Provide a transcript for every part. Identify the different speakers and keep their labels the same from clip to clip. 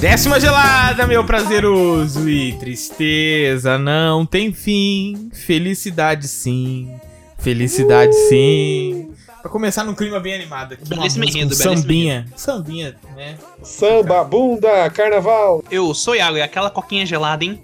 Speaker 1: Décima gelada, meu prazeroso. E tristeza não tem fim. Felicidade sim. Felicidade
Speaker 2: Uh!
Speaker 1: sim. Pra começar num clima bem animado aqui. uma
Speaker 3: Belíssimo
Speaker 1: música, um
Speaker 3: enredo, belíssimo
Speaker 1: Sambinha. Sambinha, né?
Speaker 4: Samba, bunda, carnaval.
Speaker 3: Eu sou o Iago, e aquela coquinha gelada, hein?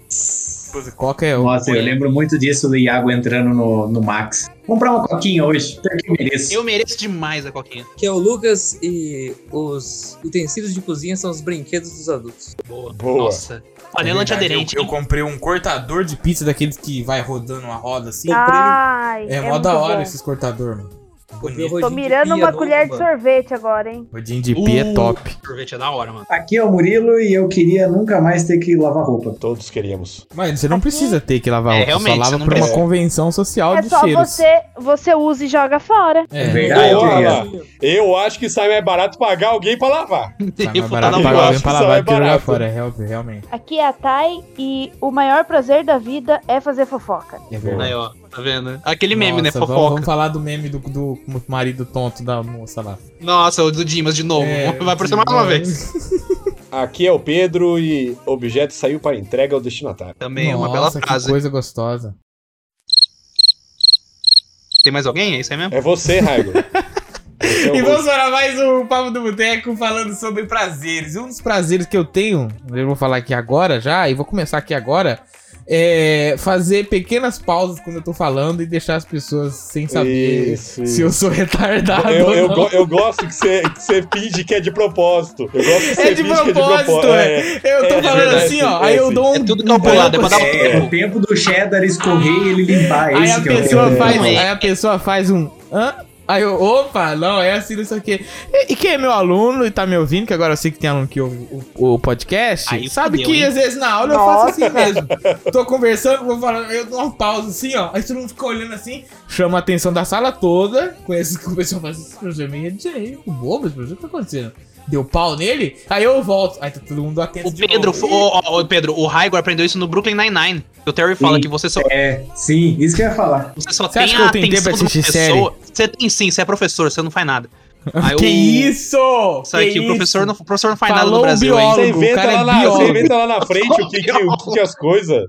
Speaker 1: Coca é o.
Speaker 5: Nossa, eu lembro muito disso do Iago entrando no, no Max. Comprar uma coquinha hoje, porque eu mereço.
Speaker 3: Eu mereço demais a coquinha.
Speaker 6: Que é o Lucas e os utensílios de cozinha são os brinquedos dos adultos.
Speaker 3: Boa.
Speaker 4: Boa.
Speaker 3: Nossa. Panela
Speaker 1: É Verdade,
Speaker 3: antiaderente.
Speaker 1: Eu, eu
Speaker 3: hein?
Speaker 1: comprei um cortador de pizza daqueles que vai rodando uma roda assim.
Speaker 2: Ai,
Speaker 1: é, mó da
Speaker 2: Ah, muito
Speaker 1: hora
Speaker 2: bom.
Speaker 1: esses cortadores, mano.
Speaker 6: Comprei
Speaker 1: Bonito.
Speaker 6: arroz
Speaker 2: Tô
Speaker 6: de
Speaker 2: mirando
Speaker 6: pia
Speaker 2: uma
Speaker 6: novo,
Speaker 2: colher de
Speaker 6: mano.
Speaker 2: sorvete agora, hein?
Speaker 1: Rodinho de pia é
Speaker 3: Uh.
Speaker 1: top.
Speaker 3: Sorvete é da hora, mano.
Speaker 5: Aqui é o Murilo e eu queria nunca mais ter que lavar roupa.
Speaker 4: Todos queríamos.
Speaker 1: Mas você não precisa ter que lavar
Speaker 3: É,
Speaker 1: roupa, só
Speaker 3: realmente,
Speaker 1: lava
Speaker 3: você não
Speaker 1: por uma
Speaker 4: precisa.
Speaker 1: convenção social
Speaker 2: É
Speaker 1: de
Speaker 2: só
Speaker 1: cheiros.
Speaker 2: você, você usa e joga fora.
Speaker 1: É,
Speaker 5: Verdade, eu
Speaker 4: Boa,
Speaker 5: queria.
Speaker 4: lá. Eu acho que sai mais barato pagar alguém pra lavar.
Speaker 1: Tá mais barato
Speaker 3: Vou dar
Speaker 4: Eu
Speaker 3: uma-
Speaker 1: pagar
Speaker 4: acho
Speaker 1: alguém
Speaker 4: que
Speaker 1: pra
Speaker 4: só
Speaker 1: lavar
Speaker 4: é
Speaker 1: do que jogar
Speaker 4: barato.
Speaker 1: fora, é real- realmente.
Speaker 2: Aqui é a Thay e o maior prazer da vida é fazer fofoca.
Speaker 1: É
Speaker 3: Aí,
Speaker 1: verdade.
Speaker 3: ó, tá vendo? Aquele meme, né?
Speaker 1: Nossa,
Speaker 3: Fofoca.
Speaker 1: Vamos, vamos falar do meme do, do marido tonto da moça lá.
Speaker 3: Nossa, o do Dimas de novo.
Speaker 1: É,
Speaker 3: Vai
Speaker 1: de
Speaker 3: aparecer mais uma
Speaker 1: novo.
Speaker 3: vez.
Speaker 4: Aqui é o Pedro e objeto saiu para entrega ao destinatário.
Speaker 3: Também, uma bela
Speaker 1: Nossa,
Speaker 3: frase.
Speaker 1: que coisa gostosa.
Speaker 3: Tem mais alguém? É isso aí mesmo?
Speaker 4: É você, Raigo. Você é o
Speaker 1: E
Speaker 4: rosto.
Speaker 1: vamos para mais um Papo do Boteco falando sobre prazeres. E um dos prazeres que eu tenho, eu vou falar aqui agora já, e vou começar aqui agora, é fazer pequenas pausas quando eu tô falando e deixar as pessoas sem saber
Speaker 4: Isso,
Speaker 1: se eu sou retardado
Speaker 4: Eu,
Speaker 1: ou
Speaker 4: eu,
Speaker 1: não.
Speaker 4: go- eu gosto que você, que você finge que é de propósito. Eu gosto que você
Speaker 1: de
Speaker 4: finge que é de
Speaker 1: propósito,
Speaker 4: propósito.
Speaker 1: é. Eu tô
Speaker 4: É,
Speaker 1: falando
Speaker 4: verdade,
Speaker 1: assim, ó,
Speaker 4: é
Speaker 1: aí eu
Speaker 4: assim.
Speaker 1: dou um...
Speaker 3: É tudo calculado, é pra dar um
Speaker 5: É, o
Speaker 3: tempo.
Speaker 5: tempo do cheddar escorrer e ele limpar.
Speaker 1: Aí
Speaker 5: esse
Speaker 1: a
Speaker 5: que é o
Speaker 1: pessoa
Speaker 5: tempo.
Speaker 1: faz,
Speaker 3: É.
Speaker 1: aí a pessoa faz um... Hã? Aí eu, opa, não, é assim, não sei o quê. E, e quem é meu aluno e tá me ouvindo, que agora eu sei que tem aluno que ouve o, o podcast,
Speaker 3: Aí
Speaker 1: sabe
Speaker 3: fudeu,
Speaker 1: que
Speaker 3: hein?
Speaker 1: às vezes na aula eu faço assim mesmo. Tô conversando, vou falando, eu dou uma pausa assim, ó. Aí todo mundo fica olhando assim, chama a atenção da sala toda. Conhece que o pessoal faz esse professor meio adiante, o bobo, esse professor, o que tá acontecendo? Deu pau nele, aí eu volto. Aí tá todo mundo atento
Speaker 3: O
Speaker 1: de
Speaker 3: Pedro,
Speaker 1: novo.
Speaker 3: o, o, o Pedro, o Raigo aprendeu isso no Brooklyn Nine-Nine. O Terry fala
Speaker 5: Sim.
Speaker 3: que você só,
Speaker 5: É, sim, isso que eu ia falar.
Speaker 3: você só
Speaker 1: Você
Speaker 3: tem
Speaker 1: acha que
Speaker 3: a
Speaker 1: eu tenho tempo
Speaker 3: atenção
Speaker 1: pra
Speaker 3: do
Speaker 1: assistir
Speaker 3: professor. Você tem sim, você é professor, você não faz nada. Aí
Speaker 1: Que
Speaker 3: o-
Speaker 1: isso!
Speaker 3: Sabe que,
Speaker 1: que
Speaker 3: o professor
Speaker 1: isso?
Speaker 3: não, o professor não faz
Speaker 1: Falou
Speaker 3: nada no
Speaker 1: o
Speaker 3: Brasil, hein?
Speaker 1: biólogo.
Speaker 4: Você
Speaker 1: o
Speaker 4: inventa,
Speaker 1: cara é
Speaker 4: lá na, você
Speaker 1: biólogo.
Speaker 4: inventa lá na frente o que, que, o que que as coisas.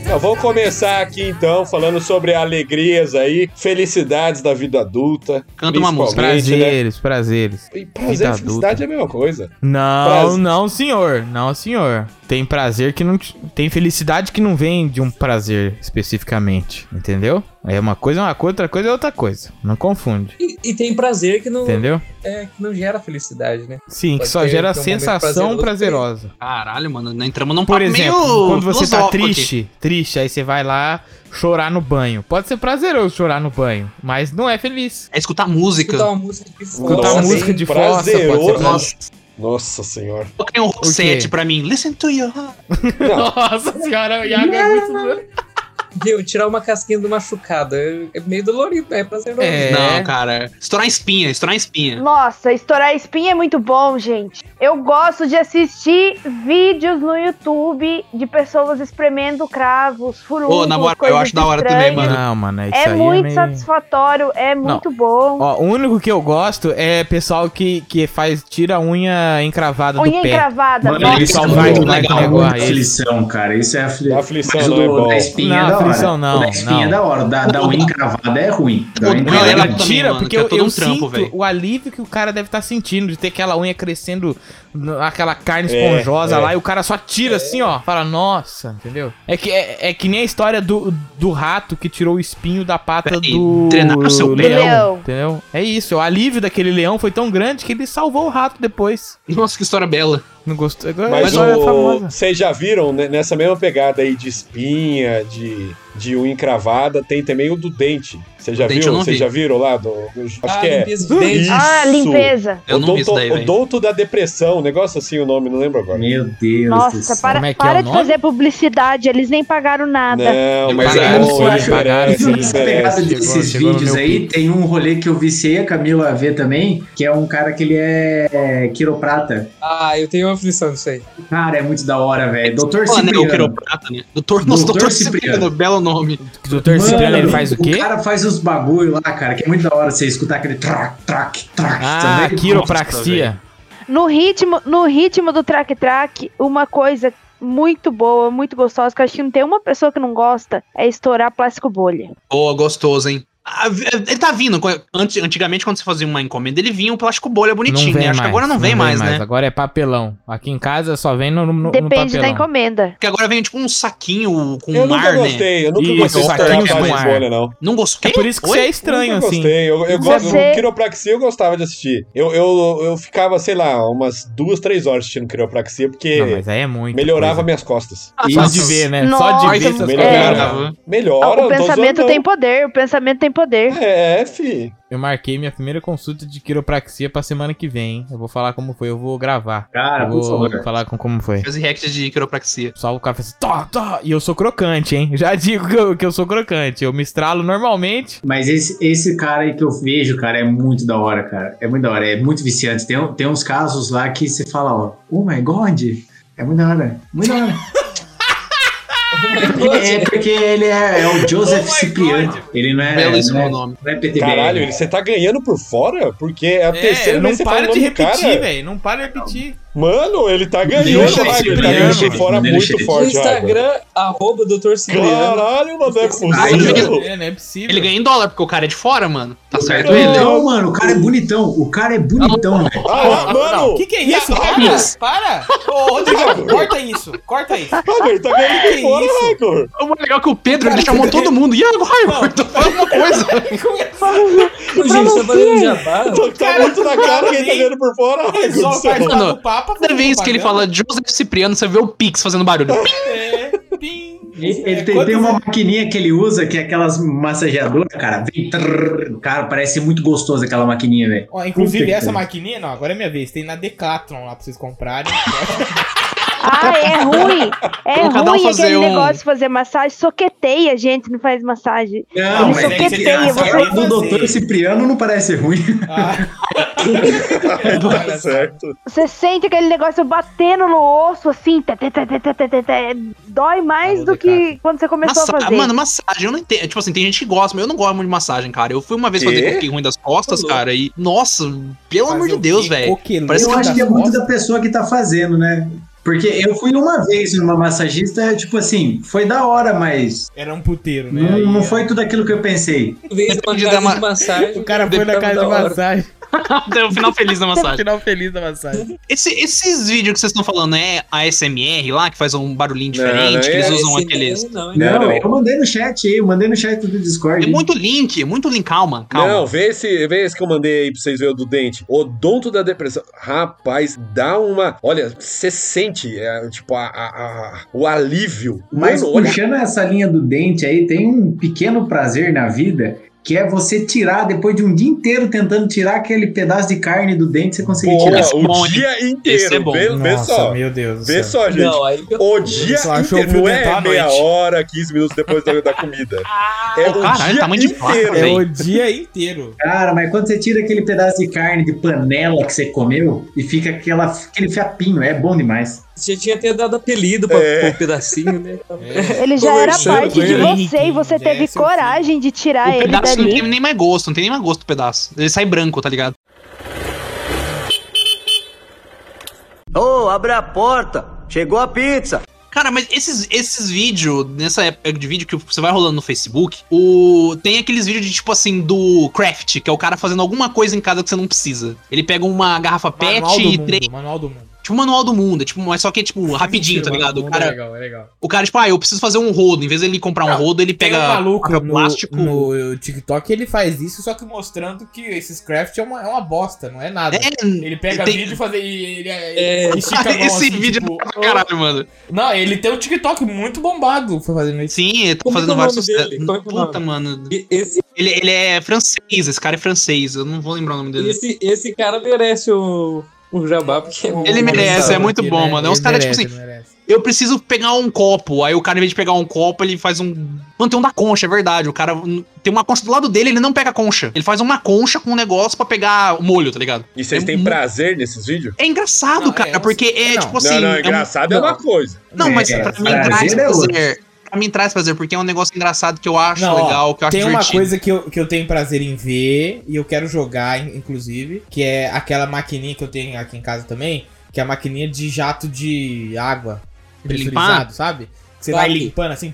Speaker 4: Então, vamos começar aqui então falando sobre alegrias aí, felicidades da vida adulta.
Speaker 3: Canta uma música.
Speaker 4: principalmente, né?
Speaker 1: Prazeres, prazeres.
Speaker 4: E
Speaker 1: Vida
Speaker 4: prazer e felicidade
Speaker 1: adulta.
Speaker 4: é a mesma coisa.
Speaker 1: Não,
Speaker 4: Prazer.
Speaker 1: não, senhor. Não, senhor. Tem prazer que não. te- Tem felicidade que não vem de um prazer especificamente. Entendeu? É uma coisa é uma coisa, outra coisa é outra coisa. Não confunde.
Speaker 6: E, e tem prazer que não,
Speaker 1: Entendeu?
Speaker 6: é, que não gera felicidade, né?
Speaker 1: Sim, que
Speaker 6: Pode
Speaker 1: só
Speaker 6: ter-
Speaker 1: gera
Speaker 6: ter um momento
Speaker 1: sensação
Speaker 6: prazeroso,
Speaker 1: prazerosa.
Speaker 3: Caralho, mano, nós entramos num
Speaker 1: Por
Speaker 3: papo
Speaker 1: exemplo,
Speaker 3: meio
Speaker 1: quando você tá
Speaker 3: filosófico aqui.
Speaker 1: triste, triste, aí você vai lá chorar no banho. Pode ser prazeroso chorar no banho, mas não é feliz.
Speaker 3: É escutar música.
Speaker 4: Então,
Speaker 6: Escutar uma música de
Speaker 1: Escutar
Speaker 4: Nossa,
Speaker 1: música
Speaker 4: bem
Speaker 1: de fossa, pode ser
Speaker 4: prazeroso.
Speaker 1: prazeroso.
Speaker 3: Nossa,
Speaker 4: Nossa senhora.
Speaker 3: toca um rock
Speaker 1: quê?
Speaker 3: set pra mim. Listen to your heart.
Speaker 4: Não,
Speaker 1: Nossa senhora, o Iago é muito.
Speaker 6: Viu, tirar uma casquinha do machucado. É, é meio dolorido, é prazeroso.
Speaker 1: É.
Speaker 3: Não, cara. Estourar espinha, estourar espinha.
Speaker 2: Nossa, estourar espinha é muito bom, gente. Eu gosto de assistir vídeos no YouTube de pessoas espremendo cravos, furuncos,
Speaker 3: Ô, na moral, eu
Speaker 2: coisas
Speaker 3: acho da hora também,
Speaker 2: estranhas.
Speaker 3: mano.
Speaker 1: Não, mano, é isso
Speaker 2: É
Speaker 1: aí.
Speaker 2: muito
Speaker 1: meio-
Speaker 2: satisfatório, é muito bom.
Speaker 1: Ó, o único que eu gosto é pessoal que, que faz, tira a unha encravada do
Speaker 2: Unha
Speaker 1: pé.
Speaker 2: encravada,
Speaker 5: Mano,
Speaker 2: nossa.
Speaker 5: ele
Speaker 1: ele
Speaker 5: salvou
Speaker 1: salvou
Speaker 5: muito
Speaker 1: o
Speaker 5: legal,
Speaker 1: legal,
Speaker 5: muito
Speaker 1: aí.
Speaker 5: aflição, cara. Isso é afli...
Speaker 4: A aflição
Speaker 5: Mas o
Speaker 4: não é
Speaker 5: do-
Speaker 4: bom.
Speaker 5: da espinha
Speaker 1: Não,
Speaker 5: é da hora.
Speaker 1: aflição não,
Speaker 5: O da espinha
Speaker 1: não.
Speaker 5: é da hora. Da, da unha encravada é ruim. Da unha
Speaker 3: Não,
Speaker 1: Não,
Speaker 5: encravada
Speaker 1: ela tá-
Speaker 5: é
Speaker 3: também,
Speaker 5: ruim.
Speaker 1: tira,
Speaker 3: mano,
Speaker 1: porque
Speaker 3: que é
Speaker 1: eu,
Speaker 3: todo
Speaker 1: eu
Speaker 3: um trampo,
Speaker 1: sinto
Speaker 3: velho.
Speaker 1: o alívio que o cara deve estar sentindo de ter aquela unha crescendo, n- aquela carne
Speaker 4: É,
Speaker 1: esponjosa
Speaker 4: é.
Speaker 1: lá, e o cara só tira assim, ó. Fala, nossa, entendeu? É que, é, é que nem a história do, do rato que tirou o espinho da pata
Speaker 3: Peraí,
Speaker 1: do.
Speaker 3: drenaram o seu um-
Speaker 1: leão,
Speaker 2: leão.
Speaker 1: Entendeu? É isso, o alívio daquele leão foi tão grande que ele salvou o rato depois.
Speaker 3: Nossa, que história bela.
Speaker 1: Não gostou? Mas,
Speaker 4: Mas
Speaker 1: olha, é famosa.
Speaker 4: o- vocês já viram né, nessa mesma pegada aí de espinha, de, de unha encravada, tem também o do dente. Você já
Speaker 3: dente
Speaker 4: viu?
Speaker 3: eu não
Speaker 4: Vocês
Speaker 3: vi.
Speaker 4: já viram lá? Do, acho
Speaker 6: Ah,
Speaker 4: que é.
Speaker 6: limpeza de dente.
Speaker 4: Isso.
Speaker 2: Ah, limpeza.
Speaker 3: Eu
Speaker 4: o
Speaker 3: não vi isso
Speaker 4: doutor,
Speaker 3: daí,
Speaker 4: o
Speaker 3: velho.
Speaker 4: doutor da depressão, um negócio assim o nome, não lembro agora.
Speaker 5: Meu Deus do
Speaker 2: Nossa,
Speaker 5: céu.
Speaker 2: para,
Speaker 1: Como é que é
Speaker 2: para
Speaker 1: o
Speaker 2: de
Speaker 1: nome?
Speaker 2: fazer publicidade, eles nem pagaram nada.
Speaker 3: Né?
Speaker 4: Não, mas é
Speaker 3: Pagaram,
Speaker 4: bom, é ele merece,
Speaker 5: pagaram,
Speaker 1: É, sim.
Speaker 4: ele
Speaker 5: Nessa pegada
Speaker 4: merece.
Speaker 1: Chegou-
Speaker 5: desses
Speaker 1: chegou no
Speaker 5: vídeos
Speaker 1: meu
Speaker 5: aí, tem um rolê que eu viciei a Camila a ver também, que é um cara que ele é quiroprata.
Speaker 6: Ah, eu tenho uma aflição disso aí.
Speaker 5: Cara, é muito da hora, velho. Doutor
Speaker 3: Ah, né, o
Speaker 5: Cipriano.
Speaker 3: quiroprata, né? Doutor, nossa,
Speaker 5: Doutor
Speaker 3: doutor
Speaker 5: Cipriano.
Speaker 3: Cipriano, belo nome.
Speaker 1: O doutor Cipriano, ele faz o quê?
Speaker 5: cara faz uns bagulho lá, cara, que é muito da hora você escutar aquele trac, trac, trac.
Speaker 1: Ah,
Speaker 5: também.
Speaker 1: quiropraxia.
Speaker 2: No ritmo, no ritmo do track track, uma coisa muito boa, muito gostosa, que eu acho que não tem uma pessoa que não gosta, é estourar plástico bolha.
Speaker 3: Boa, gostoso, hein? Ah, Ele tá vindo. Antes- Antigamente, quando você fazia uma encomenda, ele vinha um plástico bolha bonitinho, né? Acho que agora não vem mais, né?
Speaker 1: Agora é papelão. Aqui em casa só vem no, no, no
Speaker 2: Depende da
Speaker 1: papelão.
Speaker 2: encomenda.
Speaker 3: Porque agora vem tipo um saquinho com
Speaker 4: Eu
Speaker 3: um
Speaker 4: nunca
Speaker 3: ar, né?
Speaker 4: gostei, eu nunca
Speaker 1: Isso,
Speaker 4: gostei de estourar
Speaker 1: saquinhos com
Speaker 4: plástico
Speaker 1: ar.
Speaker 4: bolha, não.
Speaker 3: Não gostei.
Speaker 1: É por isso que
Speaker 3: Oi?
Speaker 1: você é estranho,
Speaker 4: Nunca
Speaker 1: assim.
Speaker 4: gostei. Eu, eu gosto
Speaker 2: Você-
Speaker 4: do quiropraxia, eu gostava de assistir. Eu, eu, eu ficava, sei lá, umas duas, três horas assistindo quiropraxia, porque
Speaker 1: Não, mas aí é muito.
Speaker 4: melhorava minhas costas.
Speaker 1: Só de ver, né? Só de
Speaker 2: Nossa, é.
Speaker 1: ver essas
Speaker 4: melhorava.
Speaker 1: coisas.
Speaker 4: Melhora,
Speaker 2: o
Speaker 4: eu tô
Speaker 2: pensamento
Speaker 4: zoando,
Speaker 2: tem poder, o pensamento tem
Speaker 4: não.
Speaker 2: poder.
Speaker 4: É, fi.
Speaker 1: Eu marquei minha primeira consulta de quiropraxia pra semana que vem. hein? Eu vou falar como foi, eu vou gravar.
Speaker 5: Cara,
Speaker 1: eu
Speaker 5: por
Speaker 1: vou
Speaker 5: favor.
Speaker 1: falar com como foi.
Speaker 3: Fez react de quiropraxia.
Speaker 1: Só o cara fez assim, tó, tó, e eu sou crocante, hein? Já digo que eu, que eu sou crocante. Eu me estralo normalmente.
Speaker 5: Mas esse, esse cara aí que eu vejo, cara, é muito da hora, cara. É muito da hora, é muito viciante. Tem, um- tem uns casos lá que você fala, ó, oh my god, é muito da hora, muito da hora. é porque ele é, é o Joseph Cipriano. Ele não é,
Speaker 3: Belo esse
Speaker 1: né?
Speaker 5: não é,
Speaker 3: meu nome.
Speaker 5: não é PTBR.
Speaker 4: Caralho, ele- você tá ganhando por fora? Porque é a terceira
Speaker 1: não
Speaker 4: vez que você fala
Speaker 1: para
Speaker 4: o
Speaker 1: de
Speaker 4: nome do
Speaker 1: repetir,
Speaker 4: cara.
Speaker 1: velho. Não para de repetir.
Speaker 4: Mano, ele tá ganhando,
Speaker 5: Deixa
Speaker 4: Raigo. Ele tá
Speaker 1: Cipriano.
Speaker 4: ganhando por fora
Speaker 5: Deixa
Speaker 4: muito
Speaker 5: ele.
Speaker 6: No
Speaker 4: forte, Raigo.
Speaker 6: Instagram, arroba Dr. Cipriano.
Speaker 4: Caralho, mano, não é
Speaker 3: Não,
Speaker 4: possível.
Speaker 1: É, não é possível.
Speaker 3: Ele ganha em dólar, porque o cara é de fora, mano. Tá certo
Speaker 4: ganha-
Speaker 3: ele?
Speaker 5: Não, Então, mano, o cara é bonitão. O cara é bonitão, velho.
Speaker 4: Ah, mano!
Speaker 1: O que, que é isso? Para! Para! Ô, Rodrigo, corta isso. Corta isso.
Speaker 4: Raigo, ele tá ganhando
Speaker 1: Que
Speaker 4: por fora,
Speaker 1: isso?
Speaker 4: Raigo.
Speaker 3: O mais legal é que o Pedro ele chamou todo mundo. E agora? Então, Tô falando uma coisa.
Speaker 6: Gente, você tá fazendo jabá?
Speaker 4: Tá muito na cara que ele tá
Speaker 1: Sim.
Speaker 4: ganhando por fora,
Speaker 1: Ele
Speaker 4: Raigo. do
Speaker 1: só
Speaker 4: céu.
Speaker 1: faz
Speaker 3: Mano,
Speaker 1: papo papa.
Speaker 3: Toda vez que ele fala Joseph Cipriano, você vê o Pix fazendo barulho.
Speaker 1: É, pim.
Speaker 5: Ele, ele
Speaker 1: É,
Speaker 5: tem,
Speaker 1: quantos-
Speaker 5: tem uma maquininha que ele usa, que é aquelas massageadoras, cara. Vem, trrr, cara, parece muito gostoso aquela maquininha, velho.
Speaker 1: Ó, inclusive,
Speaker 5: Puta que
Speaker 1: essa
Speaker 5: pariu.
Speaker 1: maquininha, não, agora é minha vez. Tem na Decathlon lá pra vocês comprarem.
Speaker 2: Ah, é ruim. É
Speaker 3: Então, cada um
Speaker 2: ruim
Speaker 3: fazer
Speaker 2: aquele
Speaker 3: um-
Speaker 2: negócio de fazer massagem. Soqueteia, gente, não faz massagem.
Speaker 5: Não,
Speaker 2: Ele
Speaker 5: mas
Speaker 2: só
Speaker 5: é
Speaker 2: quer
Speaker 5: que
Speaker 2: feio,
Speaker 5: a
Speaker 2: você-
Speaker 5: foto do doutor Cipriano não parece ruim.
Speaker 1: Ah. É,
Speaker 4: Tá certo.
Speaker 2: Você sente aquele negócio batendo no osso, assim. tê, tê, tê, tê, tê, tê, tê, tê. Dói mais
Speaker 1: Alô,
Speaker 2: do que quando você começou
Speaker 3: Massa-
Speaker 2: a fazer.
Speaker 3: Mano, massagem, eu não entendo. Tipo assim, tem gente que gosta, mas eu não gosto muito de massagem, cara. Eu fui uma vez
Speaker 4: Quê?
Speaker 3: fazer que eu fiquei ruim das costas,
Speaker 6: Tô
Speaker 3: cara, e. Nossa, pelo amor de
Speaker 1: um
Speaker 3: Deus, velho. Parece
Speaker 5: eu
Speaker 3: que
Speaker 5: acho que é muito da pessoa que tá fazendo, né? Porque eu fui uma vez numa massagista, tipo assim, foi da hora, mas
Speaker 1: Era um puteiro, né?
Speaker 5: não,
Speaker 1: Aí,
Speaker 5: não
Speaker 1: ó.
Speaker 5: foi tudo aquilo que eu pensei.
Speaker 6: Vez uma
Speaker 3: Depende
Speaker 6: casa
Speaker 3: da ma-
Speaker 6: de massagem.
Speaker 1: O cara foi na
Speaker 6: Depende
Speaker 1: casa
Speaker 6: da
Speaker 1: de
Speaker 6: hora.
Speaker 1: massagem.
Speaker 3: Deu o final feliz da massagem.
Speaker 1: Final feliz da massagem.
Speaker 3: Esse- esses vídeos que vocês estão falando é ASMR lá, que faz um barulhinho
Speaker 4: Não,
Speaker 3: diferente,
Speaker 4: não é
Speaker 3: que eles usam
Speaker 6: Esse
Speaker 3: aqueles.
Speaker 6: mesmo Não, hein?
Speaker 5: Não,
Speaker 4: não.
Speaker 5: eu mandei no chat aí, eu mandei no chat do Discord.
Speaker 3: É muito link, é muito link. Calma, calma.
Speaker 4: Não, vê esse, vê esse que eu mandei aí pra vocês verem o do dente. Odonto da depressão. Rapaz, dá uma. Olha, você sente, é, tipo, a, a- a- o alívio.
Speaker 5: Mas
Speaker 4: Mano, olha.
Speaker 5: puxando essa linha do dente aí, tem um pequeno prazer na vida que é você tirar, depois de um dia inteiro tentando tirar aquele pedaço de carne do dente, você conseguir
Speaker 4: Boa,
Speaker 5: tirar.
Speaker 3: Esse é
Speaker 4: o
Speaker 3: bom, hein?
Speaker 4: dia inteiro.
Speaker 3: Esse é bom.
Speaker 4: Vê, vê só.
Speaker 1: meu Deus do
Speaker 4: Vê
Speaker 1: céu.
Speaker 4: só, gente.
Speaker 6: Não, aí pelo
Speaker 4: O dia
Speaker 1: Só achou
Speaker 4: inteiro, não
Speaker 1: pimentar à
Speaker 4: é meia
Speaker 1: noite.
Speaker 4: hora, 15 minutos depois da, da comida. É
Speaker 3: Ah,
Speaker 4: o
Speaker 3: caralho,
Speaker 4: dia
Speaker 3: tamanho de placa,
Speaker 4: inteiro.
Speaker 1: É
Speaker 3: velho.
Speaker 1: o dia inteiro.
Speaker 5: Cara, mas quando você tira aquele pedaço de carne de panela que você comeu e fica aquela, aquele fiapinho, é bom demais.
Speaker 6: Você já tinha até dado apelido pra,
Speaker 4: É.
Speaker 6: pro pedacinho, né?
Speaker 1: É.
Speaker 2: Ele já era
Speaker 4: Conversando
Speaker 2: parte
Speaker 4: com
Speaker 2: de
Speaker 4: ele.
Speaker 2: você e você
Speaker 1: Já é
Speaker 2: teve
Speaker 1: seu filho.
Speaker 2: coragem de tirar
Speaker 3: O
Speaker 2: ele
Speaker 3: pedaço não
Speaker 2: dali.
Speaker 3: tem nem mais gosto, não tem nem mais gosto do pedaço. Ele sai branco, tá ligado?
Speaker 7: Ô, abre a porta. Chegou a pizza.
Speaker 3: Cara, mas esses, esses vídeos, nessa época de vídeo que você vai rolando no Facebook, o tem aqueles vídeos de tipo assim, do craft, que é o cara fazendo alguma coisa em casa que você não precisa. Ele pega uma garrafa
Speaker 1: Manual
Speaker 3: PET
Speaker 1: do
Speaker 3: e
Speaker 1: mundo,
Speaker 3: três.
Speaker 1: manual do mundo.
Speaker 3: Tipo manual do mundo, é tipo, mas só que é tipo rapidinho, tá
Speaker 1: Mentira,
Speaker 3: ligado? O
Speaker 1: mano, É
Speaker 3: cara,
Speaker 1: legal, é legal.
Speaker 3: o cara, tipo, ah, eu preciso fazer um rodo. Em vez de ele comprar um
Speaker 1: Não,
Speaker 3: rodo, ele
Speaker 1: Tem
Speaker 3: pega
Speaker 1: um maluco
Speaker 3: pega
Speaker 1: no,
Speaker 3: plástico.
Speaker 1: no TikTok, ele faz isso, só que mostrando que esses craft é uma, é uma bosta, não é nada.
Speaker 3: É,
Speaker 1: Ele pega
Speaker 3: Tem-
Speaker 1: vídeo e faz. e Ele,
Speaker 6: É,
Speaker 1: ele estica a mão
Speaker 3: esse
Speaker 1: assim,
Speaker 3: vídeo
Speaker 1: tipo,
Speaker 3: é pra caralho, mano.
Speaker 1: "Oh". Não, ele tem um TikTok muito bombado foi fazendo isso.
Speaker 3: Sim, ele tá
Speaker 6: Como é que
Speaker 3: fazendo
Speaker 6: é o
Speaker 3: vários
Speaker 6: nome
Speaker 3: sucessos.
Speaker 6: dele? Como é que é o
Speaker 3: Puta, mano.
Speaker 6: E Esse,
Speaker 3: Ele, ele é francês, esse cara é francês. Eu não vou lembrar o nome dele.
Speaker 6: esse, esse cara merece o, o jabá, porque é muito
Speaker 3: Ele merece,
Speaker 6: engraçado.
Speaker 3: é muito bom, mano. É uns
Speaker 1: né? Ele
Speaker 3: caras, tipo
Speaker 1: merece,
Speaker 3: assim,
Speaker 1: ele merece.
Speaker 3: Eu preciso pegar um copo. Aí o cara, em vez de pegar um copo, ele faz um. Mano, tem um da concha, é verdade. O cara hum, tem uma concha do lado dele, ele não pega a concha. Ele faz uma concha com um negócio pra pegar o molho, tá ligado?
Speaker 4: E vocês
Speaker 3: É
Speaker 4: têm
Speaker 3: mu-
Speaker 4: prazer nesses vídeos?
Speaker 3: É engraçado,
Speaker 1: Não,
Speaker 3: cara,
Speaker 1: é, eu
Speaker 3: porque é
Speaker 1: não.
Speaker 3: tipo assim.
Speaker 4: não, não,
Speaker 3: um-
Speaker 4: engraçado é uma coisa.
Speaker 3: Não, mas
Speaker 5: É,
Speaker 3: pra mim
Speaker 5: prazer
Speaker 3: traz
Speaker 5: é outro.
Speaker 3: prazer. Pra mim traz prazer, porque é um negócio engraçado que eu acho
Speaker 1: Não, ó,
Speaker 3: legal, que eu acho
Speaker 1: Tem uma
Speaker 3: tá divertido.
Speaker 1: coisa que eu, que eu tenho prazer em ver e eu quero jogar, in- inclusive, que é aquela maquininha que eu tenho aqui em casa também, que é a maquininha de jato de água
Speaker 3: De limpar?
Speaker 1: pressurizado, sabe? Que você vai
Speaker 6: Vap.
Speaker 1: limpando assim,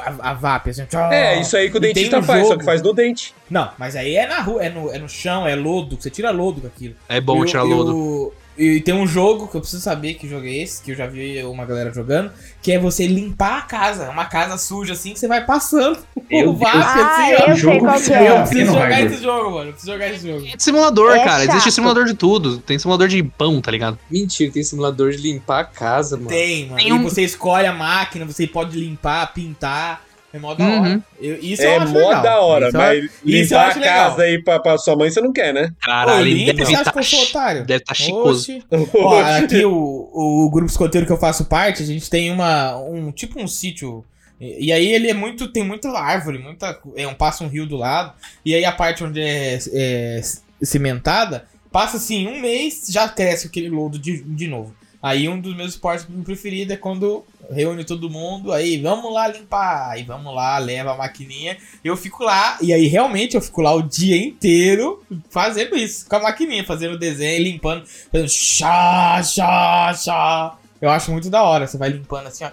Speaker 1: a, a VAP, assim.
Speaker 4: É, isso aí que o
Speaker 1: E tem
Speaker 4: dentista
Speaker 1: um
Speaker 4: faz, só
Speaker 1: jogo.
Speaker 4: que faz no dente.
Speaker 1: Não, mas aí é na rua, é no, é no chão, é lodo, você tira lodo com aquilo.
Speaker 3: É bom
Speaker 1: E o-
Speaker 3: tirar
Speaker 1: e o-
Speaker 3: lodo.
Speaker 1: E tem um jogo que eu preciso saber que jogo é esse, que eu já vi uma galera jogando, que é você limpar a casa, É uma casa suja assim, que você vai passando
Speaker 5: Meu
Speaker 1: o VAP,
Speaker 5: Deus.
Speaker 1: assim, ó.
Speaker 2: Ah, eu sei
Speaker 5: Jogo
Speaker 2: qual que
Speaker 5: viciado.
Speaker 2: é.
Speaker 1: Eu
Speaker 5: Ah, quem
Speaker 1: preciso
Speaker 5: não
Speaker 1: jogar
Speaker 5: vai,
Speaker 1: esse jogo, mano. Eu preciso jogar esse jogo.
Speaker 3: É de simulador,
Speaker 2: É
Speaker 3: cara. Existe
Speaker 2: chato.
Speaker 3: simulador de tudo. Tem simulador de pão, tá ligado?
Speaker 6: Mentira, tem simulador de limpar a casa, mano.
Speaker 1: Tem, mano.
Speaker 3: Tem
Speaker 1: E
Speaker 3: um-
Speaker 1: você escolhe a máquina, você pode limpar, pintar. É mó da
Speaker 3: Uhum.
Speaker 1: hora. Eu- isso
Speaker 4: é
Speaker 1: eu acho
Speaker 4: mó
Speaker 1: legal.
Speaker 4: da hora,
Speaker 1: Isso eu-
Speaker 4: mas
Speaker 1: isso eu
Speaker 4: limpar
Speaker 1: acho
Speaker 4: a
Speaker 1: legal.
Speaker 4: casa aí pra, pra sua mãe você não quer, né?
Speaker 1: Ô,
Speaker 3: Caralho, ele
Speaker 1: limpa,
Speaker 3: deve
Speaker 1: você acha
Speaker 3: estar.
Speaker 1: que eu sou otário?
Speaker 3: Deve estar chicoso.
Speaker 1: Oxi. Ó, aqui o, o grupo escoteiro que eu faço parte, a gente tem uma um tipo um sítio e e aí ele é muito tem muita árvore, muita é um passa um rio do lado e aí a parte onde é, é cimentada passa assim um mês já cresce aquele lodo de, de novo. Aí um dos meus esportes preferidos é quando reúne todo mundo, aí vamos lá limpar, aí vamos lá, leva a maquininha. Eu fico lá, e aí realmente eu fico lá o dia inteiro fazendo isso, com a maquininha, fazendo desenho, limpando fazendo chá, chá, chá. Eu acho muito da hora, você vai limpando assim, ó.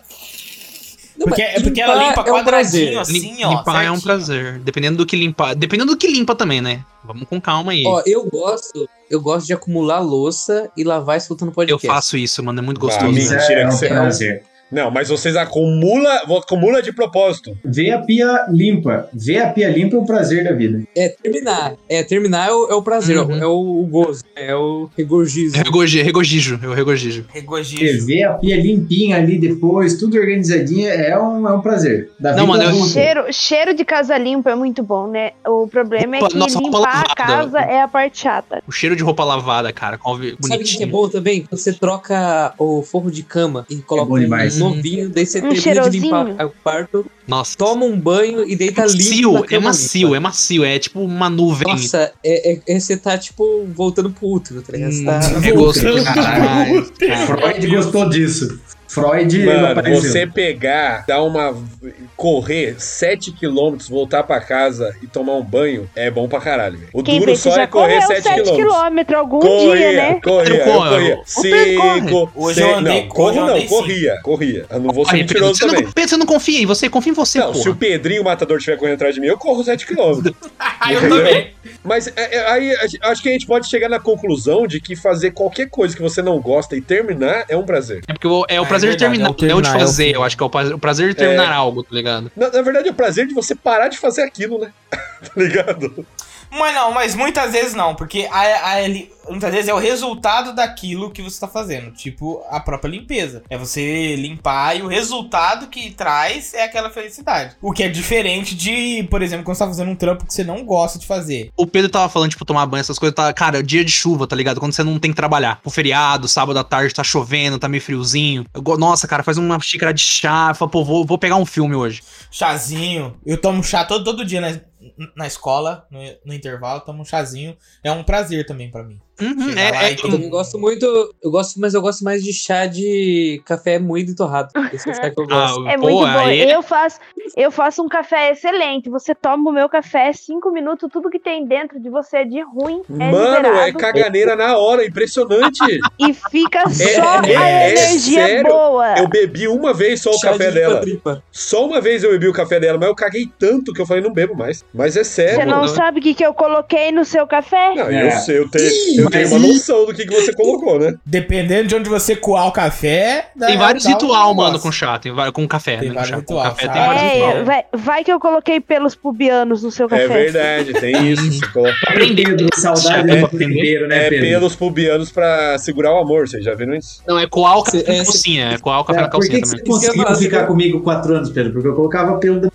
Speaker 6: Não,
Speaker 1: Porque,
Speaker 6: mas
Speaker 1: é porque ela
Speaker 6: limpar
Speaker 1: limpa
Speaker 6: é um prazer.
Speaker 1: quadradinho, assim,
Speaker 3: Lim-
Speaker 1: ó.
Speaker 3: limpar é um
Speaker 1: certinho.
Speaker 3: prazer. Dependendo do que limpar. Dependendo do que limpa também, né? Vamos com calma aí.
Speaker 6: Ó, eu gosto, eu gosto de acumular louça e lavar escutando
Speaker 3: eu
Speaker 6: podcast.
Speaker 3: faço isso, mano. É muito
Speaker 4: Ah,
Speaker 3: gostoso.
Speaker 4: mentira
Speaker 3: né?
Speaker 4: que
Speaker 5: é um
Speaker 4: você-
Speaker 5: prazer.
Speaker 4: Não, mas vocês acumula, acumula de propósito.
Speaker 5: Ver a pia limpa. Ver a pia limpa é o prazer da vida.
Speaker 6: É terminar. É, terminar é o, é o prazer,
Speaker 3: Uhum.
Speaker 6: é, o, é o gozo, é o regurgismo.
Speaker 3: Regogi- regogijo, eu regogijo.
Speaker 5: Porque
Speaker 1: Regogijo.
Speaker 5: ver a pia limpinha ali depois, tudo organizadinha, é um, é um prazer. Da
Speaker 3: Não,
Speaker 5: vida
Speaker 3: mano, eu-
Speaker 5: adulta.
Speaker 2: Cheiro, cheiro de casa limpa é muito bom, né? O problema é
Speaker 3: Opa,
Speaker 2: que
Speaker 3: nossa, roupa
Speaker 2: limpar a
Speaker 3: lavada.
Speaker 2: casa é a parte chata.
Speaker 3: O cheiro de roupa lavada, cara. com alve-
Speaker 6: Sabe o que que é
Speaker 3: Bonitinho.
Speaker 6: bom também? Quando você troca o forro de cama e coloca
Speaker 5: bom demais.
Speaker 6: um novinho, daí você
Speaker 2: Um
Speaker 6: termina de limpar
Speaker 2: cheirosinho.
Speaker 6: o quarto,
Speaker 3: Nossa.
Speaker 6: toma um banho e deita limpo. na
Speaker 3: macio, é
Speaker 6: cama
Speaker 3: macio,
Speaker 6: limpa.
Speaker 3: é macio. É tipo uma nuvem.
Speaker 6: Nossa, é, é- é- você tá tipo voltando pro útero, tá ligado? Você tá-
Speaker 3: Hum, é gostoso demais. cara.
Speaker 5: Freud gostou disso. Freud
Speaker 4: Mano,
Speaker 5: apareceu.
Speaker 4: você é pegar, dar uma. correr 7km, voltar pra casa e tomar um banho é bom pra caralho. velho. O
Speaker 2: Quem
Speaker 4: duro
Speaker 2: vê que
Speaker 4: só
Speaker 2: já
Speaker 4: é correr
Speaker 2: correu 7
Speaker 4: 7km.
Speaker 2: km algum
Speaker 4: é.
Speaker 2: dia, né?
Speaker 4: corria,
Speaker 3: Eu
Speaker 4: eu
Speaker 3: corro.
Speaker 4: corria.
Speaker 3: Pedro corre.
Speaker 4: Cinco,
Speaker 1: Hoje
Speaker 4: seis-
Speaker 1: eu andei-
Speaker 4: não, corro
Speaker 1: hoje eu
Speaker 4: não,
Speaker 1: andei
Speaker 4: corria, corria. Eu não vou ser
Speaker 3: Olha, Pedro,
Speaker 4: mentiroso
Speaker 3: você, não,
Speaker 4: também.
Speaker 3: Pedro, você não confia em você, confia em você,
Speaker 4: Não, se o
Speaker 3: porra.
Speaker 4: Pedrinho o Matador estiver correndo atrás de mim, eu corro 7km.
Speaker 1: Ah, eu também.
Speaker 4: Mas é, é, aí a gente- acho que a gente pode chegar na conclusão de que fazer qualquer coisa que você não gosta e terminar é um prazer.
Speaker 3: É porque eu- é
Speaker 1: Ah,
Speaker 3: o
Speaker 1: é
Speaker 3: prazer de
Speaker 1: verdade,
Speaker 3: terminar,
Speaker 1: é o
Speaker 3: não é o de
Speaker 1: terminar, é o
Speaker 3: fazer.
Speaker 1: fim.
Speaker 3: eu acho que é o pra- o prazer de terminar algo, tá ligado?
Speaker 4: Na, na verdade, é o prazer de você parar de fazer aquilo, né? tá ligado?
Speaker 1: Mas não, mas muitas vezes não, porque a, a, ele- muitas vezes é o resultado daquilo que você tá fazendo, tipo a própria limpeza. É você limpar e o resultado que traz é aquela felicidade. O que é diferente de, por exemplo, quando você tá fazendo um trampo que você não gosta de fazer.
Speaker 3: O Pedro tava falando, tipo, tomar banho, essas coisas, tá, cara, dia de chuva, tá ligado? Quando você não tem que trabalhar. O feriado, sábado à tarde, tá chovendo, tá meio friozinho. Eu go- nossa, cara, faz uma xícara de chá, fala, pô, vou, vou pegar um filme hoje.
Speaker 1: Chazinho. Eu tomo chá todo, todo dia na, na escola, no, no intervalo, tomo um chazinho. É um prazer também pra mim.
Speaker 3: Uhum,
Speaker 1: Chegar lá
Speaker 3: é, é,
Speaker 1: e
Speaker 6: Eu
Speaker 1: tomar-
Speaker 6: também gosto muito, eu gosto, mas eu gosto mais de chá de café moído e torrado. Esse é o chá que eu
Speaker 3: ah,
Speaker 6: gosto.
Speaker 2: É
Speaker 3: pô,
Speaker 2: muito bom.
Speaker 3: aí é-
Speaker 2: Eu faço, eu faço um café excelente. Você toma o meu café, cinco minutos, tudo que tem dentro de você de ruim é
Speaker 4: Mano, é
Speaker 2: liberado.
Speaker 4: caganeira na hora, impressionante.
Speaker 2: E fica só
Speaker 4: é-
Speaker 2: a
Speaker 4: é
Speaker 2: energia
Speaker 4: sério?
Speaker 2: boa.
Speaker 4: Eu bebi uma vez só o
Speaker 6: Chá
Speaker 4: café
Speaker 6: de
Speaker 4: dela.
Speaker 6: tripa.
Speaker 4: Só uma vez eu bebi o café dela, mas eu caguei tanto que eu falei, não bebo mais. Mas é
Speaker 2: Você
Speaker 4: sério.
Speaker 2: não
Speaker 3: mano.
Speaker 2: sabe o que, que eu coloquei no seu café?
Speaker 4: Não,
Speaker 5: É.
Speaker 4: eu sei, eu tenho,
Speaker 5: Ih,
Speaker 4: eu você tem uma noção do que, que você colocou, né?
Speaker 1: Dependendo de onde você coar o café. dá-
Speaker 3: Tem vários
Speaker 1: dá um
Speaker 3: ritual, mano,
Speaker 1: negócio.
Speaker 3: com chá, tem, va- com café.
Speaker 1: Tem
Speaker 3: né,
Speaker 1: vários
Speaker 3: chá,
Speaker 1: ritual,
Speaker 3: com café
Speaker 1: chá.
Speaker 3: tem vários
Speaker 1: várias
Speaker 2: É,
Speaker 3: ritual.
Speaker 2: vai, vai que eu coloquei pelos pubianos no seu café.
Speaker 4: É verdade, tem isso. Você coloca-
Speaker 3: Aprender.
Speaker 5: Saudade
Speaker 3: É,
Speaker 5: do tempero, né,
Speaker 4: É
Speaker 5: Pedro?
Speaker 4: pelos pubianos pra segurar o amor, vocês já viram isso?
Speaker 3: Não, é coal café
Speaker 6: Cê- é,
Speaker 3: na
Speaker 6: cê-
Speaker 3: calcinha, é coal café
Speaker 5: É,
Speaker 3: na
Speaker 5: por que,
Speaker 3: calcinha
Speaker 5: que
Speaker 4: né?
Speaker 5: você
Speaker 3: também.
Speaker 5: conseguiu
Speaker 6: Isso que eu ia
Speaker 5: ficar
Speaker 6: falar,
Speaker 5: comigo quatro anos, Pedro? Porque eu colocava pelo da...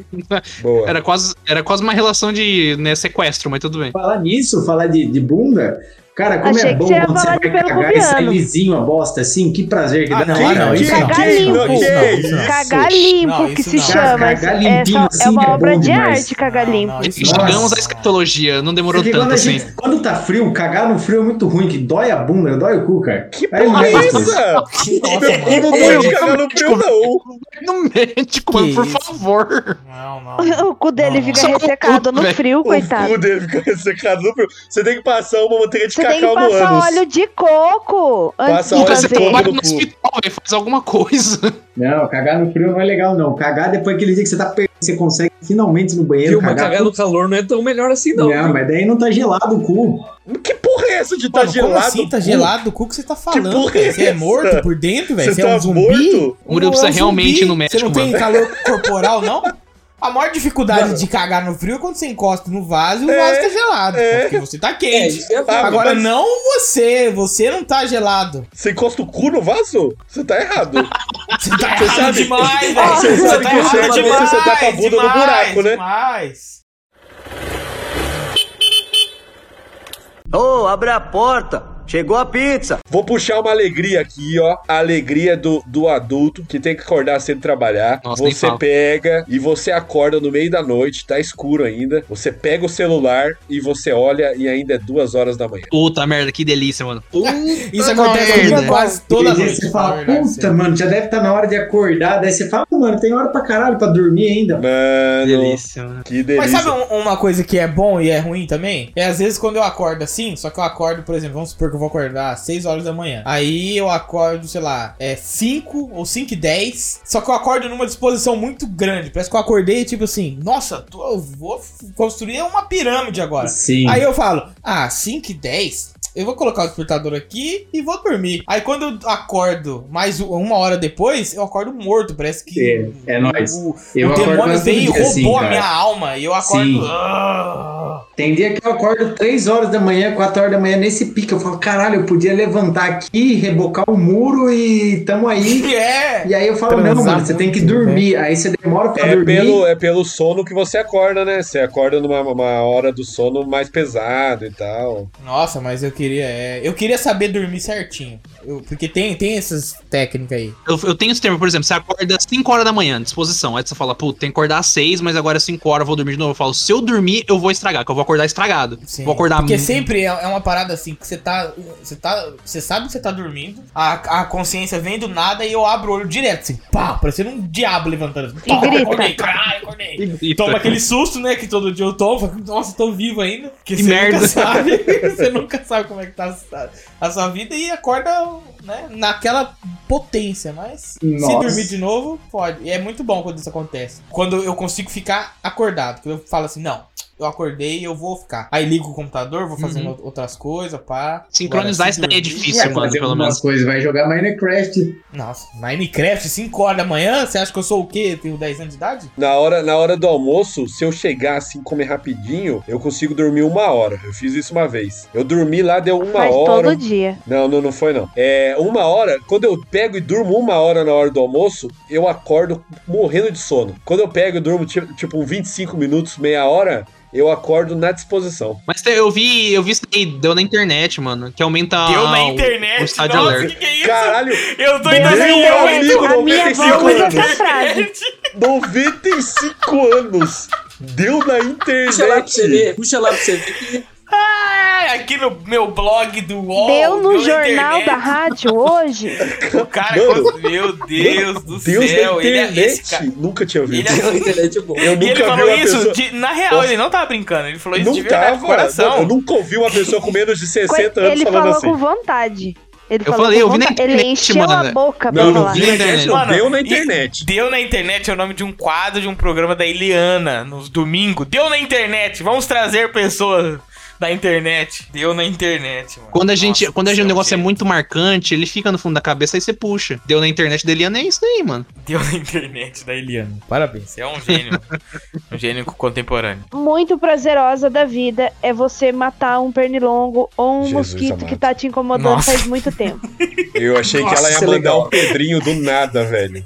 Speaker 4: Boa.
Speaker 3: Era quase, era quase uma relação de né, sequestro, mas tudo bem.
Speaker 5: Falar nisso, falar de, de bunda... Cara, como
Speaker 2: Achei
Speaker 5: é
Speaker 2: que
Speaker 5: bom
Speaker 2: você ia
Speaker 5: quando você vai
Speaker 2: falar de pelo
Speaker 5: cagar e sai
Speaker 2: pubiano.
Speaker 5: lisinho a bosta assim, que prazer que
Speaker 1: Ah,
Speaker 5: dá.
Speaker 1: não, ah, não,
Speaker 5: Cara,
Speaker 1: isso
Speaker 2: Cagar
Speaker 1: não.
Speaker 2: limpo.
Speaker 1: Isso não, isso não, isso não.
Speaker 2: Cagar limpo,
Speaker 1: Não,
Speaker 2: que
Speaker 1: isso
Speaker 2: se
Speaker 1: não.
Speaker 2: chama.
Speaker 5: Cara, cagar
Speaker 2: É, só-
Speaker 5: limpinho
Speaker 2: é
Speaker 5: assim
Speaker 2: uma
Speaker 5: é
Speaker 2: obra
Speaker 5: bom
Speaker 2: de
Speaker 5: demais.
Speaker 2: arte, cagar
Speaker 1: Não,
Speaker 2: limpo.
Speaker 1: não, isso não.
Speaker 3: Chegamos à escatologia, não demorou
Speaker 5: Porque quando,
Speaker 3: tanto
Speaker 5: a
Speaker 3: assim.
Speaker 5: gente, quando tá frio, cagar no frio é muito ruim, que dói a bunda, dói o cu, cara.
Speaker 4: Que
Speaker 5: Aí
Speaker 4: porra é
Speaker 5: não é
Speaker 4: essa?
Speaker 1: Nossa,
Speaker 4: Meu cu
Speaker 1: mano.
Speaker 4: não dói de cagar no frio, não.
Speaker 3: No médico, mano,
Speaker 1: Que
Speaker 3: por
Speaker 1: isso?
Speaker 3: favor.
Speaker 1: Não, não.
Speaker 2: O cu dele
Speaker 1: Não,
Speaker 2: fica
Speaker 3: só com o cu,
Speaker 2: ressecado no
Speaker 3: velho.
Speaker 2: frio,
Speaker 4: O
Speaker 2: coitado.
Speaker 4: cu dele fica ressecado no frio. Você tem que passar uma manteiga de
Speaker 2: Você tem que
Speaker 4: cacau no
Speaker 2: passar
Speaker 4: ânus.
Speaker 2: óleo de coco antes
Speaker 4: Passa
Speaker 2: de
Speaker 4: óleo de
Speaker 3: Você
Speaker 4: coco.
Speaker 2: fazer.
Speaker 3: trabalha
Speaker 4: no
Speaker 3: no
Speaker 4: cu.
Speaker 3: hospital, velho, faz alguma coisa.
Speaker 5: Não, cagar no frio não é legal, não. Cagar depois aquele dia que você tá per... você consegue finalmente ir no banheiro.
Speaker 6: Mas
Speaker 5: cagar
Speaker 6: cagar no calor não é tão melhor assim, não.
Speaker 5: não, mas daí não tá gelado o cu.
Speaker 4: Que porra é essa de tá
Speaker 1: Mano,
Speaker 4: gelado?
Speaker 1: como assim tá
Speaker 4: cu?
Speaker 1: gelado? O cu que você tá falando,
Speaker 4: porra é
Speaker 1: cara? Você é
Speaker 4: essa?
Speaker 1: morto por dentro, velho?
Speaker 4: Você
Speaker 1: Você é
Speaker 4: tá
Speaker 1: um zumbi?
Speaker 4: morto?
Speaker 3: O Murilo
Speaker 1: Você é
Speaker 3: precisa
Speaker 1: um
Speaker 3: realmente ir no médico,
Speaker 1: Você não tem calor corporal, não? A maior dificuldade de cagar no frio é quando você encosta no vaso e o
Speaker 4: É,
Speaker 1: vaso tá gelado.
Speaker 4: é.
Speaker 1: Porque você tá
Speaker 6: É,
Speaker 1: quente.
Speaker 6: isso é
Speaker 4: Ah,
Speaker 6: verdade.
Speaker 1: Agora
Speaker 4: mas-
Speaker 1: não você, você não tá gelado.
Speaker 4: Você encosta o cu no vaso? Você tá errado.
Speaker 1: Você tá
Speaker 4: Você
Speaker 1: errado
Speaker 4: sabe-
Speaker 1: demais, velho.
Speaker 4: Você sabe
Speaker 1: tá
Speaker 4: que você é
Speaker 1: errado
Speaker 4: quando
Speaker 1: demais,
Speaker 4: você tá com a bunda no
Speaker 1: demais,
Speaker 4: buraco, né?
Speaker 1: Demais.
Speaker 7: Ô, abre a porta. Chegou a pizza.
Speaker 4: Vou puxar uma alegria aqui, ó. A alegria do, do adulto que tem que acordar cedo e trabalhar.
Speaker 3: Nossa, nem
Speaker 4: você
Speaker 3: fala.
Speaker 4: pega e você acorda no meio da noite, tá escuro ainda. Você pega o celular e você olha e ainda é duas horas da manhã.
Speaker 3: Puta merda, que delícia, mano. Puta
Speaker 1: Isso acontece
Speaker 3: merda.
Speaker 1: comigo quase toda
Speaker 5: Aquele dia
Speaker 1: noite.
Speaker 5: Você
Speaker 1: na
Speaker 5: fala,
Speaker 1: verdade,
Speaker 5: puta,
Speaker 1: sim.
Speaker 5: mano, já deve estar na hora de acordar. Daí você fala, mano, tem hora pra caralho pra dormir ainda.
Speaker 3: Que
Speaker 4: Mano,
Speaker 3: delícia, mano.
Speaker 4: que
Speaker 1: Mas
Speaker 4: delícia.
Speaker 1: sabe um- uma coisa que é bom e é ruim também? É às vezes quando eu acordo assim, só que eu acordo, por exemplo, vamos supor que eu vou acordar às 6 horas da manhã. Aí eu acordo, sei lá, é 5 ou 5 e 10. Só que eu acordo numa disposição muito grande. Parece que eu acordei tipo assim, nossa, tô- eu vou f- construir uma pirâmide agora.
Speaker 5: Sim.
Speaker 1: Aí eu falo, ah, 5 e 10? Eu vou colocar o despertador aqui e vou dormir. Aí quando eu acordo mais u- uma hora depois, eu acordo morto. Parece que.
Speaker 5: É, é nóis.
Speaker 1: o-
Speaker 5: Eu
Speaker 1: o
Speaker 5: acordo
Speaker 1: demônio
Speaker 5: quase todo
Speaker 1: veio e
Speaker 5: dia
Speaker 1: roubou
Speaker 5: assim,
Speaker 1: a
Speaker 5: cara.
Speaker 1: minha alma e eu
Speaker 5: Sim.
Speaker 1: acordo. Ah.
Speaker 5: Tem dia que eu acordo 3 horas da manhã, 4 horas da manhã, nesse pique. Eu falo, caralho, eu podia levantar aqui, rebocar o muro e tamo aí.
Speaker 1: E é!
Speaker 5: E aí eu falo, não,
Speaker 1: Transar
Speaker 5: mano, você tem que
Speaker 1: muito, né?"
Speaker 5: dormir. Aí você demora pra
Speaker 4: É
Speaker 5: dormir.
Speaker 4: pelo, é pelo sono que você acorda, né? Você acorda numa uma hora do sono mais pesado e tal.
Speaker 1: Nossa, mas eu queria. é, eu queria saber dormir certinho. Eu- porque tem, tem essas técnicas aí.
Speaker 3: Eu, eu tenho esse termo, por exemplo, você acorda às 5 horas da manhã, disposição. Aí você fala, puta, tem que acordar às 6, mas agora às 5 horas eu vou dormir de novo. Eu falo, se eu dormir, eu vou estragar, que eu vou acordar estragado.
Speaker 1: Sim.
Speaker 3: Vou acordar
Speaker 1: Porque
Speaker 3: mu-
Speaker 1: sempre é, é uma parada assim, que você tá. Você tá. Você sabe que você tá dormindo, a, a consciência vem do nada e eu abro o olho direto, assim, pá, parecendo um diabo levantando. Pá,
Speaker 2: grita.
Speaker 1: Acordei, caralho, acordei.
Speaker 3: E-
Speaker 1: Toma aquele susto, né? Que todo dia eu tomo. fala, Nossa, tô vivo ainda. Porque
Speaker 3: Que
Speaker 1: você nunca
Speaker 3: merda.
Speaker 1: sabe. você nunca sabe como é que tá a sua- a sua vida e acorda né, naquela potência. Mas se
Speaker 5: Nossa.
Speaker 1: dormir de novo, pode. E é muito bom quando isso acontece. Quando eu consigo ficar acordado. Quando eu falo assim, não. Eu acordei e eu vou ficar. Aí ligo o computador, vou fazendo
Speaker 3: Uhum.
Speaker 1: outras coisas, pá.
Speaker 3: Sincronizar
Speaker 1: Agora, se
Speaker 3: essa ideia é
Speaker 1: dormir-
Speaker 3: difícil,
Speaker 5: Vai
Speaker 3: mano,
Speaker 5: fazer
Speaker 3: pelo
Speaker 5: algumas
Speaker 3: menos.
Speaker 5: coisas, vai jogar Minecraft.
Speaker 1: Nossa, Minecraft, 5 horas da manhã? Você acha que eu sou o quê? Tenho 10 anos de idade?
Speaker 4: Na hora, na hora do almoço, se eu chegar assim, comer rapidinho, eu consigo dormir uma hora. Eu fiz isso uma vez. Eu dormi lá, deu uma
Speaker 2: Faz
Speaker 4: hora.
Speaker 2: todo dia.
Speaker 4: Não, não, não foi não. É, uma hora, quando eu pego e durmo uma hora na hora do almoço, eu acordo morrendo de sono. Quando eu pego e durmo ti- tipo um 25 minutos, meia hora, eu acordo na disposição.
Speaker 3: Mas te- eu vi, eu vi isso aí, deu na internet, mano, que aumenta
Speaker 1: Deu na
Speaker 3: o- Ah, o
Speaker 1: internet,
Speaker 3: estado de
Speaker 1: nossa,
Speaker 3: alerta.
Speaker 1: que, que é isso?
Speaker 4: Caralho,
Speaker 1: Eu tô em
Speaker 4: Meu amigo,
Speaker 2: A minha
Speaker 4: 95
Speaker 2: avó usa
Speaker 4: anos.
Speaker 2: essa frase.
Speaker 4: 95 anos. Deu na
Speaker 6: Puxa lá pra você
Speaker 4: internet.
Speaker 6: ver, puxa lá pra você ver. que-
Speaker 1: Ah, aqui no meu blog do UOL.
Speaker 2: Deu no
Speaker 1: pela
Speaker 2: jornal
Speaker 1: internet,
Speaker 2: da rádio hoje.
Speaker 1: O cara,
Speaker 4: Mano,
Speaker 1: quando- meu Deus do
Speaker 4: Deus
Speaker 1: céu,
Speaker 4: na
Speaker 1: ele é esse
Speaker 4: internet.
Speaker 1: cara.
Speaker 4: Nunca tinha
Speaker 1: Ele
Speaker 4: visto.
Speaker 1: é-
Speaker 6: A internet é boa.
Speaker 4: Eu
Speaker 1: E
Speaker 4: nunca
Speaker 1: ele
Speaker 4: vi
Speaker 1: falou
Speaker 4: uma
Speaker 1: isso,
Speaker 4: pessoa...
Speaker 1: de- na real, ele não tava brincando, ele falou isso
Speaker 4: Não
Speaker 1: um de verdade,
Speaker 4: tava.
Speaker 1: do coração.
Speaker 4: Não, eu nunca ouvi uma pessoa com menos de 60
Speaker 2: Coi-
Speaker 4: anos
Speaker 2: ele
Speaker 4: falando
Speaker 2: falou
Speaker 4: assim.
Speaker 2: com vontade. Ele
Speaker 3: Eu
Speaker 2: falou
Speaker 3: falei,
Speaker 2: com
Speaker 3: eu vi na
Speaker 2: vontade. Ele
Speaker 3: internet,
Speaker 2: encheu a
Speaker 3: mano. né?
Speaker 2: bola pra
Speaker 4: Não, não
Speaker 2: falar.
Speaker 4: vi na internet, não.
Speaker 1: Mano,
Speaker 4: Deu na
Speaker 1: e-
Speaker 4: internet.
Speaker 1: Deu na internet é o nome de um quadro de um programa da Eliana, nos domingo. Deu na internet, vamos trazer pessoas da internet. Deu na internet, mano.
Speaker 3: Quando a gente,
Speaker 1: Nossa, um
Speaker 3: quando a
Speaker 1: do
Speaker 3: gente, o
Speaker 1: céu,
Speaker 3: negócio é
Speaker 1: gente.
Speaker 3: muito marcante, ele fica no fundo da cabeça, aí você puxa. Deu na internet dele, é isso daí, mano.
Speaker 1: Deu na internet da Eliana. Parabéns. Você é um gênio. mano. um gênio contemporâneo.
Speaker 2: Muito prazerosa da vida é você matar um pernilongo ou um
Speaker 4: Jesus
Speaker 2: mosquito
Speaker 4: amado.
Speaker 2: que tá te incomodando
Speaker 1: Nossa.
Speaker 2: faz muito tempo.
Speaker 4: Eu achei que ela ia
Speaker 3: Nossa, é
Speaker 4: mandar
Speaker 3: legal.
Speaker 4: um Pedrinho do nada, velho.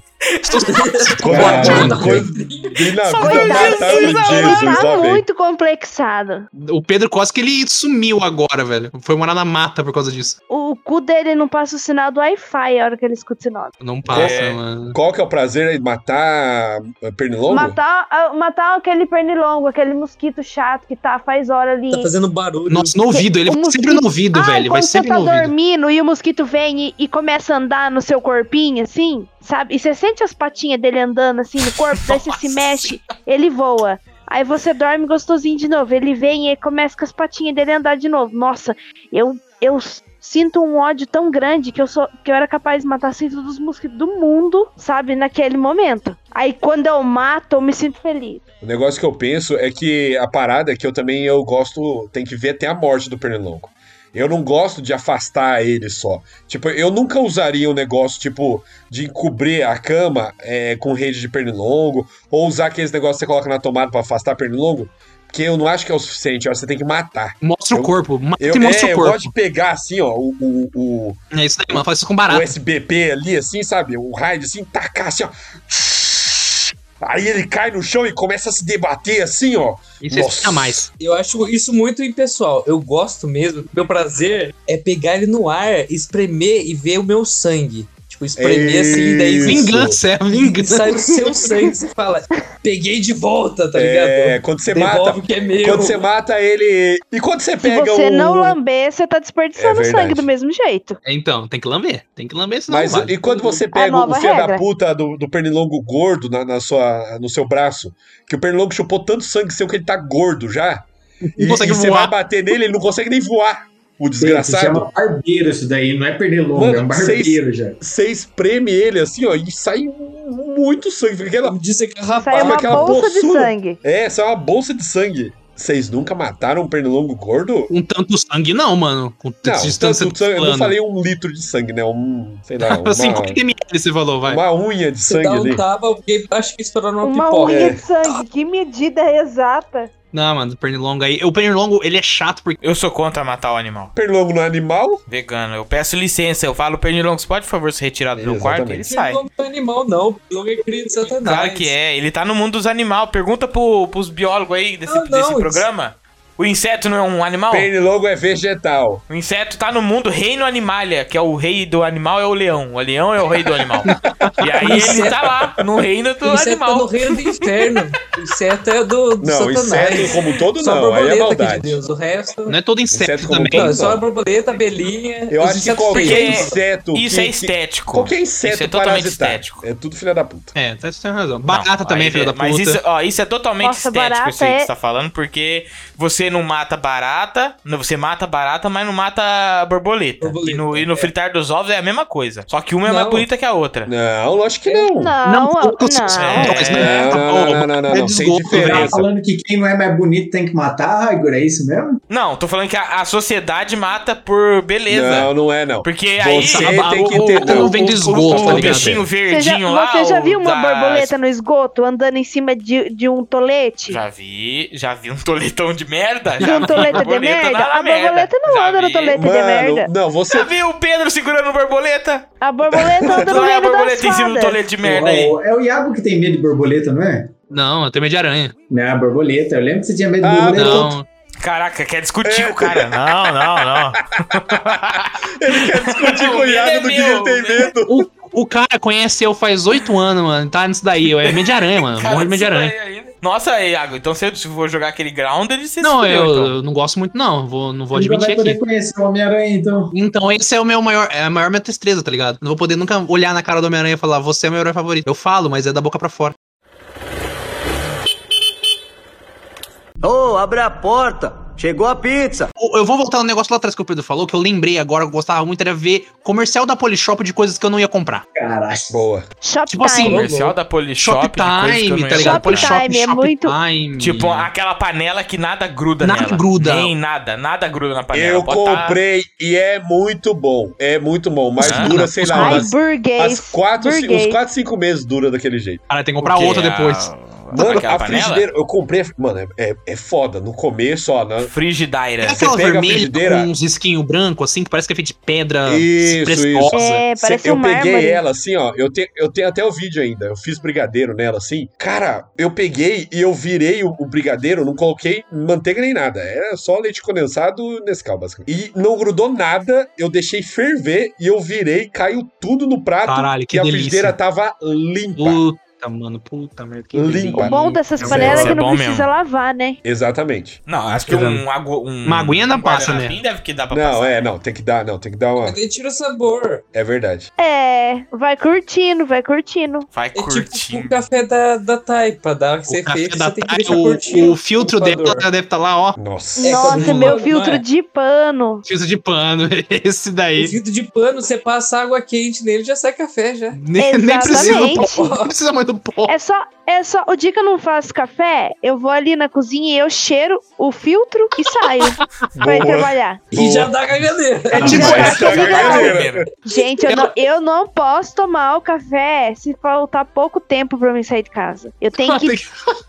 Speaker 5: Caralho.
Speaker 4: coisa de na vida
Speaker 2: Coitado,
Speaker 4: matar o
Speaker 2: ele
Speaker 4: Jesus,
Speaker 2: tá
Speaker 4: lá vem.
Speaker 2: muito complexado.
Speaker 3: O Pedro quase que ele sumiu agora, velho. Foi morar na mata por causa disso.
Speaker 2: O, o cu dele não passa o sinal do Wi-Fi a hora que ele escuta o sinal.
Speaker 3: Não passa,
Speaker 1: É.
Speaker 3: mano.
Speaker 4: Qual que é o prazer aí? Matar eh, pernilongo?
Speaker 2: Matar, ah, matar aquele pernilongo, aquele mosquito chato que tá faz hora ali.
Speaker 6: Tá fazendo barulho.
Speaker 3: Nossa, no ouvido, ele
Speaker 2: O
Speaker 3: vai sempre
Speaker 2: mosquito-
Speaker 3: no ouvido,
Speaker 2: Ah,
Speaker 3: velho. Vai
Speaker 2: quando
Speaker 3: sempre
Speaker 2: você tá
Speaker 3: no ouvido.
Speaker 2: dormindo e o mosquito vem e, e começa a andar no seu corpinho, assim, sabe? E você sente as patinhas dele andando assim no corpo, daí você se
Speaker 1: Nossa
Speaker 2: mexe, ele voa. Aí você dorme gostosinho de novo. Ele vem e aí começa com as patinhas dele a andar de novo. Nossa, eu, eu s- sinto um ódio tão grande que eu sou que eu era capaz de matar assim todos os mosquitos do mundo, sabe, naquele momento. Aí quando eu mato, eu me sinto feliz.
Speaker 4: O negócio que eu penso é que a parada é que eu também eu gosto, tem que ver até a morte do pernilongo. Eu não gosto de afastar ele só. Tipo, eu nunca usaria um negócio, tipo, de encobrir a cama é, com rede de pernilongo, ou usar aqueles negócios que você coloca na tomada pra afastar pernilongo, porque eu não acho que é o suficiente, ó, você tem que matar.
Speaker 3: Mostra
Speaker 4: Eu-
Speaker 3: o corpo. Mata
Speaker 4: Eu,
Speaker 3: e mostra
Speaker 4: é,
Speaker 3: o
Speaker 4: eu
Speaker 3: corpo.
Speaker 4: gosto de pegar assim, ó, o, o, o,
Speaker 3: É isso daí, mano. Faz isso com barato.
Speaker 4: o SBP ali, assim, sabe? O raio assim, tacar assim, ó. Aí ele cai no chão e começa a se debater assim, ó.
Speaker 3: E você
Speaker 4: Nossa.
Speaker 3: fica mais.
Speaker 6: Eu acho isso muito impessoal. Eu gosto mesmo. Meu prazer é pegar ele no ar, espremer e ver o meu sangue. Tipo, espremer assim, daí
Speaker 4: Isso.
Speaker 3: Vingança, é vingança.
Speaker 6: sai o seu sangue. Você fala, peguei de volta, tá ligado?
Speaker 4: É, quando você
Speaker 6: Devolve
Speaker 4: mata.
Speaker 6: o que é meu.
Speaker 4: Quando você mata ele. E quando você
Speaker 2: Se
Speaker 4: pega
Speaker 2: você
Speaker 4: o.
Speaker 2: não lamber, você tá desperdiçando
Speaker 4: É verdade.
Speaker 2: sangue do mesmo jeito.
Speaker 3: Então, tem que lamber. Tem que lamber, senão
Speaker 4: Mas
Speaker 3: não vale.
Speaker 4: e quando você pega o
Speaker 2: nova
Speaker 4: filho da
Speaker 2: regra.
Speaker 4: puta do, do pernilongo gordo na, na sua, no seu braço? Que o pernilongo chupou tanto sangue seu que ele tá gordo já. E,
Speaker 3: Não consegue
Speaker 4: e você
Speaker 3: voar.
Speaker 4: vai bater nele, ele não consegue nem voar. O
Speaker 5: Se
Speaker 4: desgraçado.
Speaker 5: chama barbeiro isso é daí, não é pernilongo,
Speaker 4: Mano,
Speaker 5: é um
Speaker 4: vocês-
Speaker 5: barbeiro já.
Speaker 4: Você espreme ele assim, ó, e sai um, muito sangue. Fica aquela
Speaker 6: Me disse que é
Speaker 2: Sai
Speaker 6: rapaz.
Speaker 4: Sabe
Speaker 2: uma
Speaker 4: aquela
Speaker 2: bolsa de
Speaker 4: bolsura?
Speaker 2: sangue.
Speaker 4: É, essa é uma bolsa de sangue. Vocês nunca mataram um pernilongo gordo?
Speaker 3: Com tanto sangue, não, mano. Com tanta
Speaker 4: Não,
Speaker 3: distância Tipo do
Speaker 4: tanto sangue- eu não
Speaker 3: plano.
Speaker 4: falei um litro de sangue, né? Um, sei lá, uma,
Speaker 3: 50 ml você falou, vai.
Speaker 4: uma unha de
Speaker 6: Você
Speaker 4: sangue
Speaker 6: dá um
Speaker 4: ali.
Speaker 6: tapa, porque acho que estourou numa
Speaker 2: Uma
Speaker 6: pipoca.
Speaker 2: unha
Speaker 4: É.
Speaker 2: de sangue, que medida exata.
Speaker 3: Não, mano, o pernilongo aí. O pernilongo, ele é chato porque.
Speaker 1: Eu sou contra matar o animal.
Speaker 4: Pernilongo não é animal?
Speaker 1: Vegano. Eu peço licença. Eu falo, Pernilongo, você pode, por favor, se retirar do meu quarto?
Speaker 4: Exatamente.
Speaker 1: Ele sai.
Speaker 6: Pernilongo não é animal, não. Pernilongo é cria de satanás.
Speaker 1: Claro que é. Ele tá no mundo dos animais. Pergunta pro, pros biólogos aí desse,
Speaker 6: Não, não,
Speaker 1: desse
Speaker 6: isso-
Speaker 1: programa. O inseto não é um animal?
Speaker 4: Pernilongo é vegetal.
Speaker 1: O inseto tá no mundo reino animalia, que é o rei do animal, é o leão. O leão é o rei do animal. e aí ele tá lá, no reino do
Speaker 6: O inseto tá
Speaker 1: animal.
Speaker 6: no reino do inferno. O inseto é do, do
Speaker 4: Não,
Speaker 6: satanás.
Speaker 4: inseto como todo
Speaker 6: Só a
Speaker 4: não, aí é
Speaker 6: borboleta que é de
Speaker 4: maldade.
Speaker 6: Deus. O resto...
Speaker 3: Não é todo inseto,
Speaker 4: Inseto como
Speaker 3: também.
Speaker 4: um todo.
Speaker 6: Não, é só a
Speaker 4: não.
Speaker 6: borboleta, a belinha.
Speaker 4: Eu
Speaker 6: os
Speaker 4: acho que
Speaker 6: insetos
Speaker 4: qualquer
Speaker 6: feios.
Speaker 4: inseto.
Speaker 1: Isso
Speaker 4: que-
Speaker 1: é
Speaker 4: que-
Speaker 1: estético.
Speaker 4: Qualquer inseto
Speaker 1: Isso é totalmente
Speaker 4: parasitário.
Speaker 1: estético.
Speaker 4: É tudo filha da puta.
Speaker 3: É, tá, você tem razão.
Speaker 1: Não,
Speaker 3: Barata
Speaker 1: aí
Speaker 3: também, filha
Speaker 1: é-
Speaker 3: da puta.
Speaker 1: Mas isso, ó, isso é totalmente
Speaker 2: Nossa,
Speaker 1: estético
Speaker 2: barata
Speaker 1: isso aí que
Speaker 2: é-
Speaker 1: você tá falando, porque você não mata barata, não, você mata barata, mas não mata borboleta.
Speaker 6: Borboleta,
Speaker 1: e no, e no
Speaker 6: é.
Speaker 1: fritar dos ovos é a mesma coisa. Só que uma é mais
Speaker 6: Não.
Speaker 1: bonita que a outra.
Speaker 4: Não, lógico
Speaker 6: É
Speaker 4: que não. Não,
Speaker 2: Não, não.
Speaker 3: poucos são, mas não é-
Speaker 4: não, não, não, não, não,
Speaker 3: É
Speaker 4: não. Tem
Speaker 3: desgosto,
Speaker 5: Tá
Speaker 4: diferença.
Speaker 5: falando que quem não é mais bonito tem que matar, Igor, é isso mesmo?
Speaker 1: Não, tô falando que a, a sociedade mata por beleza.
Speaker 4: Não, não é não.
Speaker 1: Porque aí
Speaker 4: Você
Speaker 1: a- a-
Speaker 4: tem que
Speaker 1: o-
Speaker 4: entender.
Speaker 1: o-
Speaker 3: Não vem do
Speaker 1: o-
Speaker 3: esgoto,
Speaker 1: o,
Speaker 3: tá
Speaker 1: o
Speaker 3: ligado?
Speaker 1: peixinho
Speaker 2: Você já,
Speaker 1: verdinho É, lá.
Speaker 2: você já
Speaker 1: o
Speaker 2: viu uma
Speaker 1: da-
Speaker 2: borboleta no esgoto andando em cima de, de um tolete?
Speaker 1: Já vi, já vi um toletão de merda.
Speaker 2: De
Speaker 1: Já
Speaker 2: um
Speaker 1: vi
Speaker 2: tolete de
Speaker 1: borboleta
Speaker 2: merda?
Speaker 1: na- na
Speaker 2: A borboleta não
Speaker 1: Já
Speaker 2: anda no
Speaker 1: vi.
Speaker 6: é
Speaker 2: tolete de merda.
Speaker 4: Mano, não, você
Speaker 1: Já viu o Pedro segurando borboleta?
Speaker 2: A borboleta anda no
Speaker 1: Não é a
Speaker 2: meio da
Speaker 1: borboleta em cima do
Speaker 2: asfalto.
Speaker 1: tolete de merda aí.
Speaker 5: Ó, É o Iago que tem medo de borboleta, não é?
Speaker 3: Não, eu tenho medo de aranha.
Speaker 5: Não, borboleta. Eu lembro que você tinha medo de
Speaker 4: Ah,
Speaker 5: borboleta. então
Speaker 3: Não.
Speaker 1: Caraca, quer discutir com o cara. Não, não, não.
Speaker 4: discutir com o
Speaker 1: é
Speaker 4: Iago do que ele tem medo.
Speaker 3: O, o cara conhece eu faz oito anos, mano. Tá nisso daí. Eu é medo de aranha, mano.
Speaker 1: Cara,
Speaker 3: Morro de medo de
Speaker 1: isso
Speaker 3: aranha.
Speaker 1: daí ainda. Nossa, aí, Iago, então se eu se eu for jogar aquele grounded, você se
Speaker 3: Não,
Speaker 1: fudeu,
Speaker 3: eu,
Speaker 1: então.
Speaker 3: eu não gosto muito, não. Vou, não vou
Speaker 5: Você
Speaker 3: admitir
Speaker 5: vai poder
Speaker 3: aqui.
Speaker 5: conhecer o Homem-Aranha, então.
Speaker 3: Então, esse é o meu maior, é a maior minha tristeza, tá ligado? Não vou poder nunca olhar na cara do Homem-Aranha e falar, você é meu herói favorito. Eu falo, mas é da boca pra fora.
Speaker 7: Ô, abre a porta! Chegou a pizza!
Speaker 3: Eu eu vou voltar no negócio lá atrás que o Pedro falou, que eu lembrei agora, eu gostava muito, era ver comercial da Polishop de coisas que eu não ia comprar.
Speaker 5: Caralho.
Speaker 4: é Boa.
Speaker 2: Shoptime.
Speaker 3: Tipo assim,
Speaker 1: Comercial da Polishop. de coisa que eu não
Speaker 3: Shoptime,
Speaker 1: ia
Speaker 3: tá ligado?
Speaker 1: comprar.
Speaker 2: Polishop. Shoptime, é muito-
Speaker 3: Shoptime.
Speaker 1: Tipo, aquela panela que nada gruda
Speaker 3: Nada
Speaker 1: nela.
Speaker 3: gruda.
Speaker 1: Nem nada, nada gruda na panela.
Speaker 4: Eu
Speaker 1: Pode tá-
Speaker 4: comprei e é muito bom. É muito bom, mas
Speaker 1: Ah,
Speaker 4: dura, sei lá,
Speaker 2: Ai,
Speaker 4: umas,
Speaker 2: burguês.
Speaker 4: as quatro, ci-
Speaker 2: burguês.
Speaker 4: uns 4, 5 meses dura daquele jeito.
Speaker 3: Cara, tem que
Speaker 1: O
Speaker 3: comprar
Speaker 1: quê?
Speaker 3: outra
Speaker 1: A-
Speaker 3: depois.
Speaker 4: Mano,
Speaker 1: aquela
Speaker 4: a frigideira, eu comprei. a- Mano, é, é, é foda. No começo, ó. na-
Speaker 1: Frigidaira.
Speaker 3: É aquela
Speaker 4: pega a
Speaker 3: vermelha
Speaker 4: frigideira-
Speaker 3: com uns risquinhos brancos, assim, que parece que é feito de pedra
Speaker 4: Isso,
Speaker 3: preciosa.
Speaker 4: isso.
Speaker 2: É,
Speaker 4: cê-
Speaker 2: parece
Speaker 4: eu
Speaker 2: um
Speaker 4: peguei
Speaker 2: mármore.
Speaker 4: ela assim, ó. Eu, te, eu tenho até o vídeo ainda. Eu fiz brigadeiro nela assim. Cara, eu peguei e eu virei o, o brigadeiro, não coloquei manteiga nem nada. Era só leite condensado Nescau, basicamente. E não grudou nada, eu deixei ferver e eu virei, caiu tudo no prato.
Speaker 3: Caralho, que
Speaker 4: e a
Speaker 3: delícia.
Speaker 4: frigideira tava limpa.
Speaker 3: Puta, mano, puta merda. Que
Speaker 4: Limpa.
Speaker 3: delícia.
Speaker 2: O bom dessas
Speaker 1: Isso é-
Speaker 2: panelas é
Speaker 1: isso
Speaker 2: que
Speaker 1: é
Speaker 2: não
Speaker 1: bom
Speaker 2: precisa
Speaker 1: mesmo.
Speaker 2: lavar, né?
Speaker 4: Exatamente.
Speaker 1: Não, acho que um, agu... um.
Speaker 3: Uma aguinha ainda passa, né?
Speaker 1: guardanapim deve que dá pra
Speaker 4: Não,
Speaker 1: passar.
Speaker 4: é, não, tem que dar, não, tem que dar uma.
Speaker 6: Ele tira o sabor.
Speaker 4: É verdade.
Speaker 2: É, vai curtindo, vai curtindo.
Speaker 1: Vai
Speaker 6: É tipo
Speaker 1: curtindo.
Speaker 6: o café da, da Thay, pra dar o que
Speaker 3: O,
Speaker 6: você
Speaker 3: café
Speaker 2: é
Speaker 6: fez,
Speaker 3: da
Speaker 6: você tem que
Speaker 3: Thay,
Speaker 6: deixar
Speaker 3: o,
Speaker 6: curtindo.
Speaker 3: o filtro
Speaker 6: Ocupador.
Speaker 3: dela já deve estar lá, ó.
Speaker 4: Nossa.
Speaker 6: É,
Speaker 2: Nossa,
Speaker 6: quando-
Speaker 2: meu
Speaker 6: não
Speaker 2: filtro
Speaker 6: é?
Speaker 2: de pano.
Speaker 3: Filtro de pano, esse
Speaker 6: O
Speaker 3: daí.
Speaker 6: vidro de pano, você passa água quente nele, já sai café, já.
Speaker 3: Nem, nem precisa do
Speaker 2: Exatamente.
Speaker 3: pó. Não precisa mais do pó.
Speaker 2: É só, é só. O dia que eu não faço café, eu vou ali na cozinha e eu cheiro o filtro e saio pra ir trabalhar.
Speaker 6: E já dá caganeira.
Speaker 3: Tá
Speaker 2: É
Speaker 4: Tipo,
Speaker 2: já-
Speaker 4: essa é a
Speaker 1: tá
Speaker 4: verdadeira.
Speaker 2: Gente, eu não, eu não posso tomar o café se faltar pouco tempo pra mim sair de casa. Eu tenho que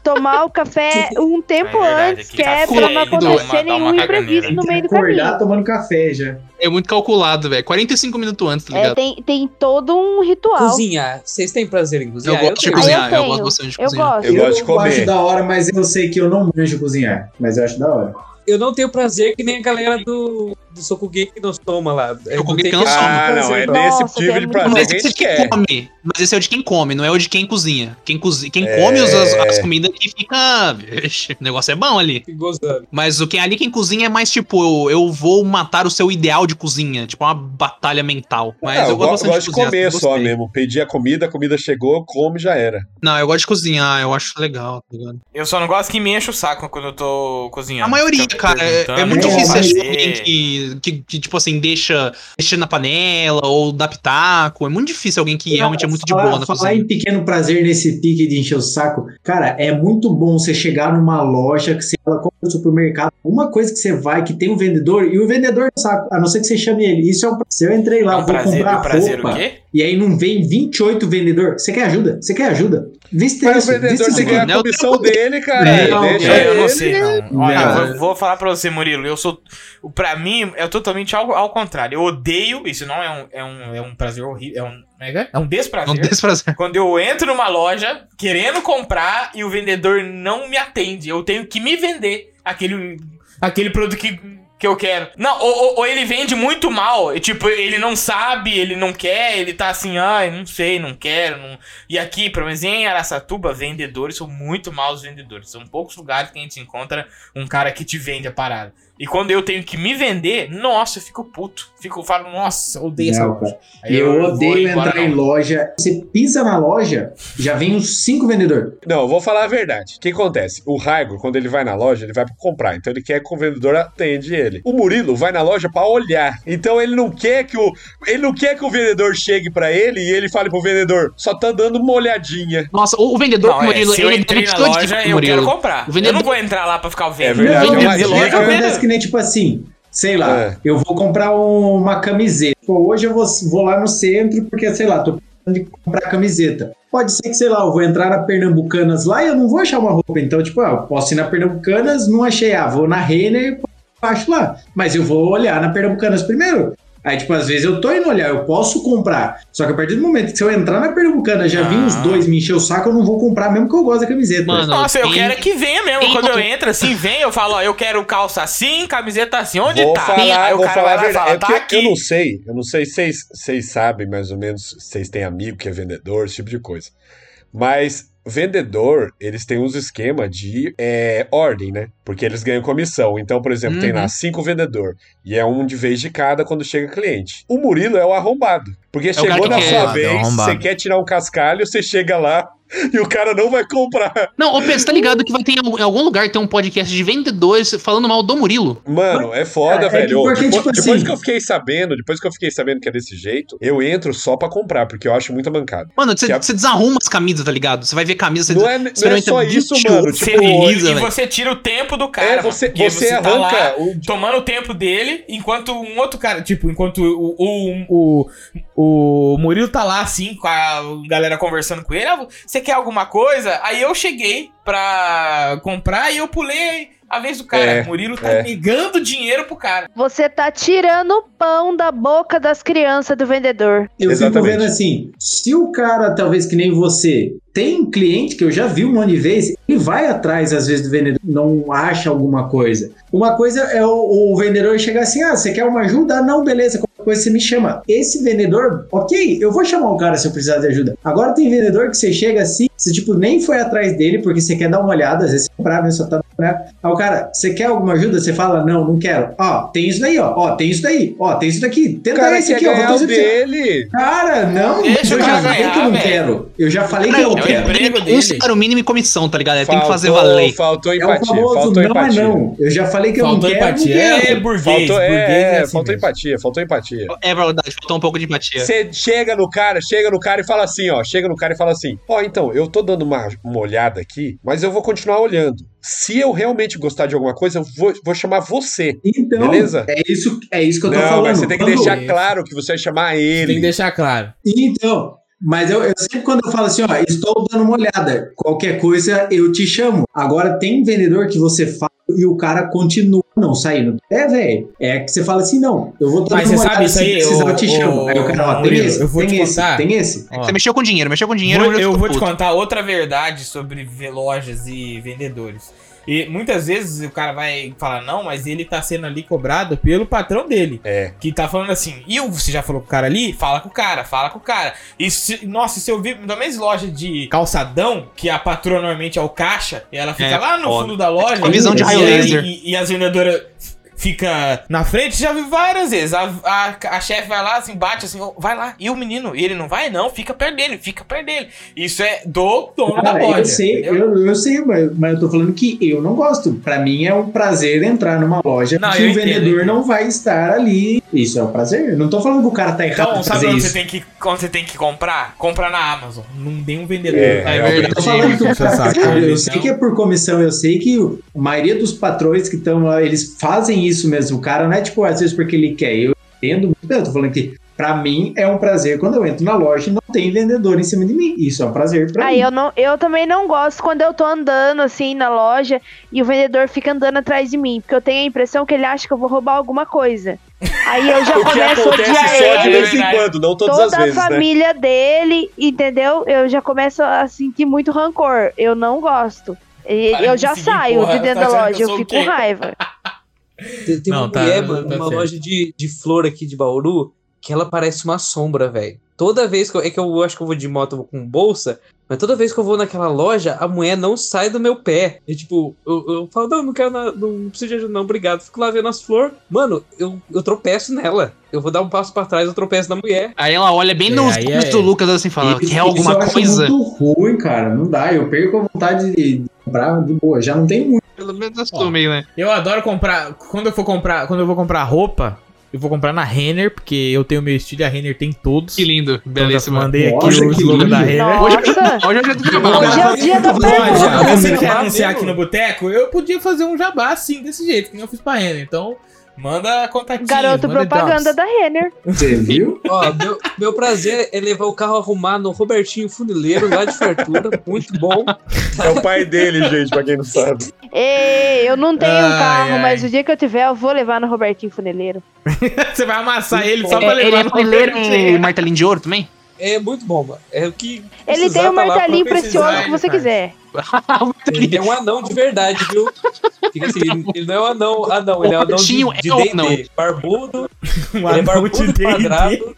Speaker 2: tomar o café um tempo
Speaker 1: É verdade,
Speaker 2: antes,
Speaker 1: que
Speaker 2: que é
Speaker 1: café
Speaker 2: pra não
Speaker 1: aí dá uma- dá
Speaker 2: acontecer
Speaker 1: uma
Speaker 2: nenhum imprevisto
Speaker 1: caganeira.
Speaker 2: no meio do caminho.
Speaker 5: Acordar tomando café já.
Speaker 3: É muito calculado, velho. 45 minutos antes, tá
Speaker 2: É,
Speaker 3: ligado?
Speaker 2: tem, tem todo um ritual.
Speaker 6: Cozinhar. Vocês têm prazer em
Speaker 3: eu
Speaker 6: cozinhar?
Speaker 3: gosto de
Speaker 6: tenho.
Speaker 3: cozinhar,
Speaker 2: Ah, eu
Speaker 3: eu,
Speaker 2: tenho.
Speaker 3: gosto bastante de
Speaker 2: Eu
Speaker 3: cozinhar.
Speaker 2: gosto.
Speaker 4: Eu gosto de
Speaker 5: acho
Speaker 4: comer.
Speaker 5: da hora, mas eu sei que eu não manjo cozinhar. Mas eu acho da hora.
Speaker 6: Eu não tenho prazer que nem a galera do, do Soco Gay que nos toma lá. Eu
Speaker 3: Soco
Speaker 6: não
Speaker 3: Gay
Speaker 6: tenho
Speaker 3: que nós toma.
Speaker 4: Ah, não, é
Speaker 6: prazer,
Speaker 4: nesse
Speaker 2: Nossa,
Speaker 4: tipo
Speaker 2: que é
Speaker 4: de
Speaker 2: muito
Speaker 4: prazer
Speaker 3: Mas esse
Speaker 4: que a
Speaker 3: é
Speaker 4: gente
Speaker 3: de quem
Speaker 4: quer.
Speaker 3: come. Mas esse é o de quem come, não é o de quem cozinha. Quem, cozi... quem
Speaker 4: É.
Speaker 3: come os- as, as comidas que fica. Vixe, o negócio é bom ali.
Speaker 6: fico gozando.
Speaker 3: Mas o que ali quem cozinha é mais tipo, eu, eu vou matar o seu ideal de cozinha. Tipo, uma batalha mental. Mas
Speaker 4: Ah,
Speaker 3: eu, gosto
Speaker 4: go-
Speaker 3: bastante
Speaker 4: de
Speaker 3: cozinhar,
Speaker 4: comer
Speaker 3: assim,
Speaker 4: só
Speaker 3: gostei.
Speaker 4: mesmo. Pedi a comida, a comida chegou, come já era.
Speaker 3: Não, eu gosto de cozinhar, eu acho legal, tá ligado?
Speaker 1: Eu só não gosto que me enche o saco quando eu tô cozinhando.
Speaker 3: A maioria,
Speaker 1: Fica
Speaker 3: cara, é, é
Speaker 1: perguntando
Speaker 3: muito
Speaker 1: o que
Speaker 3: difícil
Speaker 1: fazer.
Speaker 3: achar alguém que, que, que, tipo assim, deixa, deixa na panela ou dá pitaco. É muito difícil alguém que realmente é muito de
Speaker 5: Falar-
Speaker 3: boa na
Speaker 5: Falar
Speaker 3: cozinha.
Speaker 5: em pequeno prazer nesse pique de encher o saco, cara, é muito bom você chegar numa loja que você ela compra no supermercado, uma coisa que você vai que tem um vendedor e o vendedor não saco, a não ser que você chame ele. Isso é um prazer. Eu entrei lá,
Speaker 1: É um
Speaker 5: vou
Speaker 1: prazer,
Speaker 5: comprar
Speaker 1: um prazer o
Speaker 5: roupa
Speaker 1: quê?
Speaker 5: e aí não vem 28 vendedor. Você quer ajuda? Você quer ajuda? Viste
Speaker 4: Mas
Speaker 5: isso?
Speaker 4: o vendedor
Speaker 5: viste
Speaker 4: tem que
Speaker 5: isso?
Speaker 4: ganhar
Speaker 3: mano.
Speaker 4: a comissão
Speaker 3: Não,
Speaker 4: dele, cara.
Speaker 5: não,
Speaker 4: Deixa
Speaker 1: É, eu não
Speaker 4: ele.
Speaker 1: sei, não. Olha,
Speaker 5: Não.
Speaker 1: eu vou, vou falar pra você, Murilo. Eu sou. o- Pra mim, é totalmente ao, ao contrário. Eu odeio. Isso não é um, é um, é um prazer horrível. É um, como é que é? É um
Speaker 3: Não
Speaker 1: desprazer.
Speaker 3: tem esse prazer.
Speaker 1: Quando eu entro numa loja querendo comprar e o vendedor não me atende, eu tenho que me vender aquele, aquele produto que, que eu quero. Não, ou, ou- ou ele vende muito mal, e, tipo, ele não sabe, ele não quer, ele tá assim, ai, não sei, não quero. não-" E aqui, pelo menos em Araçatuba, vendedores são muito maus vendedores. São poucos lugares que a gente encontra um cara que te vende a parada. E quando eu tenho que me vender, nossa, eu fico puto. Fico, eu falo, nossa, eu odeio essa
Speaker 5: Não,
Speaker 1: loja. Aí
Speaker 5: Eu,
Speaker 1: vou
Speaker 5: odeio
Speaker 1: embora,
Speaker 5: entrar em
Speaker 1: não.
Speaker 5: loja. Você pisa na loja, já vem uns cinco vendedores.
Speaker 4: Não, eu vou falar a verdade. O que acontece? O Raigo, quando ele vai na loja, ele vai pra comprar. Então ele quer que o vendedor atende ele. O Murilo vai na loja pra olhar. Então ele não quer que o. Ele não quer que o vendedor chegue pra ele e ele fale pro vendedor, só tá dando uma olhadinha.
Speaker 3: Nossa, o o vendedor,
Speaker 1: Não, é,
Speaker 3: Murilo,
Speaker 1: se eu
Speaker 3: ele
Speaker 1: entrei
Speaker 3: deve
Speaker 1: na
Speaker 3: te odiar,
Speaker 1: loja, eu
Speaker 3: Murilo.
Speaker 1: quero comprar.
Speaker 3: O vendedor-
Speaker 1: Eu não vou entrar lá pra ficar vendo.
Speaker 4: É verdade,
Speaker 1: eu não
Speaker 5: é
Speaker 1: vou
Speaker 5: uma
Speaker 1: de
Speaker 4: dica.
Speaker 1: loja, eu
Speaker 5: Acontece
Speaker 1: vendo.
Speaker 5: que nem tipo assim, sei lá,
Speaker 4: É.
Speaker 5: eu vou comprar uma camiseta. Pô, hoje eu vou, vou lá no centro porque, sei lá, tô precisando de comprar camiseta. Pode ser que, sei lá, eu vou entrar na Pernambucanas lá e eu não vou achar uma roupa. Então, tipo, ah, eu posso ir na Pembucanas, não achei. Ah, vou na Renner e acho lá. Mas eu vou olhar na Pernambucanas primeiro. Aí, tipo, às vezes eu tô indo olhar, eu posso comprar. Só que a partir do momento que se eu entrar na Pernambucana, já vi
Speaker 1: Ah.
Speaker 5: uns dois me encher o saco, eu não vou comprar, mesmo que eu goste da camiseta.
Speaker 3: Mano,
Speaker 1: Nossa, eu
Speaker 3: tem-
Speaker 1: quero é que venha mesmo.
Speaker 3: tem
Speaker 1: Quando eu
Speaker 3: outro-
Speaker 1: entro assim, vem, eu falo, ó, eu quero calça assim, camiseta assim, onde
Speaker 4: vou
Speaker 1: tá?
Speaker 4: falar,
Speaker 1: Aí o
Speaker 4: vou
Speaker 1: cara vai lá
Speaker 4: falar a
Speaker 1: e
Speaker 4: verdade.
Speaker 1: fala,
Speaker 4: É
Speaker 1: tá
Speaker 4: porque eu
Speaker 1: aqui.
Speaker 4: não sei, eu não sei se vocês, vocês sabem mais ou menos, vocês têm amigo que é vendedor, esse tipo de coisa. Mas vendedor, eles têm uns esquema de é, ordem, né? Porque eles ganham comissão. Então, por exemplo, tem
Speaker 1: Uhum.
Speaker 4: lá cinco vendedor e é um de vez de cada quando chega cliente. O Murilo é o arrombado. Porque
Speaker 3: cara
Speaker 4: chegou
Speaker 3: que
Speaker 4: na
Speaker 3: quer-
Speaker 4: sua
Speaker 3: Arrombado,
Speaker 4: vez,
Speaker 1: é arrombado.
Speaker 4: você quer tirar um cascalho, você chega lá, E o cara não vai comprar.
Speaker 3: Não, ô Pedro, você tá ligado que vai ter em algum- em algum lugar tem um podcast de vendedores falando mal do Murilo?
Speaker 4: Mano, é foda,
Speaker 5: É, é que
Speaker 4: velho. Ô,
Speaker 5: porque,
Speaker 4: depois,
Speaker 5: tipo
Speaker 4: depois
Speaker 5: assim-
Speaker 4: que eu fiquei sabendo, depois que eu fiquei sabendo que é desse jeito, eu entro só pra comprar, porque eu acho muita mancada.
Speaker 3: Mano, você
Speaker 4: Que a-
Speaker 3: você desarruma as camisas, tá ligado? Você vai ver camisa, você
Speaker 4: Não é, não é
Speaker 3: experimenta
Speaker 4: só isso,
Speaker 3: 20
Speaker 4: mano.
Speaker 3: outros,
Speaker 4: Tipo,
Speaker 3: esteriliza,
Speaker 8: e
Speaker 3: velho.
Speaker 8: você tira o tempo do cara.
Speaker 4: é,
Speaker 8: mano,
Speaker 4: você,
Speaker 8: porque
Speaker 4: você
Speaker 8: tá lá
Speaker 4: arranca o
Speaker 8: Tomando o tempo dele, enquanto um outro cara, tipo, enquanto o, o,
Speaker 1: O,
Speaker 8: o Murilo tá lá assim, com a galera conversando com ele, ah, você quer alguma coisa? Aí eu cheguei pra comprar e eu pulei a vez do cara.
Speaker 4: É,
Speaker 8: Murilo tá
Speaker 4: é.
Speaker 8: negando dinheiro pro cara.
Speaker 2: Você tá tirando o pão da boca das crianças do vendedor.
Speaker 5: Eu
Speaker 4: Exatamente.
Speaker 5: fico vendo assim, se o cara, talvez que nem você, tem cliente que eu já vi um monte de vez, ele vai atrás às vezes do vendedor, não acha alguma coisa. Uma coisa é o, o vendedor chegar assim, ah, você quer uma ajuda? Ah, não, beleza, qualquer coisa você me chama. Esse vendedor, ok, eu vou chamar o cara se eu precisar de ajuda. Agora tem vendedor que você chega assim, você tipo nem foi atrás dele porque você quer dar uma olhada, às vezes você comprar, né, só tá né? Aí o cara, você quer alguma ajuda? Você fala, não, não quero. Ó, tem isso daí, ó. Ó, tem isso daí. Ó, tem isso daqui. Tenta
Speaker 4: cara
Speaker 5: esse
Speaker 4: quer
Speaker 5: aqui, ó. vou
Speaker 4: ganhar
Speaker 5: fazer
Speaker 4: o
Speaker 5: pra você.
Speaker 4: dele.
Speaker 5: Cara, não,
Speaker 8: Deixa
Speaker 5: mas
Speaker 8: o
Speaker 5: eu já
Speaker 8: cara
Speaker 5: falei
Speaker 8: ganhar,
Speaker 5: que eu não
Speaker 8: velho.
Speaker 5: quero. Eu já falei que eu não
Speaker 8: é o
Speaker 5: quero.
Speaker 8: emprego
Speaker 3: Esse
Speaker 8: dele.
Speaker 3: era o mínimo em comissão, tá ligado? Ele tem que fazer valer.
Speaker 4: Faltou
Speaker 5: É o
Speaker 4: empatia.
Speaker 5: famoso
Speaker 4: faltou
Speaker 5: não é
Speaker 4: empatia.
Speaker 5: não. Eu já falei que eu
Speaker 1: faltou
Speaker 5: não quero.
Speaker 1: empatia.
Speaker 5: não
Speaker 1: É,
Speaker 8: né?
Speaker 5: quero.
Speaker 1: burguês.
Speaker 4: Faltou,
Speaker 1: burguês
Speaker 4: é, é,
Speaker 1: assim
Speaker 4: faltou
Speaker 1: mesmo.
Speaker 4: empatia, faltou empatia.
Speaker 3: É verdade, faltou um pouco de empatia.
Speaker 4: Você chega no cara, chega no cara e fala assim, ó. Chega no cara e fala assim, ó, então, eu tô dando uma, uma olhada aqui, mas eu vou continuar olhando. Se eu realmente gostar de alguma coisa, eu vou, vou chamar você.
Speaker 5: Então,
Speaker 4: Beleza.
Speaker 5: é isso, é isso que eu tô
Speaker 4: Não,
Speaker 5: falando.
Speaker 4: mas você tem que
Speaker 5: Quando-
Speaker 4: deixar claro que você vai chamar
Speaker 1: Tem que
Speaker 4: ele.
Speaker 1: deixar claro.
Speaker 5: Então, mas eu, eu sempre quando eu falo assim, ó, estou dando uma olhada. Qualquer coisa eu te chamo. Agora tem vendedor que você fala e o cara continua não saindo. É, velho. É que você fala assim, não, eu vou dar
Speaker 1: Mas
Speaker 5: uma
Speaker 1: você
Speaker 5: olhada.
Speaker 1: sabe isso
Speaker 5: se
Speaker 1: aí,
Speaker 5: precisar,
Speaker 1: ô-
Speaker 5: eu te chamo.
Speaker 1: ô-
Speaker 5: aí o cara, ó, tem
Speaker 1: Murilo,
Speaker 5: esse,
Speaker 1: eu vou
Speaker 5: tem
Speaker 1: te
Speaker 5: esse,
Speaker 1: contar.
Speaker 5: tem esse.
Speaker 3: Você mexeu com dinheiro, mexeu com dinheiro.
Speaker 1: Vou-
Speaker 3: já
Speaker 1: eu
Speaker 3: ficou
Speaker 1: vou te
Speaker 3: puto.
Speaker 1: contar outra verdade sobre ve- lojas e vendedores. E muitas vezes o cara vai falar, não, mas ele tá sendo ali cobrado pelo patrão dele.
Speaker 4: É.
Speaker 1: Que tá falando assim, e o- você já falou com o cara ali? Fala com o cara, fala com o cara. E se- nossa, se eu vi, ainda mais loja de calçadão, que a patroa normalmente é o caixa, e ela fica
Speaker 3: É,
Speaker 1: lá no
Speaker 3: foda.
Speaker 1: fundo da loja.
Speaker 3: Com visão de
Speaker 1: e
Speaker 3: raio
Speaker 1: aí-
Speaker 3: laser.
Speaker 1: E, e as vendedoras f- fica na frente, já vi várias vezes. A, a, a chefe vai lá, assim, bate assim, "Ô, vai lá. E o menino, e ele não vai, não, fica perto dele, fica perto dele. Isso é do dono da
Speaker 5: Cara,
Speaker 1: loja.
Speaker 5: Ah, eu sei,
Speaker 1: entendeu?
Speaker 5: eu, eu sei, mas, mas eu tô falando que eu não gosto. Pra mim é um prazer entrar numa loja
Speaker 1: Não,
Speaker 5: que
Speaker 1: eu
Speaker 5: o
Speaker 1: entendo, eu
Speaker 5: vendedor
Speaker 1: entendo.
Speaker 5: não vai estar ali. Isso é um prazer. Eu não tô falando que o cara tá errado
Speaker 1: Então,
Speaker 5: de
Speaker 1: sabe
Speaker 5: fazer
Speaker 1: onde
Speaker 5: isso.
Speaker 1: você, tem que, onde você tem que comprar? Comprar na Amazon. Não tem um vendedor.
Speaker 4: É,
Speaker 1: tá?
Speaker 4: é
Speaker 5: Eu tô falando que o
Speaker 1: Puxa
Speaker 5: cara,
Speaker 1: saco,
Speaker 5: cara, eu
Speaker 1: então.
Speaker 5: sei que é por comissão, eu sei que o- a maioria dos patrões que estão lá, eles fazem isso mesmo. O cara não é tipo, às vezes porque ele quer. Eu entendo muito, eu tô falando que pra mim é um prazer quando eu entro na loja e não tem vendedor em cima de mim. Isso é um prazer pra
Speaker 2: Aí
Speaker 5: mim.
Speaker 2: Ah, eu, não, eu também não gosto quando eu tô andando assim na loja e o vendedor fica andando atrás de mim, porque eu tenho a impressão que ele acha que eu vou roubar alguma coisa. Aí eu já
Speaker 4: O que
Speaker 2: começo a
Speaker 4: acontece
Speaker 2: odiar
Speaker 4: só de
Speaker 2: ele,
Speaker 4: vez em quando, não todas
Speaker 2: toda
Speaker 4: as vezes,
Speaker 2: a
Speaker 4: né?
Speaker 2: família dele, entendeu? Eu já começo a sentir muito rancor. Eu não gosto. E-
Speaker 8: Para
Speaker 2: eu
Speaker 8: de
Speaker 2: já
Speaker 8: seguir,
Speaker 2: saio
Speaker 8: porra.
Speaker 2: de dentro
Speaker 8: Tá
Speaker 2: da
Speaker 8: achando que eu
Speaker 2: loja, eu
Speaker 8: sou o
Speaker 2: fico
Speaker 8: quê?
Speaker 2: com raiva.
Speaker 6: Tem, tem
Speaker 1: Não,
Speaker 6: uma
Speaker 1: tá-
Speaker 6: mulher, mano,
Speaker 1: tá
Speaker 6: numa
Speaker 1: certo.
Speaker 6: loja de, de flor aqui de Bauru, que ela parece uma sombra, velho. Toda vez que eu, é que eu acho que eu vou de moto, eu vou com bolsa, mas toda vez que eu vou naquela loja, a mulher não sai do meu pé. E tipo, eu, eu falo, não, não quero, na- não preciso de ajuda, não, obrigado. Fico lá vendo as flores. Mano, eu, eu tropeço nela. Eu vou dar um passo pra trás, eu tropeço na mulher.
Speaker 3: Aí ela olha bem
Speaker 1: É,
Speaker 3: nos
Speaker 1: aí
Speaker 3: olhos
Speaker 1: é-
Speaker 3: do Lucas assim, fala,
Speaker 5: Isso-
Speaker 3: quer alguma
Speaker 5: isso eu acho
Speaker 3: coisa?
Speaker 5: muito ruim, cara. Não dá. Eu perco a vontade de de comprar de boa. Já não tem muito.
Speaker 3: Pelo menos
Speaker 1: Ó.
Speaker 3: assume, né?
Speaker 1: Eu adoro comprar. Quando eu for comprar, quando eu vou comprar roupa, eu vou comprar na Renner, porque eu tenho meu estilo e a Renner tem todos.
Speaker 3: Que lindo,
Speaker 1: Então, eu já
Speaker 3: belíssimo.
Speaker 1: mandei aqui
Speaker 5: Nossa,
Speaker 1: o
Speaker 5: que
Speaker 1: slogan da
Speaker 5: lindo.
Speaker 1: Renner.
Speaker 3: Hoje,
Speaker 2: Nossa!
Speaker 3: hoje eu já tô
Speaker 2: Hoje
Speaker 3: gravando.
Speaker 2: é o dia da
Speaker 1: Mas,
Speaker 2: pergunta.
Speaker 1: já,
Speaker 6: Porra,
Speaker 1: você
Speaker 6: meu
Speaker 1: quer
Speaker 6: Deus.
Speaker 1: anunciar aqui no Boteco? Eu podia fazer um jabá assim, desse jeito, que eu fiz pra Renner. Então, manda contatinho.
Speaker 2: Garoto
Speaker 1: manda
Speaker 2: propaganda
Speaker 1: drops.
Speaker 2: da Renner.
Speaker 5: Você viu?
Speaker 6: Ó, meu, meu prazer é levar o carro arrumar no Robertinho Funileiro, lá de Fartura. Muito bom.
Speaker 4: É o pai dele, gente, pra quem não sabe.
Speaker 2: Ei, eu não tenho
Speaker 1: Ai,
Speaker 2: um carro,
Speaker 1: ai.
Speaker 2: mas o dia que eu tiver, eu vou levar no Robertinho Funeleiro.
Speaker 1: Você vai amassar ele só pra
Speaker 3: É, Ele
Speaker 1: levar
Speaker 3: é
Speaker 1: no
Speaker 3: fuleiro
Speaker 1: Robertinho.
Speaker 3: e martelinho de ouro também?
Speaker 6: É muito bom, mano. É o que.
Speaker 2: Ele tem
Speaker 6: precisar
Speaker 2: o
Speaker 6: tá lá pra
Speaker 2: martelinho
Speaker 6: precisar.
Speaker 2: precioso que você
Speaker 1: cara.
Speaker 2: quiser.
Speaker 6: Ele é um anão de verdade, viu? Fica assim, ele- ele não é um anão, anão, ele é um anão de,
Speaker 3: Robertinho
Speaker 6: de
Speaker 3: é um anão.
Speaker 6: D&D. Barbudo,
Speaker 1: Um
Speaker 6: ele é
Speaker 1: anão de
Speaker 6: barbudo
Speaker 1: D&D.
Speaker 6: quadrado.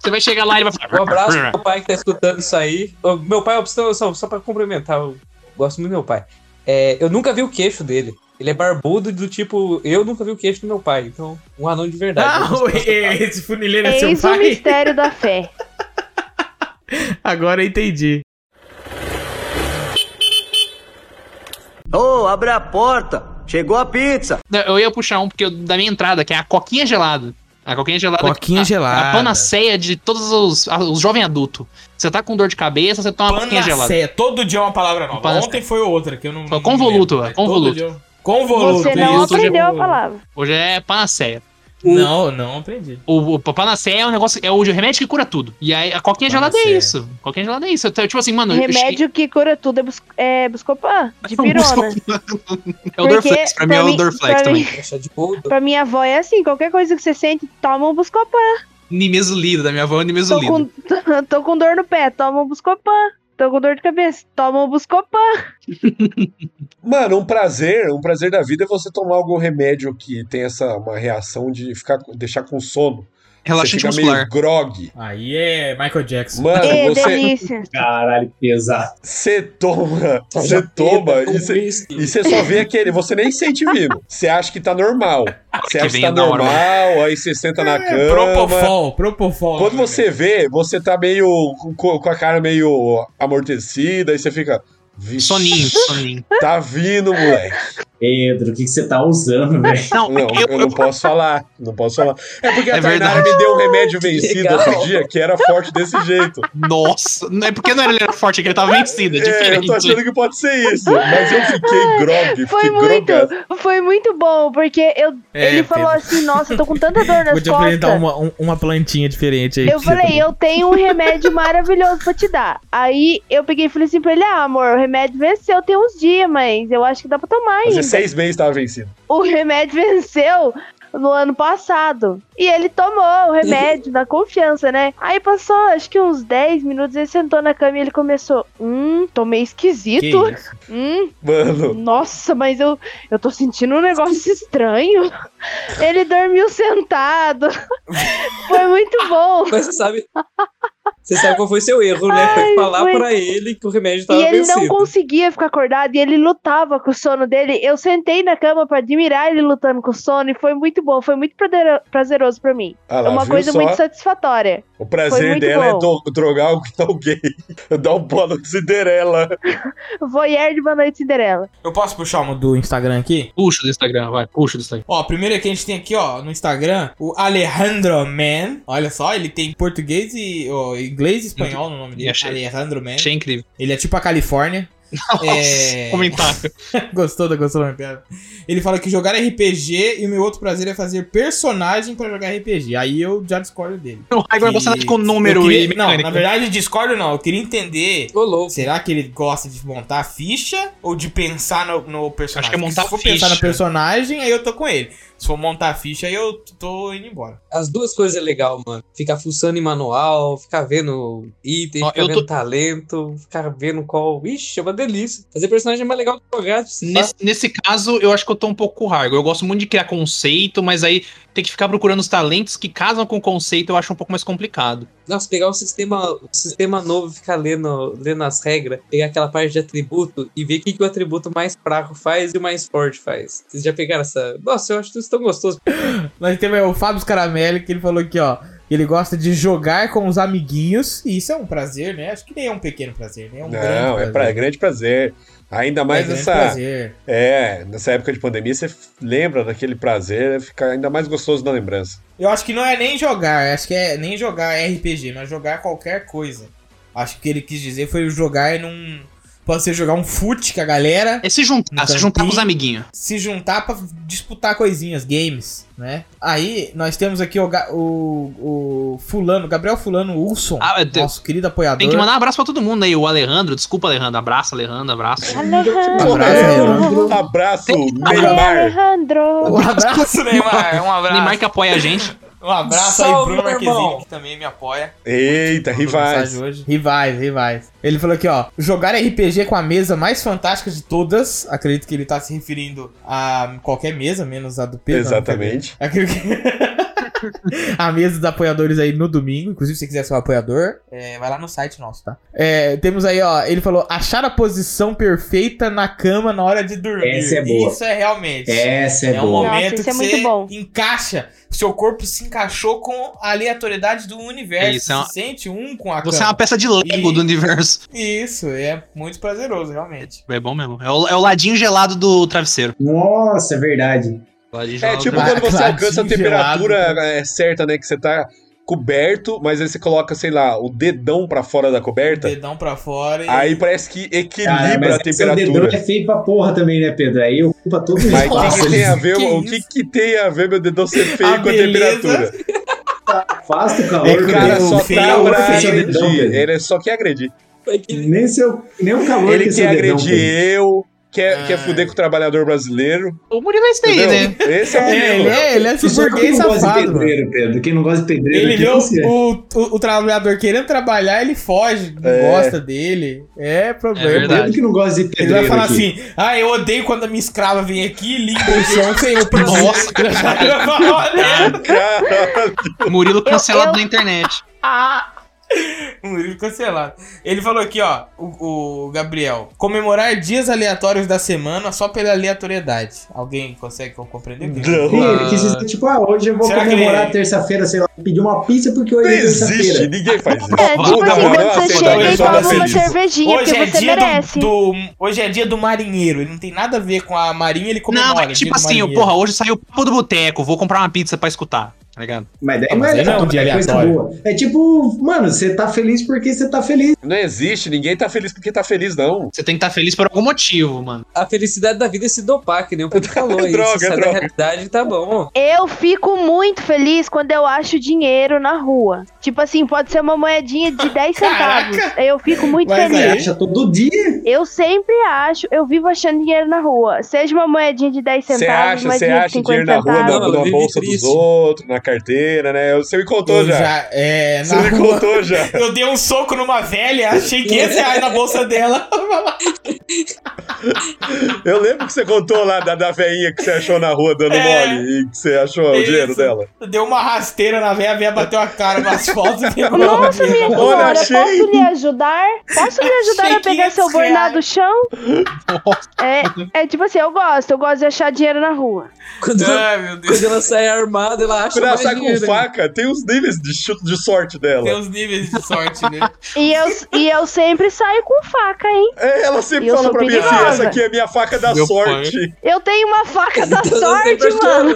Speaker 3: Você vai chegar lá e ele vai falar.
Speaker 6: Um abraço pro meu pai que tá escutando isso aí. Ô, Meu pai, só, só, só pra complementar, eu gosto muito do meu pai. É, eu nunca vi o queixo dele. Ele é barbudo do tipo, eu nunca vi o queixo do meu pai. Então, um anão de verdade.
Speaker 1: Ah, ué, esse funileiro é seu
Speaker 2: Eis o
Speaker 1: pai?
Speaker 2: mistério da fé.
Speaker 1: Agora eu entendi.
Speaker 7: abre a porta. Chegou a pizza.
Speaker 3: Eu ia puxar um, porque eu- da minha entrada, que é a coquinha gelada. A coquinha gelada. tá-
Speaker 1: Coquinha
Speaker 3: a,
Speaker 1: gelada.
Speaker 3: A panaceia de todos os, a- os jovens adultos. Você tá com dor de cabeça, você toma uma coquinha gelada.
Speaker 8: Panacéia. Todo dia é uma palavra nova.
Speaker 3: Panacéia.
Speaker 8: Ontem foi outra, que eu não.
Speaker 3: Foi
Speaker 8: não
Speaker 3: convoluto,
Speaker 8: lembro,
Speaker 3: é,
Speaker 8: mas todo
Speaker 3: convoluto.
Speaker 8: dia eu- Convoluto.
Speaker 2: Você não
Speaker 3: isso,
Speaker 2: aprendeu a
Speaker 8: tipo,
Speaker 2: palavra.
Speaker 3: Hoje é panaceia.
Speaker 8: Não, não aprendi.
Speaker 3: O, o panaceia é um negócio, é o remédio que cura tudo. E aí a coquinha gelada é
Speaker 8: Panaceia.
Speaker 3: isso. Coquinha gelada é isso. Então, tipo assim, mano. eu
Speaker 2: Remédio que cura tudo é, bus é Buscopan, de
Speaker 3: cheguei-
Speaker 2: pirona.
Speaker 3: É o Dorflex, pra mim é o Dorflex também.
Speaker 6: Deixar de boa.
Speaker 2: Pra minha avó é assim, qualquer coisa que você sente, toma um Buscopan.
Speaker 3: Nimesulida, da minha avó é
Speaker 2: Tô
Speaker 3: nimesulida.
Speaker 2: com, tô com dor no pé, toma um Buscopan. Tô com dor de cabeça, toma um Buscopan.
Speaker 4: Mano, um prazer, um prazer da vida é você tomar algum remédio que tem essa uma reação de ficar, deixar com sono. você
Speaker 3: Relaxante
Speaker 4: fica
Speaker 3: muscular.
Speaker 4: meio grog.
Speaker 8: Aí é Michael Jackson.
Speaker 4: Mano,
Speaker 2: Ê,
Speaker 4: você,
Speaker 2: delícia.
Speaker 5: Caralho, pesado.
Speaker 4: você toma, você
Speaker 6: tá
Speaker 4: toma e você, e você só vê aquele, você nem sente vindo. Você acha que tá normal.
Speaker 3: Que
Speaker 4: Você acha que
Speaker 3: venha
Speaker 4: tá
Speaker 3: da hora, É,
Speaker 4: normal, aí você senta na cama.
Speaker 8: Propofol, Propofol.
Speaker 4: Quando você vê, você tá meio com, com a cara meio amortecida, aí você fica. "Vixe,
Speaker 3: Soninho, soninho.
Speaker 4: Tá vindo, moleque.
Speaker 5: Pedro, o que, que você tá usando, velho?
Speaker 3: Não,
Speaker 4: Não,
Speaker 3: eu,
Speaker 4: eu não posso falar. Não posso falar. É porque a
Speaker 3: É
Speaker 4: Tainara me deu um remédio vencido
Speaker 6: legal.
Speaker 4: outro dia que era forte desse jeito.
Speaker 3: Nossa, não é porque não era ele era forte, é que ele tava vencido, é
Speaker 4: É, eu tô
Speaker 3: diferente.
Speaker 4: achando que pode ser isso. Mas eu fiquei grog,
Speaker 2: Foi
Speaker 4: fiquei
Speaker 2: muito,
Speaker 4: grogado.
Speaker 2: foi muito bom, porque eu,
Speaker 8: É,
Speaker 2: ele falou
Speaker 8: Pedro.
Speaker 2: assim, nossa, eu tô com tanta dor
Speaker 1: Vou
Speaker 2: nas
Speaker 1: te apresentar
Speaker 2: costas.
Speaker 1: uma, um- uma plantinha diferente aí.
Speaker 2: Eu falei, eu tenho um remédio maravilhoso pra te dar. Aí eu peguei e falei assim pra ele, ah, amor, o remédio venceu tem uns dias, mas eu acho que dá pra tomar ainda.
Speaker 4: Fazer seis meses tava vencido.
Speaker 2: O remédio venceu no ano passado. E ele tomou o remédio na confiança, né? Aí passou acho que uns 10 minutos, ele sentou na cama e ele começou, hum, tô meio
Speaker 8: Que
Speaker 2: esquisito.
Speaker 8: isso?
Speaker 2: Hum,
Speaker 4: Mano,
Speaker 2: nossa, mas eu, eu tô sentindo um negócio estranho. Ele dormiu sentado. Foi muito bom.
Speaker 6: Mas você sabe. Você sabe qual foi seu erro, né?
Speaker 2: Ai,
Speaker 6: Foi falar
Speaker 2: foi-
Speaker 6: pra ele que o remédio tava
Speaker 2: E ele não
Speaker 6: Tá vencido.
Speaker 2: conseguia ficar acordado e ele lutava com o sono dele. Eu sentei na cama pra admirar ele lutando com o sono e foi muito bom, foi muito pradero- prazeroso pra mim.
Speaker 4: ah
Speaker 2: É
Speaker 4: lá,
Speaker 2: uma
Speaker 4: viu
Speaker 2: coisa
Speaker 4: só?
Speaker 2: muito satisfatória.
Speaker 4: O
Speaker 2: foi
Speaker 4: prazer
Speaker 2: muito
Speaker 4: dela é
Speaker 2: bom.
Speaker 4: do- drogar alguém. Dar um pó no Cinderela.
Speaker 2: Voyeur de Boa Noite Cinderela.
Speaker 8: Eu posso puxar uma do Instagram aqui?
Speaker 3: Puxa do Instagram, vai, puxa do Instagram.
Speaker 8: Ó, primeiro que a gente tem aqui, ó, no Instagram, o Alejandro Man. Olha só, ele tem português e ó, inglês e espanhol no nome dele.
Speaker 3: Achei.
Speaker 8: Alejandro Man.
Speaker 3: Achei incrível.
Speaker 8: Ele é tipo a Califórnia.
Speaker 3: Nossa,
Speaker 8: É.
Speaker 3: comentário.
Speaker 8: Gostou da gostou da minha piada? Ele fala que jogar RPG e o meu outro prazer é fazer personagem pra jogar RPG. Aí eu já discordo dele.
Speaker 3: Não, Agora
Speaker 8: Que-
Speaker 3: você tá com
Speaker 8: eu
Speaker 3: número
Speaker 8: queria-
Speaker 3: e
Speaker 8: Não,
Speaker 3: mecânica.
Speaker 8: na verdade discordo não. Eu queria entender
Speaker 6: Ô, louco.
Speaker 8: Será que ele gosta de montar a ficha ou de pensar no, no personagem?
Speaker 3: Acho que é montar
Speaker 8: Se for
Speaker 3: ficha.
Speaker 8: pensar no personagem, aí eu tô com ele. Se for montar a ficha, aí eu tô indo embora.
Speaker 6: As duas coisas é legal, mano. Ficar fuçando em manual, ficar vendo item,
Speaker 3: Ó,
Speaker 6: ficar
Speaker 3: eu
Speaker 6: vendo
Speaker 3: tô-
Speaker 6: talento, ficar vendo qual. Ixi, é uma delícia. Fazer personagem é mais legal que jogar.
Speaker 3: Nesse, nesse caso, eu acho que eu tô um pouco largo. Eu gosto muito de criar conceito, mas aí tem que ficar procurando os talentos que casam com o conceito, eu acho um pouco mais complicado.
Speaker 6: Nossa, pegar um sistema, um sistema novo, ficar lendo, lendo as regras, pegar aquela parte de atributo e ver o que, que o atributo mais fraco faz e o mais forte faz. Vocês já pegaram essa. Nossa, eu acho isso tão gostoso.
Speaker 1: Nós temos aí o Fábio Scaramelli, que ele falou aqui, ó. que Ele gosta de jogar com os amiguinhos. E isso é um prazer, né? Acho que nem é um pequeno prazer, né? É um
Speaker 4: Não, é,
Speaker 1: grande
Speaker 4: pra, é
Speaker 1: prazer.
Speaker 4: grande prazer. Ainda mais
Speaker 1: grande
Speaker 4: nessa,
Speaker 1: prazer.
Speaker 4: é, nessa época de pandemia, você f- lembra daquele prazer, fica ainda mais gostoso na lembrança.
Speaker 8: Eu acho que não é nem jogar, acho que é nem jogar RPG, mas jogar qualquer coisa. Acho que o que ele quis dizer foi jogar num. Pode ser jogar um fute com a galera,
Speaker 3: É se juntar,
Speaker 8: No
Speaker 3: se juntar com os
Speaker 8: campinho.
Speaker 3: amiguinhos.
Speaker 8: se juntar pra disputar coisinhas, games, né? Aí nós temos aqui o, Ga- o, o Fulano, Gabriel Fulano Wilson,
Speaker 3: Ah, é, tem-
Speaker 8: nosso querido apoiador.
Speaker 3: Tem que mandar um abraço pra todo mundo aí. O Alejandro, desculpa, Alejandro. Abraço, Alejandro, abraço.
Speaker 2: Alejandro!
Speaker 4: Abraço, abraço
Speaker 2: né?
Speaker 4: Neymar.
Speaker 2: Alejandro!
Speaker 1: Um abraço.
Speaker 8: Isso, Neymar. Um abraço.
Speaker 3: né, Neymar que apoia a gente. é
Speaker 8: Um abraço aí,
Speaker 6: Salve,
Speaker 8: Bruno
Speaker 6: meu
Speaker 8: Marquezine,
Speaker 6: irmão.
Speaker 8: que também me apoia.
Speaker 4: Eita, rivais.
Speaker 8: Mensagem hoje.
Speaker 1: Rivais, rivais. Ele falou aqui, ó. Jogar RPG com a mesa mais fantástica de todas. Acredito que ele tá se referindo a qualquer mesa, menos a do Pedro.
Speaker 4: Exatamente.
Speaker 1: Acredito que... a mesa dos apoiadores aí no domingo. Inclusive, se você quiser ser um apoiador, é, vai lá no site nosso, tá? É, temos aí, ó, ele falou: achar a posição perfeita na cama na hora de dormir.
Speaker 5: Essa é boa.
Speaker 1: Isso é realmente.
Speaker 5: Essa é,
Speaker 1: É um
Speaker 5: boa.
Speaker 1: momento
Speaker 2: Nossa, isso
Speaker 1: que
Speaker 2: é muito
Speaker 1: você
Speaker 2: bom.
Speaker 1: encaixa, seu corpo se encaixou com a aleatoriedade do universo.
Speaker 3: Isso é uma-
Speaker 1: Se sente um com a
Speaker 3: Você é uma
Speaker 1: cama.
Speaker 3: peça de Lego
Speaker 1: E-
Speaker 3: do universo.
Speaker 1: Isso, é muito prazeroso, realmente.
Speaker 3: É bom mesmo. É o, é o ladinho gelado do travesseiro.
Speaker 5: Nossa, é verdade.
Speaker 3: O ladinho gelado
Speaker 4: É tipo
Speaker 3: do...
Speaker 1: claro,
Speaker 4: quando você
Speaker 1: claro,
Speaker 4: alcança a
Speaker 1: sim,
Speaker 4: temperatura
Speaker 1: gelado.
Speaker 4: é, certa, né? Que você tá coberto, mas aí você coloca, sei lá, o dedão pra fora da coberta.
Speaker 1: Dedão pra fora e.
Speaker 4: Aí parece que
Speaker 5: Cara,
Speaker 4: equilibra
Speaker 5: mas
Speaker 4: a
Speaker 5: seu dedão é
Speaker 4: temperatura.
Speaker 5: feio pra porra também, né, Pedro? Aí ocupa todo o
Speaker 4: Mas o
Speaker 5: espaço.
Speaker 4: que, que tem a ver,
Speaker 1: Que
Speaker 4: o que,
Speaker 1: isso?
Speaker 4: que tem a ver meu dedão ser feio
Speaker 1: A
Speaker 4: com a
Speaker 1: beleza.
Speaker 4: temperatura?
Speaker 5: Faça o calor.
Speaker 1: É,
Speaker 4: O
Speaker 5: do
Speaker 4: cara
Speaker 5: dedo.
Speaker 4: só
Speaker 1: feio
Speaker 4: tá
Speaker 1: ou
Speaker 4: pra
Speaker 1: feio
Speaker 5: seu dedão,
Speaker 4: agredir.
Speaker 5: Pedro.
Speaker 4: Ele só quer agredir.
Speaker 5: Nem, seu, nem o calor
Speaker 4: Ele
Speaker 5: que seu
Speaker 4: quer
Speaker 5: dedão
Speaker 4: agredir
Speaker 5: tem.
Speaker 4: eu, quer,
Speaker 1: Ai.
Speaker 4: quer fuder com o trabalhador brasileiro.
Speaker 3: O Murilo é esse daí,
Speaker 4: entendeu?
Speaker 3: né?
Speaker 4: Esse é o
Speaker 1: É, ele
Speaker 4: Murilo.
Speaker 1: é, ele é esse
Speaker 5: Só
Speaker 1: burguês
Speaker 5: Quem não gosta de
Speaker 1: safado, mano.
Speaker 5: pedreiro, Pedro? Quem não gosta de pedreiro
Speaker 1: Ele
Speaker 5: aqui
Speaker 1: vê
Speaker 5: é você.
Speaker 1: o,
Speaker 3: assim,
Speaker 1: o, o trabalhador querendo trabalhar, ele foge, não
Speaker 4: É.
Speaker 1: gosta dele. É problema.
Speaker 3: É verdade.
Speaker 5: Pedro que não gosta de
Speaker 1: Ele
Speaker 5: pedreiro
Speaker 1: vai falar
Speaker 5: aqui.
Speaker 1: assim: ah, eu odeio quando a minha escrava vem aqui e limpa o
Speaker 2: um
Speaker 1: chão sem eu pedir.
Speaker 3: Nossa.
Speaker 1: Ele vai falar, "Olha,
Speaker 4: Caralho.
Speaker 3: Murilo cancelado
Speaker 2: Eu-
Speaker 3: na internet.
Speaker 1: Ah, Um livro cancelado. Ele falou aqui, ó, o, o Gabriel. Comemorar dias aleatórios da semana só pela aleatoriedade. Alguém consegue compreender?
Speaker 2: Um
Speaker 1: o que é?
Speaker 5: Sim,
Speaker 4: Não,
Speaker 5: ele quis dizer, tipo, ah, hoje eu vou
Speaker 1: Será que
Speaker 5: comemorar
Speaker 1: ele-
Speaker 5: terça-feira, sei lá, pedir uma pizza porque hoje
Speaker 4: não
Speaker 5: é
Speaker 4: existe,
Speaker 5: terça-feira.
Speaker 4: ninguém faz isso.
Speaker 2: É, tipo
Speaker 3: Vamos
Speaker 1: tá
Speaker 2: assim,
Speaker 3: comemorar a
Speaker 2: quando você
Speaker 3: semana
Speaker 2: chega e
Speaker 3: só da
Speaker 2: toma uma
Speaker 3: feliz.
Speaker 2: cervejinha
Speaker 1: Hoje
Speaker 2: que
Speaker 1: é,
Speaker 2: você
Speaker 1: dia
Speaker 2: merece.
Speaker 1: do, do- hoje é dia do marinheiro. Ele não tem nada a ver com a marinha, ele comemora.
Speaker 3: Não,
Speaker 1: o
Speaker 3: é
Speaker 1: dia
Speaker 3: tipo
Speaker 1: do
Speaker 3: assim,
Speaker 1: marinheiro.
Speaker 3: porra, hoje saiu o papo do boteco, vou comprar uma pizza pra escutar, tá ligado?
Speaker 5: Mas daí
Speaker 1: Ah,
Speaker 5: não
Speaker 1: mas
Speaker 5: é,
Speaker 1: aí não é um
Speaker 5: legal,
Speaker 1: dia
Speaker 5: é coisa
Speaker 1: aleatório.
Speaker 5: boa. É tipo, mano, você tá feliz porque você tá feliz.
Speaker 4: Não existe, ninguém tá feliz porque tá feliz, não.
Speaker 3: Você tem que estar feliz por algum motivo, mano.
Speaker 6: A felicidade da vida é se dopar, que nem o Pedro falou. aí.
Speaker 4: Droga,
Speaker 6: Se sai
Speaker 4: droga.
Speaker 6: da realidade, tá bom.
Speaker 2: Eu fico muito feliz quando eu acho dinheiro na rua. Tipo assim, pode ser uma moedinha de 10
Speaker 1: Caraca!
Speaker 2: centavos. Eu fico muito
Speaker 1: Mas
Speaker 2: feliz.
Speaker 1: É.
Speaker 5: Você né? acha todo dia.
Speaker 2: Eu sempre acho, eu vivo achando dinheiro na rua. Seja uma moedinha de 10
Speaker 4: Você
Speaker 2: centavos,
Speaker 4: acha,
Speaker 2: uma
Speaker 4: você
Speaker 2: moedinha de
Speaker 4: acha
Speaker 2: 50
Speaker 4: dinheiro na rua,
Speaker 2: centavos.
Speaker 4: na,
Speaker 6: Não,
Speaker 4: na
Speaker 6: vive
Speaker 4: bolsa dos
Speaker 6: triste.
Speaker 4: outros, na carteira, né? Você me contou
Speaker 1: Eu
Speaker 4: já.
Speaker 1: já. É,
Speaker 4: Você
Speaker 1: na
Speaker 4: me
Speaker 1: rua.
Speaker 4: contou já.
Speaker 1: Eu dei um soco numa velha, achei 500 reais na bolsa dela.
Speaker 4: Eu lembro que você contou lá da, da veinha que você achou na rua dando
Speaker 1: É.
Speaker 4: mole e que você achou o
Speaker 1: Isso.
Speaker 4: dinheiro dela.
Speaker 1: Deu uma rasteira na velha, a velha bateu a cara no asfalto e pegou a
Speaker 2: Nossa,
Speaker 1: dinheiro
Speaker 2: minha
Speaker 1: na
Speaker 4: Olha,
Speaker 2: senhora,
Speaker 4: achei.
Speaker 2: posso lhe ajudar? Posso lhe ajudar
Speaker 1: Achei
Speaker 2: a pegar
Speaker 1: 500
Speaker 2: seu
Speaker 1: reais.
Speaker 2: bornado do chão? É, é tipo assim, eu gosto, eu gosto de achar dinheiro na rua.
Speaker 6: Quando,
Speaker 1: bolsa. Ai, meu Deus.
Speaker 6: quando ela sai armada, ela acha
Speaker 4: Quando ela
Speaker 6: mais
Speaker 4: sai com
Speaker 6: dinheiro.
Speaker 4: faca, tem uns níveis de chute de sorte
Speaker 1: Tem
Speaker 4: dela.
Speaker 1: os níveis de sorte, né?
Speaker 2: E eu, e eu sempre saio com faca, hein?
Speaker 4: É, ela sempre
Speaker 2: E eu
Speaker 4: fala
Speaker 2: sou
Speaker 4: pra mim assim:
Speaker 2: perigosa.
Speaker 4: essa aqui é minha faca da
Speaker 3: Meu
Speaker 4: sorte.
Speaker 2: Eu tenho uma faca da
Speaker 6: Então, ela
Speaker 2: Tá sorte,
Speaker 6: sempre achou.
Speaker 2: mano.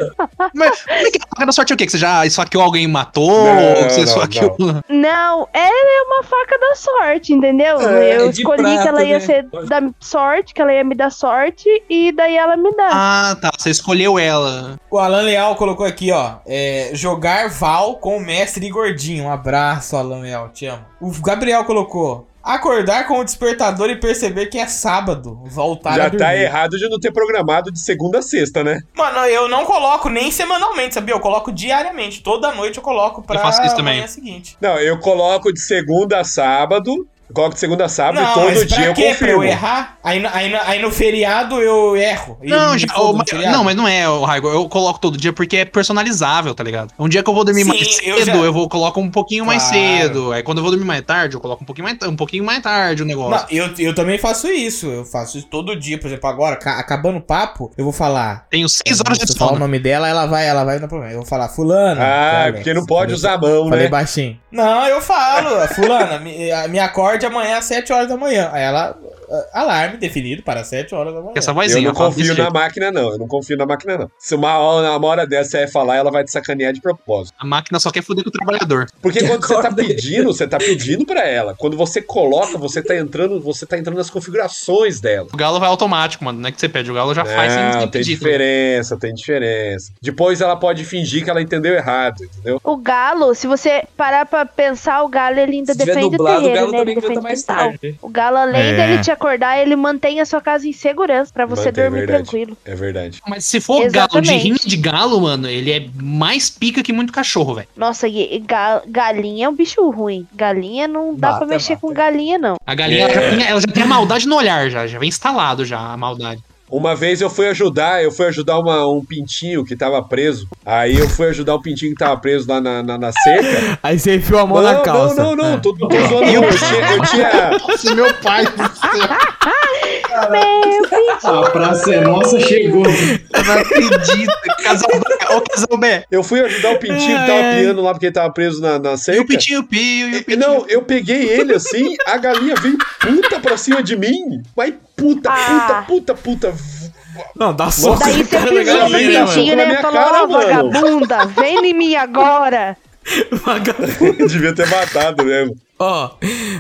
Speaker 3: Mas como é que a faca da sorte é o quê? Que você já esfaqueou alguém e matou?
Speaker 4: Não,
Speaker 3: Ou você
Speaker 4: não,
Speaker 3: esfaqueou.
Speaker 2: Não, ela é uma faca da sorte, entendeu?
Speaker 6: É,
Speaker 2: eu
Speaker 6: de
Speaker 2: escolhi que
Speaker 6: prata,
Speaker 2: ela ia
Speaker 6: né?
Speaker 2: ser da sorte, que ela ia me dar sorte, e daí ela me dá.
Speaker 3: Ah, tá. Você escolheu ela.
Speaker 1: O Alan Leal colocou aqui, ó. é, jogar Val com o mestre e gordinho. Um abraço, Alan Leal, te amo. O Gabriel colocou. Acordar com o despertador e perceber que é sábado. Voltar a
Speaker 4: Já
Speaker 1: dormir.
Speaker 4: tá errado de não ter programado de segunda a sexta, né?
Speaker 1: Mano, eu não coloco nem semanalmente, sabia? Eu coloco diariamente. Toda noite eu coloco pra
Speaker 3: Eu faço isso também.
Speaker 1: manhã seguinte.
Speaker 4: Não, eu coloco de segunda a sábado. Eu Coloco de segunda a sábado e
Speaker 1: não,
Speaker 4: todo
Speaker 1: mas
Speaker 4: dia
Speaker 1: pra
Speaker 4: eu
Speaker 1: quê? Pra eu
Speaker 4: confirmo.
Speaker 1: errar? Aí, no- aí no- aí no feriado eu erro. E
Speaker 3: Não,
Speaker 1: me tá
Speaker 3: já,
Speaker 1: fodo
Speaker 3: ô,
Speaker 1: no
Speaker 3: mas-
Speaker 1: feriado.
Speaker 3: não, mas não é, ô, Raigo. Eu coloco todo dia porque é personalizável, tá ligado? Um dia que eu vou dormir
Speaker 1: Sim,
Speaker 3: mais
Speaker 1: eu
Speaker 3: cedo, eu,
Speaker 1: já-
Speaker 3: vou coloco um pouquinho mais
Speaker 1: Claro.
Speaker 3: cedo. Aí quando eu vou dormir mais tarde, eu coloco um pouquinho mais, um pouquinho mais tarde o negócio.
Speaker 1: Não, eu, eu também faço isso. Eu faço isso todo dia. Por exemplo, agora, ca- acabando o papo, eu vou falar.
Speaker 3: Tenho
Speaker 4: É,
Speaker 3: seis horas
Speaker 1: Se
Speaker 3: de
Speaker 1: eu falar o
Speaker 3: sono.
Speaker 1: nome dela, ela vai, ela vai dar problema. Eu vou falar, fulana.
Speaker 4: Ah,
Speaker 1: Alex.
Speaker 4: porque não pode
Speaker 1: Falei-
Speaker 4: usar a mão,
Speaker 1: Falei
Speaker 4: né?
Speaker 1: baixinho. Não, eu falo, fulana, me, a- me acorde amanhã às 7 horas da manhã. Aí ela, a- alarme definido para as 7 horas da manhã.
Speaker 3: Com Essa
Speaker 4: Eu
Speaker 3: vozinha.
Speaker 4: não
Speaker 3: eu falo
Speaker 4: confio
Speaker 3: desse
Speaker 4: na
Speaker 3: jeito.
Speaker 4: máquina, não. Eu não confio na máquina, não. Se uma hora, uma hora dessa é falar, ela vai te sacanear de propósito.
Speaker 3: A máquina só quer foder com o trabalhador.
Speaker 4: Porque quando você tá
Speaker 6: Acorda aí.
Speaker 4: pedindo, você tá pedindo pra ela. Quando você coloca, você tá entrando, você tá entrando nas configurações dela.
Speaker 3: O galo vai automático, mano. Não é que você pede, o galo já faz sem
Speaker 4: Não,
Speaker 3: sem
Speaker 4: tem
Speaker 3: pedir. né?
Speaker 4: diferença, tem diferença. Depois ela pode fingir que ela entendeu errado, entendeu?
Speaker 2: O galo, se você parar pra pensar, o galo ele ainda
Speaker 6: Se tiver
Speaker 2: defende o
Speaker 6: dublado, o
Speaker 2: terreiro,
Speaker 6: galo
Speaker 2: né? Ele
Speaker 6: também canta
Speaker 2: defende
Speaker 6: mais
Speaker 2: o quintal.
Speaker 6: tarde.
Speaker 2: O galo, além
Speaker 3: É.
Speaker 2: dele te acordar, ele mantém a sua casa em segurança pra você
Speaker 4: Mantém,
Speaker 2: dormir
Speaker 4: verdade.
Speaker 2: tranquilo.
Speaker 4: É verdade.
Speaker 3: Mas se for galo de
Speaker 2: Exatamente.
Speaker 3: rinha de galo, mano, ele é mais pica que muito cachorro, velho.
Speaker 2: Nossa, e ga- galinha é um bicho ruim. Galinha não dá
Speaker 1: Bata,
Speaker 2: pra mexer
Speaker 1: bata.
Speaker 2: com galinha, não.
Speaker 3: A galinha ela já, tem, ela já tem a maldade no olhar, já, já vem instalado já a maldade.
Speaker 4: Uma vez eu fui ajudar, eu fui ajudar uma- um pintinho que tava preso. Aí eu fui ajudar um pintinho que tava preso lá na, na, na cerca.
Speaker 1: Aí você enfiou a mão
Speaker 4: Não,
Speaker 1: na calça.
Speaker 4: não, não, não,
Speaker 1: É.
Speaker 4: tô, tô zoando. não. Eu tinha, eu tinha-
Speaker 9: Nossa, meu pai do céu.
Speaker 4: Ah,
Speaker 5: A praça é nossa, chegou.
Speaker 3: Eu não acredito. Casal Branca. Ô, Casal B.
Speaker 4: eu fui ajudar o pintinho que tava piando lá porque ele tava preso na, na cerca.
Speaker 3: E o Pitinho Pio, e o Pitinho
Speaker 4: Não, eu peguei ele assim, a galinha veio puta pra cima de mim. Vai puta,
Speaker 2: Ah.
Speaker 4: puta, puta, puta.
Speaker 1: Não, dá sorte.
Speaker 2: Daí
Speaker 1: do
Speaker 4: tá
Speaker 2: você
Speaker 1: cara tá da
Speaker 2: pisou no
Speaker 1: galinha, mano.
Speaker 2: pintinho,
Speaker 4: Jogou na
Speaker 2: né?
Speaker 4: minha
Speaker 2: Falou,
Speaker 4: cara,
Speaker 2: ó,
Speaker 4: mano."
Speaker 2: vagabunda, vem em mim agora.
Speaker 4: Devia ter matado mesmo.
Speaker 1: Ó,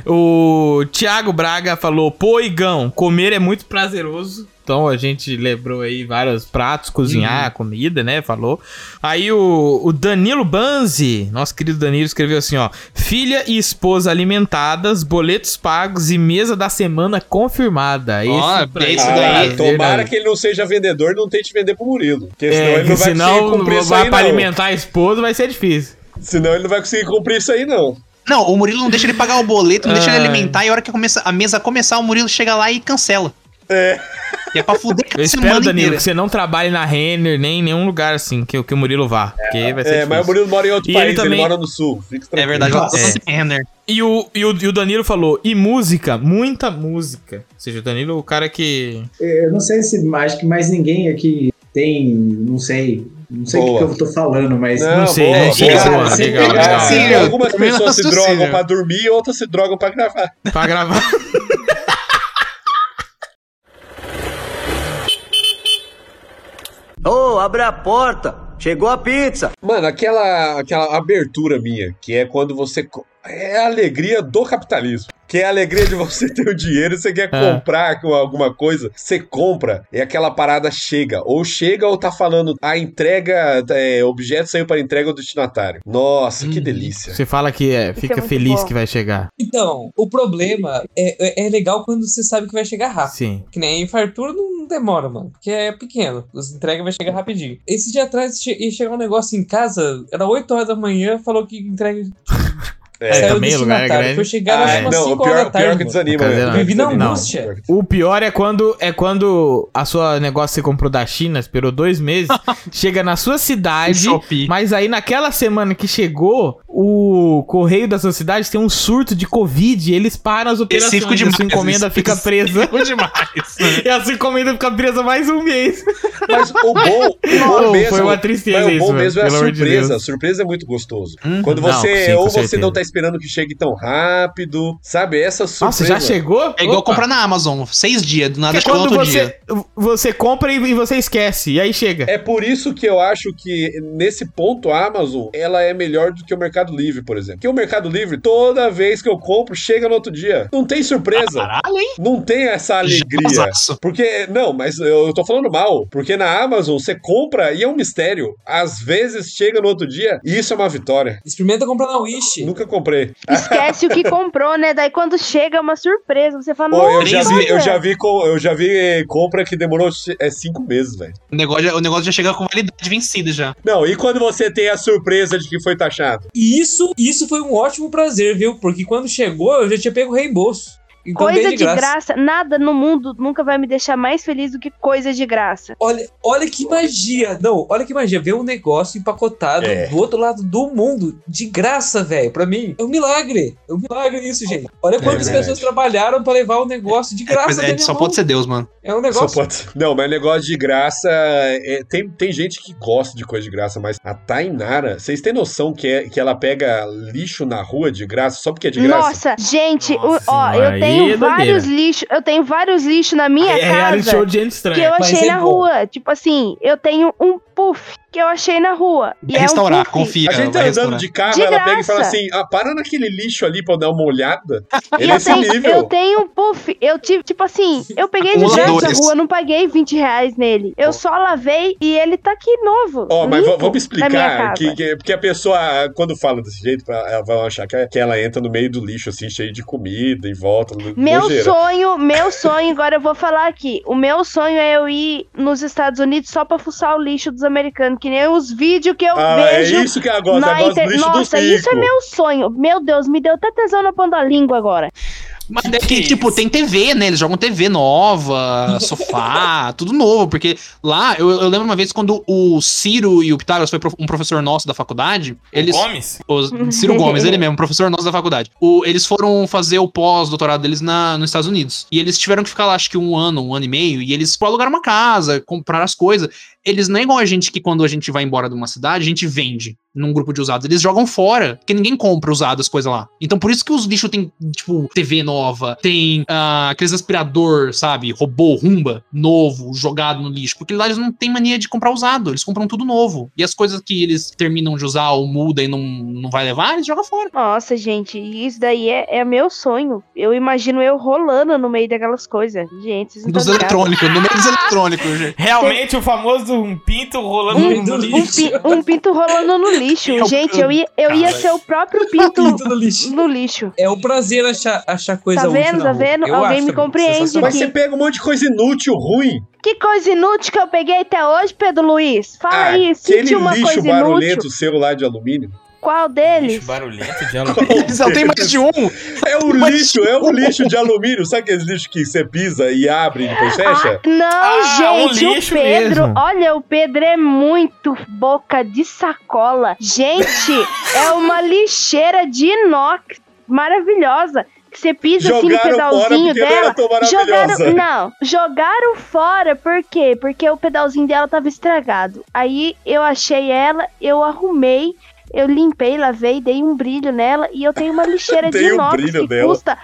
Speaker 1: o Thiago Braga falou: Pô, Igão, comer é muito prazeroso. Então a gente lembrou aí vários pratos,
Speaker 3: Uhum.
Speaker 1: cozinhar, comida, né? Falou. Aí o, o Danilo Banzi, nosso querido Danilo, escreveu assim: ó. Filha e esposa alimentadas, boletos pagos e mesa da semana confirmada.
Speaker 3: Ó,
Speaker 1: pra
Speaker 3: é
Speaker 1: mim
Speaker 3: isso
Speaker 1: é
Speaker 4: Ah,
Speaker 3: daí.
Speaker 1: prazer,
Speaker 4: tomara
Speaker 1: né?
Speaker 4: que ele não seja vendedor e não tente vender pro Murilo. Porque senão
Speaker 1: É,
Speaker 4: ele não
Speaker 1: que
Speaker 4: vai
Speaker 1: senão
Speaker 4: conseguir cumprir isso
Speaker 1: vai
Speaker 4: aí,
Speaker 1: pra
Speaker 4: não.
Speaker 1: alimentar a esposa vai ser difícil.
Speaker 4: Senão ele não vai conseguir cumprir isso aí, não.
Speaker 3: Não, o Murilo não deixa ele pagar o boleto, não deixa ele
Speaker 1: Ai.
Speaker 3: alimentar, e a hora que começa, a mesa começar, o Murilo chega lá e cancela. É. E é pra fuder com
Speaker 1: Eu
Speaker 3: a
Speaker 1: espero,
Speaker 3: semana
Speaker 1: Danilo,
Speaker 3: inteira.
Speaker 1: que você não trabalhe na Renner nem em nenhum lugar assim que, que o Murilo vá. porque vai ser
Speaker 4: É, mas
Speaker 1: difícil.
Speaker 4: o Murilo mora em outro
Speaker 1: E ele
Speaker 4: país, ele,
Speaker 1: também-
Speaker 4: mora no sul. Fica
Speaker 3: É
Speaker 4: tranquilo.
Speaker 3: verdade, ela tá
Speaker 1: É.
Speaker 3: sem Renner.
Speaker 1: E o, e, o, e o Danilo falou, e música, muita música. Ou seja, o Danilo, é o cara que.
Speaker 5: Eu não sei se acho que mais ninguém aqui tem, não sei, não sei o que,
Speaker 4: Boa.
Speaker 5: que eu tô falando, mas
Speaker 1: Não sei, né, gente?
Speaker 5: Boa, legal, legal.
Speaker 4: Ah, Algumas
Speaker 3: Também não é
Speaker 4: pessoas se
Speaker 3: possível.
Speaker 4: drogam pra dormir e outras se drogam pra gravar.
Speaker 1: Pra gravar.
Speaker 7: Ô, abre a porta. Chegou a pizza.
Speaker 4: Mano, aquela, aquela abertura minha, que é quando você. co- É a alegria do capitalismo. Que é a alegria de você ter o dinheiro e você quer
Speaker 1: Ah.
Speaker 4: comprar com alguma coisa. Você compra, é aquela parada chega. Ou chega ou tá falando a entrega, é, objeto saiu para entrega do destinatário. Nossa, que delícia.
Speaker 1: Uhum. Você fala que é,
Speaker 2: Isso é
Speaker 1: fica
Speaker 2: muito
Speaker 1: feliz
Speaker 2: bom.
Speaker 1: que vai chegar.
Speaker 6: Então, o problema é, é, é legal quando você sabe que vai chegar rápido.
Speaker 1: Sim.
Speaker 6: Que nem a infartura não demora, mano. Porque é pequeno. As entregas vai chegar rapidinho. Esse dia atrás che- ia chegar um negócio em casa, era 8 horas da manhã, falou que entrega.
Speaker 4: É.
Speaker 6: saiu
Speaker 1: também,
Speaker 6: o
Speaker 1: lugar é
Speaker 6: destinatário.
Speaker 1: grande.
Speaker 6: Foi chegar
Speaker 1: Ah,
Speaker 6: acho
Speaker 1: é.
Speaker 6: que umas
Speaker 4: Não, o
Speaker 6: 5 horas
Speaker 4: pior,
Speaker 6: da
Speaker 4: o pior
Speaker 6: tarde.
Speaker 4: que
Speaker 6: mano.
Speaker 4: desanima,
Speaker 1: Brincadeira,
Speaker 4: né?
Speaker 1: não.
Speaker 6: Vivi na
Speaker 4: Desanima.
Speaker 6: angústia.
Speaker 1: O pior é quando é quando a sua negócio você comprou da China, esperou dois meses, chega na sua cidade.
Speaker 3: Shopee.
Speaker 1: Mas aí naquela semana que chegou, o correio da sua cidade tem um surto de Covid e eles param as operações.
Speaker 3: Específico
Speaker 1: a
Speaker 3: demais.
Speaker 1: sua encomenda fica presa.
Speaker 3: Específico demais.
Speaker 1: E a sua encomenda fica presa mais um mês.
Speaker 4: Mas o bom, o bom
Speaker 1: Não,
Speaker 4: mesmo.
Speaker 1: foi uma
Speaker 4: mas
Speaker 1: tristeza
Speaker 4: o
Speaker 1: isso,
Speaker 4: bom
Speaker 1: velho,
Speaker 4: mesmo é a
Speaker 1: pelo amor de
Speaker 4: surpresa.
Speaker 1: Deus.
Speaker 4: a surpresa é muito gostoso.
Speaker 3: Hum.
Speaker 4: Quando
Speaker 1: Não,
Speaker 4: você.
Speaker 1: sim, com
Speaker 4: ou você
Speaker 1: certeza.
Speaker 4: não tá esperando que chegue tão rápido. Sabe? Essa
Speaker 1: Nossa,
Speaker 4: surpresa.
Speaker 1: já chegou?
Speaker 3: É igual
Speaker 1: Opa.
Speaker 3: comprar na Amazon, seis dias, do nada
Speaker 1: Porque
Speaker 3: chegou no
Speaker 1: quando
Speaker 3: outro dia.
Speaker 1: você, você compra e, e você esquece, e aí chega.
Speaker 4: É por isso que eu acho que nesse ponto a Amazon ela é melhor do que o Mercado Livre, por exemplo. Porque o Mercado Livre, toda vez que eu compro, chega no outro dia. Não tem surpresa.
Speaker 3: Caralho, hein?
Speaker 4: Não tem essa alegria.
Speaker 3: Jazaço.
Speaker 4: Porque, não, mas eu eu tô falando mal. Porque na Amazon você compra e é um mistério. Às vezes chega no outro dia e isso é uma vitória.
Speaker 6: Experimenta comprar na Wish.
Speaker 4: Nunca comprei.
Speaker 2: Esquece o que comprou, né? Daí quando chega é uma surpresa. Você fala,
Speaker 4: Pô,
Speaker 2: nossa,
Speaker 4: eu, já vi, eu,
Speaker 2: olha."
Speaker 4: já vi, co- eu já vi eh, compra que demorou eh, cinco meses, velho.
Speaker 3: O negócio, o negócio já chega com validade vencida já.
Speaker 4: Não, e quando você tem a surpresa de que foi taxado?
Speaker 6: E isso, isso foi um ótimo prazer, viu? Porque quando chegou, eu já tinha pego reembolso. Então
Speaker 2: Coisa
Speaker 6: veio
Speaker 2: de graça, nada no mundo nunca vai me deixar mais feliz do que coisa de graça.
Speaker 6: Olha, olha que magia. Não, olha que magia. Ver um negócio empacotado
Speaker 4: É.
Speaker 6: do outro lado do mundo, de graça, velho. Pra mim, é um milagre. É um milagre isso, gente. Olha quantas
Speaker 4: verdade.
Speaker 6: pessoas trabalharam pra levar um negócio de graça.
Speaker 3: Mas
Speaker 6: É,
Speaker 3: é, só pode ser Deus, mano.
Speaker 6: é um
Speaker 4: Só
Speaker 6: negócio.
Speaker 4: pode. Não, mas negócio de graça. é, tem, tem gente que gosta de coisa de graça, mas a Tainara, vocês têm noção que, é- que ela pega lixo na rua de graça só porque é de graça?
Speaker 2: Nossa, gente, o-
Speaker 1: Nossa
Speaker 2: ó,
Speaker 1: senhora,
Speaker 2: eu tenho
Speaker 1: aí é
Speaker 2: vários lixos, eu tenho vários lixos na minha
Speaker 1: é né? reality show
Speaker 2: casa
Speaker 1: de gente
Speaker 2: que
Speaker 1: estranha.
Speaker 2: eu
Speaker 6: mas
Speaker 2: achei
Speaker 6: é
Speaker 2: na
Speaker 6: bom.
Speaker 2: rua. Tipo assim, eu tenho um puff que eu achei na rua. E
Speaker 3: É
Speaker 2: é
Speaker 3: restaurar,
Speaker 2: um puff.
Speaker 3: confia.
Speaker 4: A gente tá
Speaker 3: vai
Speaker 4: andando
Speaker 3: restaurar.
Speaker 4: de carro,
Speaker 2: De
Speaker 4: ela pega e fala
Speaker 2: graça.
Speaker 4: assim: ah, para naquele lixo ali pra eu dar uma olhada.
Speaker 2: E
Speaker 4: Ele é
Speaker 2: eu
Speaker 4: esse
Speaker 2: tenho, eu
Speaker 4: nível.
Speaker 2: tenho um puff, eu tive, tipo assim, eu peguei de graça na
Speaker 3: Acumuladores.
Speaker 2: rua, eu não paguei 20 reais nele. Eu só lavei e ele tá aqui novo.
Speaker 4: Ó, mas
Speaker 2: limpo,
Speaker 4: v- vamos
Speaker 2: na minha
Speaker 4: explicar
Speaker 2: casa.
Speaker 4: que, que- porque a pessoa, quando fala desse jeito, pra- ela vai achar que, que ela entra no meio do lixo, assim, cheio de comida em volta. no-
Speaker 2: Meu
Speaker 4: nojeira.
Speaker 2: sonho, meu sonho, agora eu vou falar aqui. O meu sonho é eu ir nos Estados Unidos só pra fuçar o lixo dos americanos, que nem os vídeos que eu
Speaker 4: Ah,
Speaker 2: vejo.
Speaker 4: é isso que ela gosta,
Speaker 2: na
Speaker 4: ela gosta do
Speaker 2: inter-
Speaker 4: lixo do
Speaker 2: Nossa, é
Speaker 4: rico.
Speaker 2: isso é meu sonho. Meu Deus, me deu até tesão na ponta da língua agora.
Speaker 3: Mas
Speaker 8: Que
Speaker 3: é que,
Speaker 8: que é
Speaker 3: tipo,
Speaker 8: isso?
Speaker 3: tem TV, né? Eles jogam TV nova, sofá, tudo novo. Porque lá, eu, eu lembro uma vez quando o Ciro e o Pitágoras foi pro- um professor nosso da faculdade. Eles.
Speaker 8: Gomes?
Speaker 3: os- Ciro Gomes, ele mesmo, um professor nosso da faculdade. O- eles foram fazer o pós-doutorado deles na, nos Estados Unidos. E eles tiveram que ficar lá, acho que um ano, um ano e meio. E eles alugaram uma casa, compraram as coisas. Eles não é igual a gente que quando a gente vai embora de uma cidade, a gente vende num grupo de usados. Eles jogam fora, porque ninguém compra usado as coisas lá. Então por isso que os lixos tem, tipo, TV nova, tem ah, aqueles aspirador, sabe, robô, rumba, novo, jogado no lixo. Porque lá eles não têm mania de comprar usado, eles compram tudo novo. E as coisas que eles terminam de usar ou muda e não, não vai levar, eles jogam fora.
Speaker 2: Nossa, gente, isso daí é, é meu sonho. Eu imagino eu rolando no meio daquelas coisas. Gente, vocês não
Speaker 3: Dos
Speaker 2: tão ligados.
Speaker 3: eletrônicos, no meio dos eletrônicos, gente.
Speaker 8: Realmente o famoso um pinto rolando
Speaker 6: Um
Speaker 8: no
Speaker 6: do
Speaker 8: lixo.
Speaker 2: um, pi- um pinto rolando no lixo.
Speaker 3: É o- É
Speaker 2: gente, eu ia, eu ia ser o próprio pinto
Speaker 6: Pinto no lixo.
Speaker 2: no lixo.
Speaker 6: É um prazer achar, achar coisa
Speaker 2: Tá
Speaker 6: útil
Speaker 2: vendo,
Speaker 6: na
Speaker 2: tá
Speaker 6: rua.
Speaker 2: vendo?
Speaker 6: Eu
Speaker 2: Alguém
Speaker 6: acho
Speaker 2: me
Speaker 6: também
Speaker 2: compreende né?
Speaker 6: sensacional.
Speaker 4: Mas você pega um monte de coisa inútil, ruim.
Speaker 2: Que coisa inútil que eu peguei até hoje, Pedro Luiz. Fala aí,
Speaker 4: Ah, aquele
Speaker 2: senti uma
Speaker 4: lixo
Speaker 2: coisa
Speaker 4: barulhento,
Speaker 2: inútil.
Speaker 4: celular de alumínio.
Speaker 2: Qual
Speaker 8: Lixo
Speaker 2: deles?
Speaker 8: barulhento de
Speaker 1: é
Speaker 8: alumínio.
Speaker 3: Só tem mais de um.
Speaker 4: É um
Speaker 3: Mas-
Speaker 4: lixo, é um lixo de alumínio. Sabe aqueles lixos que você pisa e abre e depois fecha?
Speaker 2: Ah, não,
Speaker 8: Ah, um
Speaker 2: gente,
Speaker 8: lixo
Speaker 2: o Pedro,
Speaker 1: mesmo.
Speaker 2: olha, o Pedro é muito boca de sacola. Gente, é uma lixeira de inox maravilhosa. Que você pisa assim no
Speaker 4: Jogaram fora
Speaker 2: pedalzinho
Speaker 4: porque não
Speaker 2: dela.
Speaker 4: era tão maravilhosa.
Speaker 2: Jogaram, não, jogaram fora, por quê? Porque o pedalzinho dela tava estragado. Aí eu achei ela, eu arrumei, eu limpei, lavei, dei um brilho nela e eu tenho uma lixeira de
Speaker 4: Dei um
Speaker 2: inox
Speaker 4: brilho
Speaker 2: que
Speaker 4: nela.
Speaker 2: custa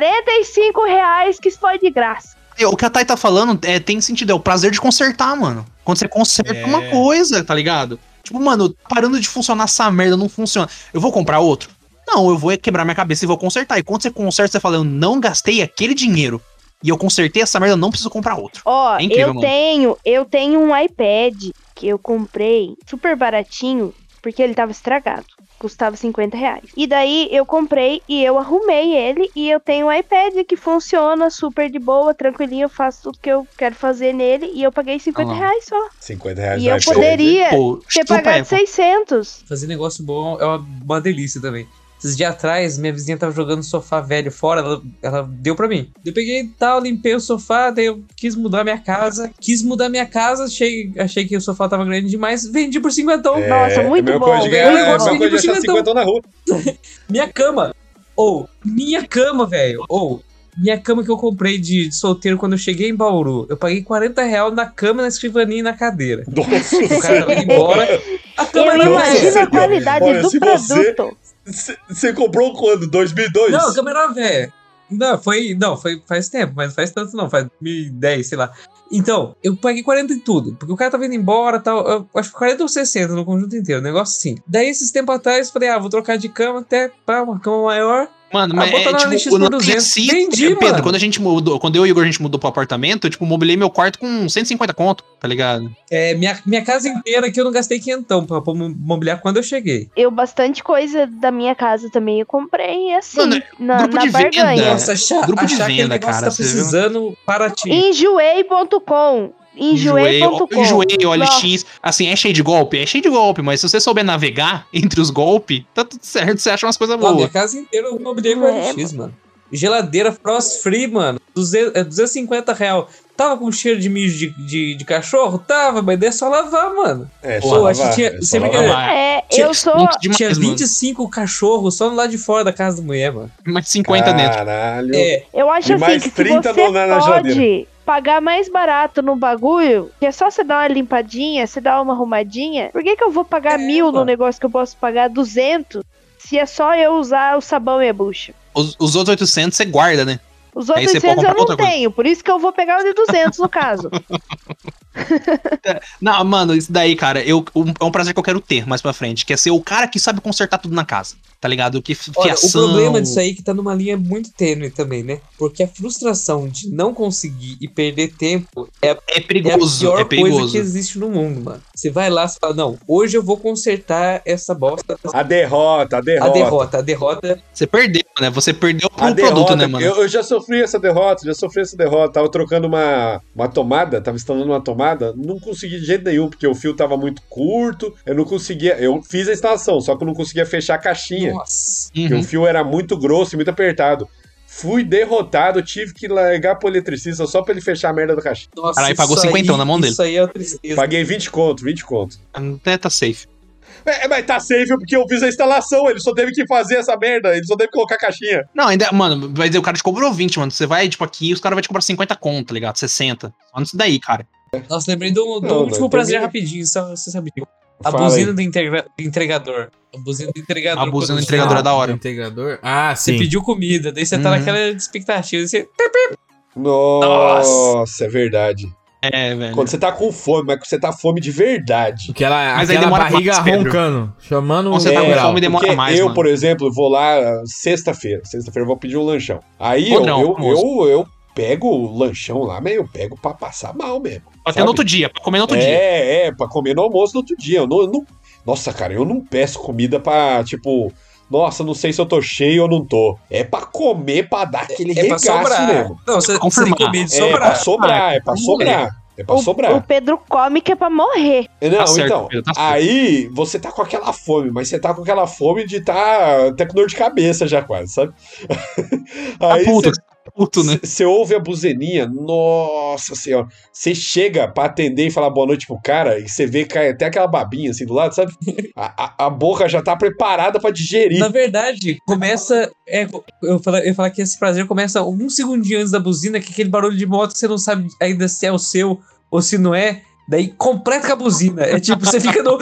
Speaker 2: 45 reais que foi de graça.
Speaker 3: O que a Thay tá falando é, tem sentido, é o prazer de consertar, mano. Quando você conserta
Speaker 1: É.
Speaker 3: uma coisa, tá ligado? Tipo, mano, parando de funcionar essa merda, não funciona. Eu vou comprar outro? Não, eu vou quebrar minha cabeça e vou consertar. E quando você conserta, você fala, eu não gastei aquele dinheiro. E eu consertei essa merda, eu não preciso comprar outro.
Speaker 2: Ó,
Speaker 3: É incrível,
Speaker 2: eu
Speaker 3: mano.
Speaker 2: tenho, eu tenho um iPad que eu comprei super baratinho, porque ele tava estragado. Custava 50 reais. E daí eu comprei e eu arrumei ele. E eu tenho um iPad que funciona super de boa, tranquilinho. Eu faço tudo que eu quero fazer nele. E eu paguei 50
Speaker 3: Ah lá.
Speaker 2: reais só.
Speaker 4: 50 reais
Speaker 2: E
Speaker 4: no
Speaker 2: eu
Speaker 4: iPad.
Speaker 2: poderia
Speaker 3: Pô,
Speaker 2: ter
Speaker 3: chupa
Speaker 2: pagado
Speaker 3: Apple.
Speaker 2: 600.
Speaker 6: Fazer negócio bom é uma, uma delícia também. Esses dias atrás, minha vizinha tava jogando o sofá velho fora, ela, ela deu pra mim. Eu peguei e tal, limpei o sofá, daí eu quis mudar minha casa. Quis mudar minha casa, achei, achei que o sofá tava grande demais, vendi por cinquentão.
Speaker 4: É,
Speaker 2: Nossa,
Speaker 4: é a
Speaker 2: muito
Speaker 4: mesma
Speaker 2: bom.
Speaker 4: Coisa de ganhar,
Speaker 6: Eu
Speaker 4: é a mesma
Speaker 6: consegui
Speaker 4: coisa de achar
Speaker 6: cinquentão.
Speaker 4: 50 na rua.
Speaker 6: Minha cama. Ou, minha cama, velho. Ou, minha cama que eu comprei de, de solteiro quando eu cheguei em Bauru. Eu paguei 40 reais na cama, na escrivaninha e na cadeira. O
Speaker 4: Nossa,
Speaker 6: cara vai embora. A cama
Speaker 2: Eu
Speaker 6: não
Speaker 4: Nossa,
Speaker 2: imagino a
Speaker 4: senhora.
Speaker 2: qualidade
Speaker 4: é. Olha,
Speaker 2: do
Speaker 4: se você-
Speaker 2: produto.
Speaker 4: você comprou quando? 2002?
Speaker 6: Não, câmera velha. Não, foi. Não, foi faz tempo, mas não faz tanto não, faz 2010, sei lá. Então, eu paguei 40 em tudo, porque o cara tava indo embora tal. Eu acho que 40 ou 60 no conjunto inteiro, um negócio assim. Daí, esses tempos atrás, falei, ah, vou trocar de cama até pá, uma cama maior.
Speaker 3: Mano,
Speaker 6: Ah,
Speaker 3: mas
Speaker 6: bota
Speaker 3: é,
Speaker 6: lá no
Speaker 3: tipo,
Speaker 6: LX
Speaker 3: o
Speaker 6: por
Speaker 3: lance
Speaker 6: 200.
Speaker 3: em si,
Speaker 6: Vendi,
Speaker 3: é, Pedro,
Speaker 6: mano.
Speaker 3: quando a gente mudou, quando eu e o Igor a gente mudou pro apartamento, eu, tipo, mobilei meu quarto com 150 conto, tá ligado?
Speaker 6: É, minha, minha casa inteira que eu não gastei quentão pra, pra mobiliar quando eu cheguei.
Speaker 2: Eu, bastante coisa da minha casa também eu comprei assim,
Speaker 3: Mano,
Speaker 2: na,
Speaker 3: grupo
Speaker 2: na
Speaker 3: de venda. É,
Speaker 2: barganha.
Speaker 6: Nossa, achar,
Speaker 3: grupo de
Speaker 6: achar aquele
Speaker 3: venda,
Speaker 6: negócio
Speaker 3: cara,
Speaker 6: tá
Speaker 3: você viu?
Speaker 6: precisando para ti.
Speaker 3: ó,
Speaker 2: Enjoei.com. Enjoei.com.
Speaker 3: enjoei,
Speaker 2: Nossa,
Speaker 3: OLX. Assim, é cheio de golpe? É cheio de golpe, mas se você souber navegar entre os golpes, tá tudo certo, você acha umas coisas
Speaker 6: Pô, minha
Speaker 3: boas.
Speaker 6: casa inteira eu mobilei com
Speaker 2: É,
Speaker 6: LX, mano. Geladeira frost free, mano. 200, é, 250 real. Tava com cheiro de mijo de, de, de cachorro? Tava, mas daí é só lavar, mano.
Speaker 4: É,
Speaker 6: Pô,
Speaker 4: só
Speaker 6: acho que
Speaker 4: lavar,
Speaker 6: tinha-
Speaker 4: é
Speaker 6: você
Speaker 4: só
Speaker 6: me
Speaker 4: lavar.
Speaker 6: ganhou.
Speaker 3: Mas-
Speaker 2: É,
Speaker 3: Tinha
Speaker 2: eu sou.
Speaker 3: muito demais,
Speaker 6: Tinha
Speaker 3: mano.
Speaker 6: 25 cachorros só no lado de fora da casa da mulher, mano.
Speaker 3: mais
Speaker 4: Ah.
Speaker 3: 50 dentro.
Speaker 4: Caralho.
Speaker 6: É,
Speaker 2: Eu acho
Speaker 4: E
Speaker 2: assim
Speaker 4: mais
Speaker 2: que se
Speaker 4: 30
Speaker 2: você
Speaker 4: dólar na
Speaker 2: pode
Speaker 4: geladeira.
Speaker 2: pagar mais barato no bagulho, que é só você dar uma limpadinha, você dar uma arrumadinha, por que, que eu vou pagar
Speaker 6: É,
Speaker 2: mil no
Speaker 6: mano.
Speaker 2: negócio que eu posso pagar 200 se é só eu usar o sabão e a bucha?
Speaker 3: Os, os outros 800 você guarda, né?
Speaker 2: Os
Speaker 3: Aí
Speaker 2: outros
Speaker 3: você pode
Speaker 2: 800 eu
Speaker 3: comprar
Speaker 2: não
Speaker 3: outra coisa.
Speaker 2: tenho, por isso que eu vou pegar o de 200 no caso.
Speaker 3: Não, mano, isso daí, cara, eu, um- é um prazer que eu quero ter mais pra frente, que é ser o cara que sabe consertar tudo na casa, tá ligado? Que fi-
Speaker 6: olha, o
Speaker 3: fiação...
Speaker 6: problema disso aí é que tá numa linha muito tênue também, né? Porque a frustração de não conseguir e perder tempo é a
Speaker 3: É
Speaker 6: É a
Speaker 3: perigoso,
Speaker 6: pior
Speaker 3: é,
Speaker 6: coisa que
Speaker 3: perigoso.
Speaker 6: existe no mundo, mano. Você vai lá e fala, não, hoje eu vou consertar essa bosta.
Speaker 4: A derrota, a
Speaker 6: A
Speaker 4: derrota.
Speaker 6: derrota, a derrota.
Speaker 3: Você perdeu, né? Você perdeu pro
Speaker 4: A
Speaker 3: produto,
Speaker 4: derrota,
Speaker 3: né, mano?
Speaker 4: Eu, eu já sofri essa derrota, já sofri essa derrota. Tava trocando uma, uma tomada, tava instalando uma tomada, não consegui de jeito nenhum, porque o fio tava muito curto, eu não conseguia. Eu fiz a
Speaker 6: Uhum.
Speaker 4: instalação, só que eu não conseguia fechar a caixinha,
Speaker 6: Nossa.
Speaker 4: porque
Speaker 3: Uhum.
Speaker 4: o fio era muito grosso e muito apertado. Fui derrotado, tive que largar pro eletricista só pra ele fechar a merda do caixa.
Speaker 6: Nossa,
Speaker 3: Caralho, pagou
Speaker 6: isso aí-
Speaker 3: cinquentão na mão dele.
Speaker 6: Isso aí é uma tristeza.
Speaker 4: Paguei 20 conto, 20 conto.
Speaker 3: Até tá safe.
Speaker 4: É, mas tá safe porque eu fiz a instalação, ele só teve que fazer essa merda, ele só teve que colocar a caixinha.
Speaker 3: Não, ainda, mano, vai dizer, o cara te cobrou 20, mano. Você vai, tipo, aqui, os caras vão te cobrar 50 conto, tá ligado? 60. Só nisso daí, cara.
Speaker 6: Nossa, lembrei do, do
Speaker 4: Não,
Speaker 6: último
Speaker 4: velho,
Speaker 6: prazer
Speaker 4: também-
Speaker 6: rapidinho, só você sabia. A
Speaker 4: Fala
Speaker 6: buzina
Speaker 4: aí.
Speaker 6: do, integra- do entregador. A buzina do entregador.
Speaker 3: A buzina do
Speaker 6: quando
Speaker 3: entregador é da
Speaker 4: né?
Speaker 3: hora.
Speaker 1: Entregador? Ah,
Speaker 6: Você
Speaker 1: sim.
Speaker 6: pediu comida, daí você tá
Speaker 3: Uhum.
Speaker 6: naquela expectativa. Você...
Speaker 4: Nossa, é verdade.
Speaker 3: É, velho.
Speaker 4: Quando você tá com fome, mas que você tá fome de verdade.
Speaker 1: Aquela,
Speaker 3: Mas aí
Speaker 1: aquela
Speaker 3: demora
Speaker 1: barriga
Speaker 3: mais, Pedro.
Speaker 1: roncando, chamando
Speaker 3: Quando você tá
Speaker 1: um
Speaker 3: com
Speaker 1: grau.
Speaker 3: fome, demora
Speaker 4: É, Porque
Speaker 3: mais,
Speaker 4: eu,
Speaker 3: mano.
Speaker 4: por exemplo, vou lá ah, sexta-feira. Sexta-feira eu vou pedir um lanchão. Aí eu,
Speaker 3: Podrão,
Speaker 4: eu,
Speaker 3: famoso.
Speaker 4: eu, eu pego o lanchão lá, mas eu pego pra passar mal mesmo.
Speaker 3: Até
Speaker 4: sabe?
Speaker 3: no outro dia, pra comer no outro
Speaker 4: é,
Speaker 3: dia.
Speaker 4: É, pra comer no almoço no outro dia. Eu não, eu não- Nossa, cara, eu não peço comida pra, tipo... Nossa, não sei se eu tô cheio ou não tô. É pra comer, pra dar aquele
Speaker 6: É pra
Speaker 4: regaço
Speaker 6: sobrar.
Speaker 4: mesmo.
Speaker 6: Não, você, você tem
Speaker 3: Confirmar.
Speaker 6: comida de
Speaker 4: É pra
Speaker 6: sobrar.
Speaker 3: Ah,
Speaker 4: sobrar, é pra sobrar. É pra
Speaker 2: o,
Speaker 4: sobrar.
Speaker 2: o Pedro come que é pra morrer.
Speaker 4: Não,
Speaker 3: Tá certo,
Speaker 4: então,
Speaker 3: Pedro, tá certo.
Speaker 4: aí você tá com aquela fome, mas você tá com aquela fome de tá até com dor de cabeça já quase, sabe?
Speaker 3: Tá
Speaker 4: aí
Speaker 3: puto, tá puto, né?
Speaker 4: você ouve a buzeninha, nossa senhora, você chega pra atender e falar boa noite pro cara e você vê cai até aquela babinha assim do lado, sabe? A, a- a boca já tá preparada pra digerir.
Speaker 6: Na verdade, começa. é, eu, falo, eu ia falar que esse prazer começa um segundinho antes da buzina, que é aquele barulho de moto que você não sabe ainda se é o seu ou se não é. Daí completa com a buzina. É tipo, você fica no.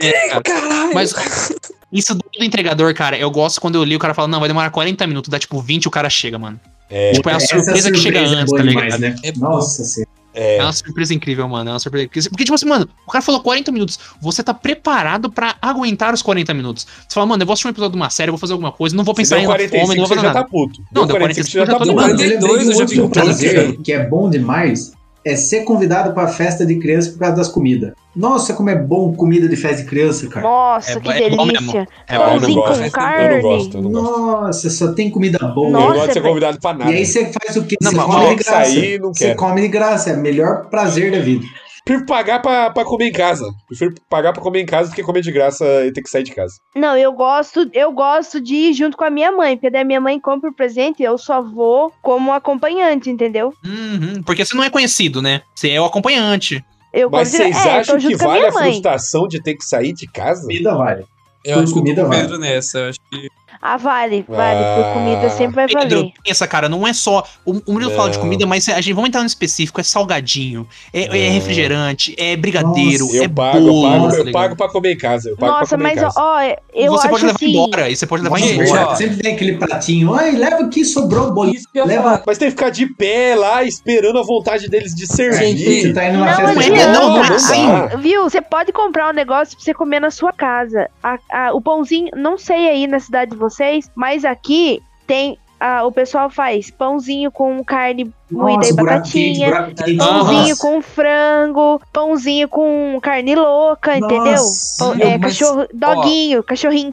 Speaker 3: É, cara.
Speaker 6: Caralho!
Speaker 3: Mas isso do entregador, cara, eu gosto quando eu li, o cara fala, não, vai demorar 40 minutos, dá tipo 20 o cara chega, mano.
Speaker 4: É,
Speaker 3: tipo, é a
Speaker 5: Essa
Speaker 3: surpresa que chega
Speaker 5: surpresa é
Speaker 3: antes,
Speaker 5: boa
Speaker 3: tá
Speaker 5: demais,
Speaker 3: ligado?
Speaker 5: né?
Speaker 6: É
Speaker 5: Nossa senhora.
Speaker 4: é,
Speaker 3: É uma surpresa incrível, mano. É uma surpresa incrível. Porque, tipo assim, mano, o cara falou 40 minutos. Você tá preparado pra aguentar os 40 minutos. Você fala, mano, eu vou assistir um episódio de uma série, eu vou fazer alguma coisa, não vou
Speaker 4: se
Speaker 3: pensar
Speaker 4: deu
Speaker 3: em na fome,
Speaker 4: 45,
Speaker 3: não vou
Speaker 4: você
Speaker 3: fazer
Speaker 4: já
Speaker 3: nada.
Speaker 4: tá puto.
Speaker 3: Não, deu 45, já tá animado.
Speaker 5: Mano, eu lembrei
Speaker 6: Dois,
Speaker 5: de
Speaker 6: eu já
Speaker 5: um outro
Speaker 6: fico
Speaker 5: prazer
Speaker 6: puto.
Speaker 5: que é bom demais é ser convidado pra festa de criança por causa das comidas. Nossa, como é bom comida de festa de criança, cara.
Speaker 2: Nossa,
Speaker 3: É
Speaker 2: que
Speaker 3: bom- é bom
Speaker 2: delícia.
Speaker 3: É,
Speaker 4: Ah, eu,
Speaker 3: mano,
Speaker 4: não
Speaker 2: Pãozinho
Speaker 4: gosto,
Speaker 2: com
Speaker 4: eu não
Speaker 2: carne.
Speaker 4: gosto, eu não gosto.
Speaker 5: Nossa, só tem comida boa.
Speaker 4: Eu não gosto
Speaker 2: Nossa,
Speaker 4: de ser
Speaker 2: velho.
Speaker 4: convidado pra nada.
Speaker 5: E é aí você faz o quê?
Speaker 3: Não,
Speaker 5: Você
Speaker 3: mas
Speaker 5: come
Speaker 4: mal
Speaker 5: de
Speaker 4: que
Speaker 5: graça.
Speaker 4: sair, não
Speaker 5: Você
Speaker 4: quero.
Speaker 5: come de graça, é o melhor prazer da vida.
Speaker 4: Prefiro pagar pra, pra comer em casa. Prefiro pagar pra comer em casa do que comer de graça e ter que sair de casa.
Speaker 2: Não, eu gosto, eu gosto de ir junto com a minha mãe, porque daí minha mãe compra o presente e eu só vou como acompanhante, entendeu?
Speaker 3: Uhum, porque você não é conhecido, né? Você é o acompanhante.
Speaker 2: Eu
Speaker 4: Mas
Speaker 2: compro-
Speaker 4: vocês
Speaker 2: é, eu tô
Speaker 4: acham que
Speaker 2: junto com a
Speaker 4: vale a
Speaker 2: minha mãe.
Speaker 4: frustração de ter que sair de casa?
Speaker 5: Comida vale.
Speaker 6: Eu
Speaker 5: Por
Speaker 6: acho que eu
Speaker 5: comida
Speaker 6: tô com o
Speaker 5: vale.
Speaker 6: Pedro nessa. eu acho que-
Speaker 2: Ah, vale, vale.
Speaker 4: Ah.
Speaker 2: Por comida sempre vai
Speaker 3: Pedro,
Speaker 2: valer.
Speaker 3: pensa, cara, não é só. O, o Murilo fala de
Speaker 4: Não.
Speaker 3: comida, mas a gente vamos entrar no específico: é salgadinho, é, é
Speaker 4: Não.
Speaker 3: refrigerante, é brigadeiro,
Speaker 5: Nossa,
Speaker 3: é
Speaker 4: Eu pago,
Speaker 3: bolo.
Speaker 4: eu pago,
Speaker 3: tá
Speaker 4: eu
Speaker 3: ligado?
Speaker 4: pago pra comer em casa. Eu pago
Speaker 2: Nossa,
Speaker 4: pra comer
Speaker 2: mas
Speaker 4: em casa.
Speaker 2: ó, eu
Speaker 3: você
Speaker 2: acho
Speaker 3: pode levar
Speaker 2: assim,
Speaker 3: embora, né? e você pode levar
Speaker 5: Nossa,
Speaker 3: embora.
Speaker 5: verdade, sempre tem aquele pratinho. Ai, leva aqui, sobrou um bolinho.
Speaker 6: Isso que eu ia
Speaker 5: Leva-
Speaker 6: falar.
Speaker 4: Mas tem que ficar de pé lá, esperando a vontade deles de servir.
Speaker 5: Gente, você tá indo numa
Speaker 2: Não
Speaker 5: festa de
Speaker 2: adianta.
Speaker 5: criança.
Speaker 3: Não, não é
Speaker 4: dá.
Speaker 3: assim.
Speaker 2: Viu? Você pode comprar um negócio pra você comer na sua casa. A- a- o pãozinho, não sei aí na cidade de vocês, mas aqui tem. ah, o pessoal faz pãozinho com carne moída e
Speaker 5: Nossa, buraco quente,
Speaker 2: batatinha,
Speaker 5: buraco quente.
Speaker 2: pãozinho
Speaker 5: Nossa.
Speaker 2: com frango, pãozinho com carne louca, entendeu?
Speaker 5: Nossa,
Speaker 2: Pão- é,
Speaker 6: mas,
Speaker 2: cachorro, doguinho, cachorrinho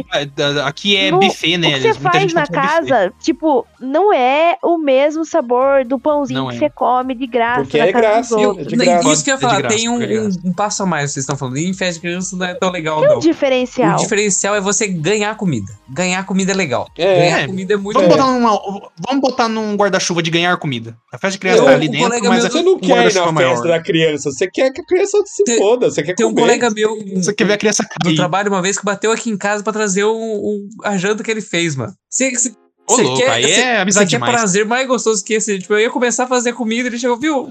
Speaker 3: E- e- aqui é
Speaker 2: No-
Speaker 3: buffet, né?
Speaker 2: o que você
Speaker 3: Muita
Speaker 2: faz
Speaker 3: gente
Speaker 2: na
Speaker 3: consome buffet.
Speaker 2: casa, tipo, não é o mesmo sabor do pãozinho
Speaker 3: Não
Speaker 2: que
Speaker 3: é.
Speaker 2: você come de graça
Speaker 4: Porque
Speaker 2: na
Speaker 4: é
Speaker 2: casa
Speaker 4: graça,
Speaker 2: dos
Speaker 4: eu-
Speaker 2: outros.
Speaker 4: De
Speaker 6: Não,
Speaker 4: graça.
Speaker 6: isso que eu ia
Speaker 3: É de
Speaker 6: falar,
Speaker 3: graça,
Speaker 6: tem um,
Speaker 3: é de graça.
Speaker 6: um- um passo a mais que vocês estão falando. E em festa de criança não é tão legal,
Speaker 2: É um
Speaker 6: não.
Speaker 2: diferencial.
Speaker 6: O diferencial é você ganhar comida. Ganhar comida é legal.
Speaker 4: É,
Speaker 6: Ganhar comida é muito
Speaker 3: Vamos,
Speaker 6: legal.
Speaker 3: botar um numa- vamos botar num guarda-chuva de ganhar comida. A festa de criança
Speaker 6: Eu-
Speaker 3: tá ali
Speaker 6: um
Speaker 3: dentro,
Speaker 6: colega
Speaker 3: mas
Speaker 6: meu-
Speaker 3: aqui
Speaker 4: você não
Speaker 3: um
Speaker 4: quer ir na
Speaker 3: guarda-chuva maior.
Speaker 4: festa da criança. Você quer que a criança se
Speaker 6: Tem-
Speaker 4: foda. Você quer
Speaker 6: Tem um
Speaker 4: comer.
Speaker 6: colega meu um-
Speaker 3: Você quer ver a criança
Speaker 6: do
Speaker 3: cair.
Speaker 6: trabalho uma vez que bateu aqui em casa pra trazer o o- a janta que ele fez, mano. Você você-
Speaker 3: Ô,
Speaker 6: você
Speaker 3: louco,
Speaker 6: quer-
Speaker 3: aí
Speaker 6: você-
Speaker 3: é
Speaker 6: Isso
Speaker 3: amizade
Speaker 6: aqui é
Speaker 3: demais.
Speaker 6: prazer mais gostoso que esse. Tipo, eu ia começar a fazer comida, ele chegou, viu?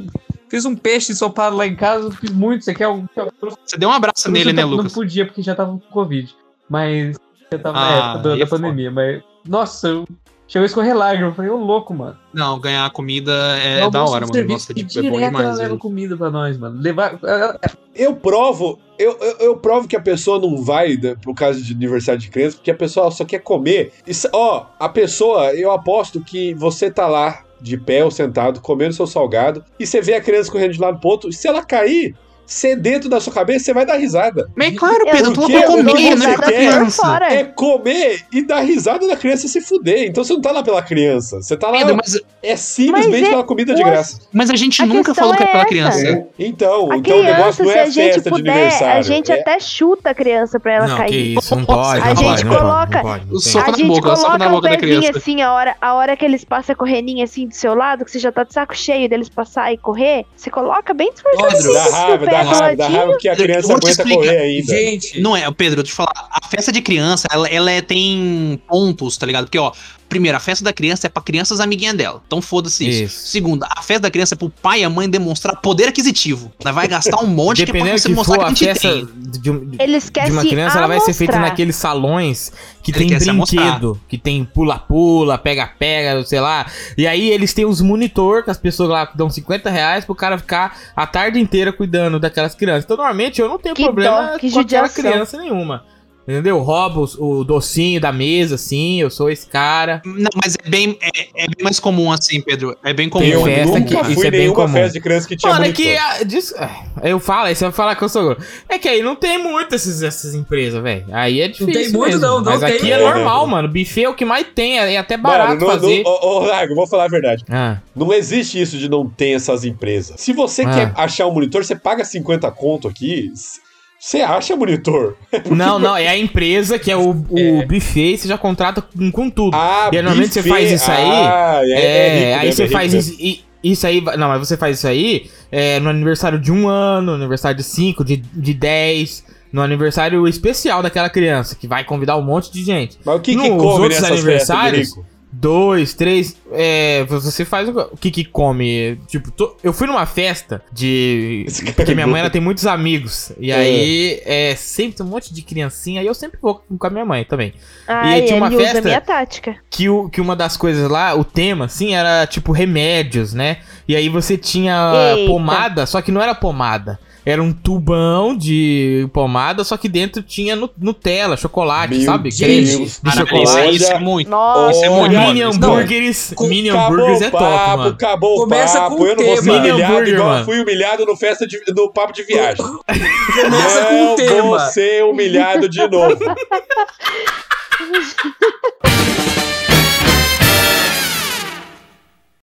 Speaker 6: Fiz um peixe ensopado lá em casa, fiz muito. Você quer um. quer- trouxe-
Speaker 3: Você deu um abraço
Speaker 6: trouxe,
Speaker 3: nele, né,
Speaker 6: não-
Speaker 3: Lucas?
Speaker 6: Não podia, porque já tava com Covid. Mas já tava
Speaker 3: Ah,
Speaker 6: na época da-
Speaker 3: aí
Speaker 6: da,
Speaker 3: é foda.
Speaker 6: pandemia. Mas, nossa, eu, chegou a escorrer lágrima. Eu falei, ô louco, mano.
Speaker 3: Não, ganhar comida é
Speaker 6: Eu
Speaker 3: da
Speaker 6: almoço
Speaker 3: hora,
Speaker 6: no
Speaker 3: mano. Nossa,
Speaker 6: serviço e
Speaker 3: tipo, é bom
Speaker 6: direto né,
Speaker 3: demais.
Speaker 6: Ela leva
Speaker 3: velho.
Speaker 6: comida pra nós, mano. Levar. é, ela-
Speaker 4: Eu provo, eu, eu, eu provo que a pessoa não vai né, pro caso de aniversário de criança, porque a pessoa só quer comer. Isso- ó, a pessoa, eu aposto que você tá lá de pé ou sentado, comendo seu salgado, e você vê a criança correndo de um lado pro outro, e se ela cair, sedento na sua cabeça, você vai dar risada.
Speaker 3: Mas é claro,
Speaker 2: Eu
Speaker 3: Pedro, tu tá
Speaker 4: não
Speaker 3: colocou
Speaker 4: quero, não,
Speaker 3: medo
Speaker 4: risada
Speaker 3: na
Speaker 4: por
Speaker 3: né? criança.
Speaker 2: fora.
Speaker 4: É comer e dar risada da criança e se fuder. Então você não tá lá pela criança. Você tá lá.
Speaker 3: Pedro, mas,
Speaker 4: É simplesmente
Speaker 2: Mas é
Speaker 4: pela comida de
Speaker 2: uma-
Speaker 4: graça.
Speaker 3: mas a gente
Speaker 2: A
Speaker 3: nunca
Speaker 2: questão
Speaker 3: falou que é
Speaker 2: é
Speaker 3: pela
Speaker 2: essa.
Speaker 3: criança.
Speaker 5: É.
Speaker 4: Então,
Speaker 2: A
Speaker 4: então o negócio
Speaker 2: criança,
Speaker 4: não
Speaker 2: se
Speaker 4: é
Speaker 2: a gente
Speaker 4: festa de
Speaker 2: puder,
Speaker 4: aniversário.
Speaker 2: a gente
Speaker 4: é...
Speaker 2: até chuta a criança pra ela
Speaker 1: Não, que
Speaker 2: cair.
Speaker 1: isso, não pode,
Speaker 2: A
Speaker 1: não
Speaker 2: gente
Speaker 1: pode, não pode,
Speaker 2: coloca-
Speaker 1: não pode, não
Speaker 3: O
Speaker 1: tem.
Speaker 3: soco
Speaker 2: a
Speaker 3: na
Speaker 2: gente
Speaker 3: boca, ela soca
Speaker 2: coloca
Speaker 3: na
Speaker 2: o
Speaker 3: boca da
Speaker 2: pezinho
Speaker 3: criança.
Speaker 2: assim, a hora, a hora que eles passam a correninha assim do seu lado, que você já tá de saco cheio deles passar e correr, você coloca bem assim,
Speaker 6: Pedro,
Speaker 4: Dá
Speaker 2: desforçadinho o
Speaker 4: raiva,
Speaker 2: pé
Speaker 4: dá raiva, dá
Speaker 2: coladinho.
Speaker 4: raiva que a
Speaker 3: Eu- eu
Speaker 4: criança
Speaker 3: vou te
Speaker 4: aguenta
Speaker 3: explicar.
Speaker 4: correr ainda.
Speaker 6: Gente,
Speaker 3: Não é, Pedro, deixa eu te falar. A festa de criança, ela, ela é- tem pontos, tá ligado? Porque, ó, primeiro, a festa da criança é pra crianças amiguinhas dela. Então foda-se isso.
Speaker 1: Isso.
Speaker 3: Segunda, a festa da criança é pro pai e a mãe demonstrar poder aquisitivo. Ela vai gastar um monte que é pra
Speaker 1: Dependendo
Speaker 3: você
Speaker 1: que
Speaker 3: mostrar
Speaker 1: for
Speaker 3: que a
Speaker 1: a
Speaker 3: gente
Speaker 1: festa
Speaker 3: tem. né?
Speaker 1: de, de-
Speaker 2: Ele esquece
Speaker 1: de uma criança, ela vai ser feita naqueles salões que
Speaker 3: Ele
Speaker 1: tem
Speaker 3: quer se
Speaker 1: brinquedo, que tem pula-pula, pega-pega, sei lá. E aí eles têm os monitor que as pessoas lá dão 50 reais pro cara ficar a tarde inteira cuidando daquelas crianças. Então, normalmente, eu não tenho
Speaker 2: Que
Speaker 1: problema
Speaker 2: dó, que
Speaker 1: com aquela
Speaker 2: judiação.
Speaker 1: criança nenhuma. Entendeu? Roubo os- o docinho da mesa, assim, eu sou esse cara.
Speaker 3: Não, mas é bem, é, é bem mais comum assim, Pedro. É bem comum.
Speaker 1: Tem
Speaker 4: Eu
Speaker 1: festa
Speaker 4: nunca
Speaker 1: que- isso
Speaker 4: fui
Speaker 1: é
Speaker 4: em
Speaker 1: bem
Speaker 4: nenhuma
Speaker 1: comum.
Speaker 4: festa de criança que tinha
Speaker 1: Mano, é
Speaker 4: monitor.
Speaker 1: que. ah, diz- ah, eu falo, aí você vai falar que eu sou. gordo. É que aí não tem muito esses, essas empresas, velho. Aí é difícil.
Speaker 6: tem muito,
Speaker 1: mesmo.
Speaker 6: não, não
Speaker 1: Mas
Speaker 6: tem
Speaker 1: aqui é
Speaker 4: mesmo.
Speaker 1: normal, mano. Buffet é o que mais tem, é é até
Speaker 4: Mano,
Speaker 1: barato
Speaker 4: não,
Speaker 1: fazer.
Speaker 4: não, ô, ô, Lago, vou falar a verdade.
Speaker 1: Ah,
Speaker 4: Não existe isso de não ter essas empresas. Se você
Speaker 1: Ah.
Speaker 4: quer achar um monitor, você paga 50 conto aqui, s- você acha monitor.
Speaker 1: Não, não, é a empresa que é o, o buffet, você já contrata com, com tudo.
Speaker 4: Ah,
Speaker 1: E aí, normalmente você faz isso aí,
Speaker 4: Ah, é, é
Speaker 1: É,
Speaker 4: rico
Speaker 1: aí
Speaker 4: mesmo,
Speaker 1: você
Speaker 4: é rico
Speaker 1: faz
Speaker 4: mesmo.
Speaker 1: isso, e- isso aí. Não, mas você faz isso aí é, no aniversário de um ano, no aniversário de cinco, de, de dez, no aniversário especial daquela criança, que vai convidar um monte de gente.
Speaker 4: Mas o que, que
Speaker 1: Nos
Speaker 4: come
Speaker 1: outros
Speaker 4: nessas festas de
Speaker 1: aniversários,
Speaker 4: rico?
Speaker 1: Dois, três. É, você faz o o que que come. Tipo, tô- eu fui numa festa de.
Speaker 4: Esse cara
Speaker 1: Porque minha
Speaker 4: é
Speaker 1: mãe ela tem muitos amigos. E aí, é, sempre tem um monte de criancinha. E eu sempre vou com a minha mãe também.
Speaker 2: Ah,
Speaker 1: E tinha uma
Speaker 2: ele usa
Speaker 1: festa-
Speaker 2: a minha tática.
Speaker 1: Que, o, que uma das coisas lá, o tema, assim, era tipo remédios, né? E aí você tinha
Speaker 2: Eita.
Speaker 1: pomada, só que não era pomada. Era um tubão de pomada, só que dentro tinha nu- Nutella, chocolate,
Speaker 4: Meu
Speaker 1: é sabe?
Speaker 4: Deus.
Speaker 1: Creme de
Speaker 3: Maravilha,
Speaker 1: chocolate.
Speaker 3: isso, isso é
Speaker 4: Olha-
Speaker 3: muito.
Speaker 2: Nossa,
Speaker 3: Isso é muito, mano.
Speaker 1: Mini
Speaker 3: Não,
Speaker 1: hambúrgueres,
Speaker 4: Com-
Speaker 1: mini
Speaker 4: acabou
Speaker 1: hambúrgueres é
Speaker 4: o papo,
Speaker 1: top, mano.
Speaker 4: Acabou
Speaker 6: Começa
Speaker 4: o papo,
Speaker 6: com o
Speaker 4: eu não vou ser
Speaker 6: tema.
Speaker 1: Mini
Speaker 4: humilhado
Speaker 1: hambúrguer,
Speaker 4: igual eu
Speaker 1: mano.
Speaker 4: fui humilhado no festa de, no papo de viagem.
Speaker 6: começa com o
Speaker 4: não é vou
Speaker 6: tema.
Speaker 4: ser humilhado de novo.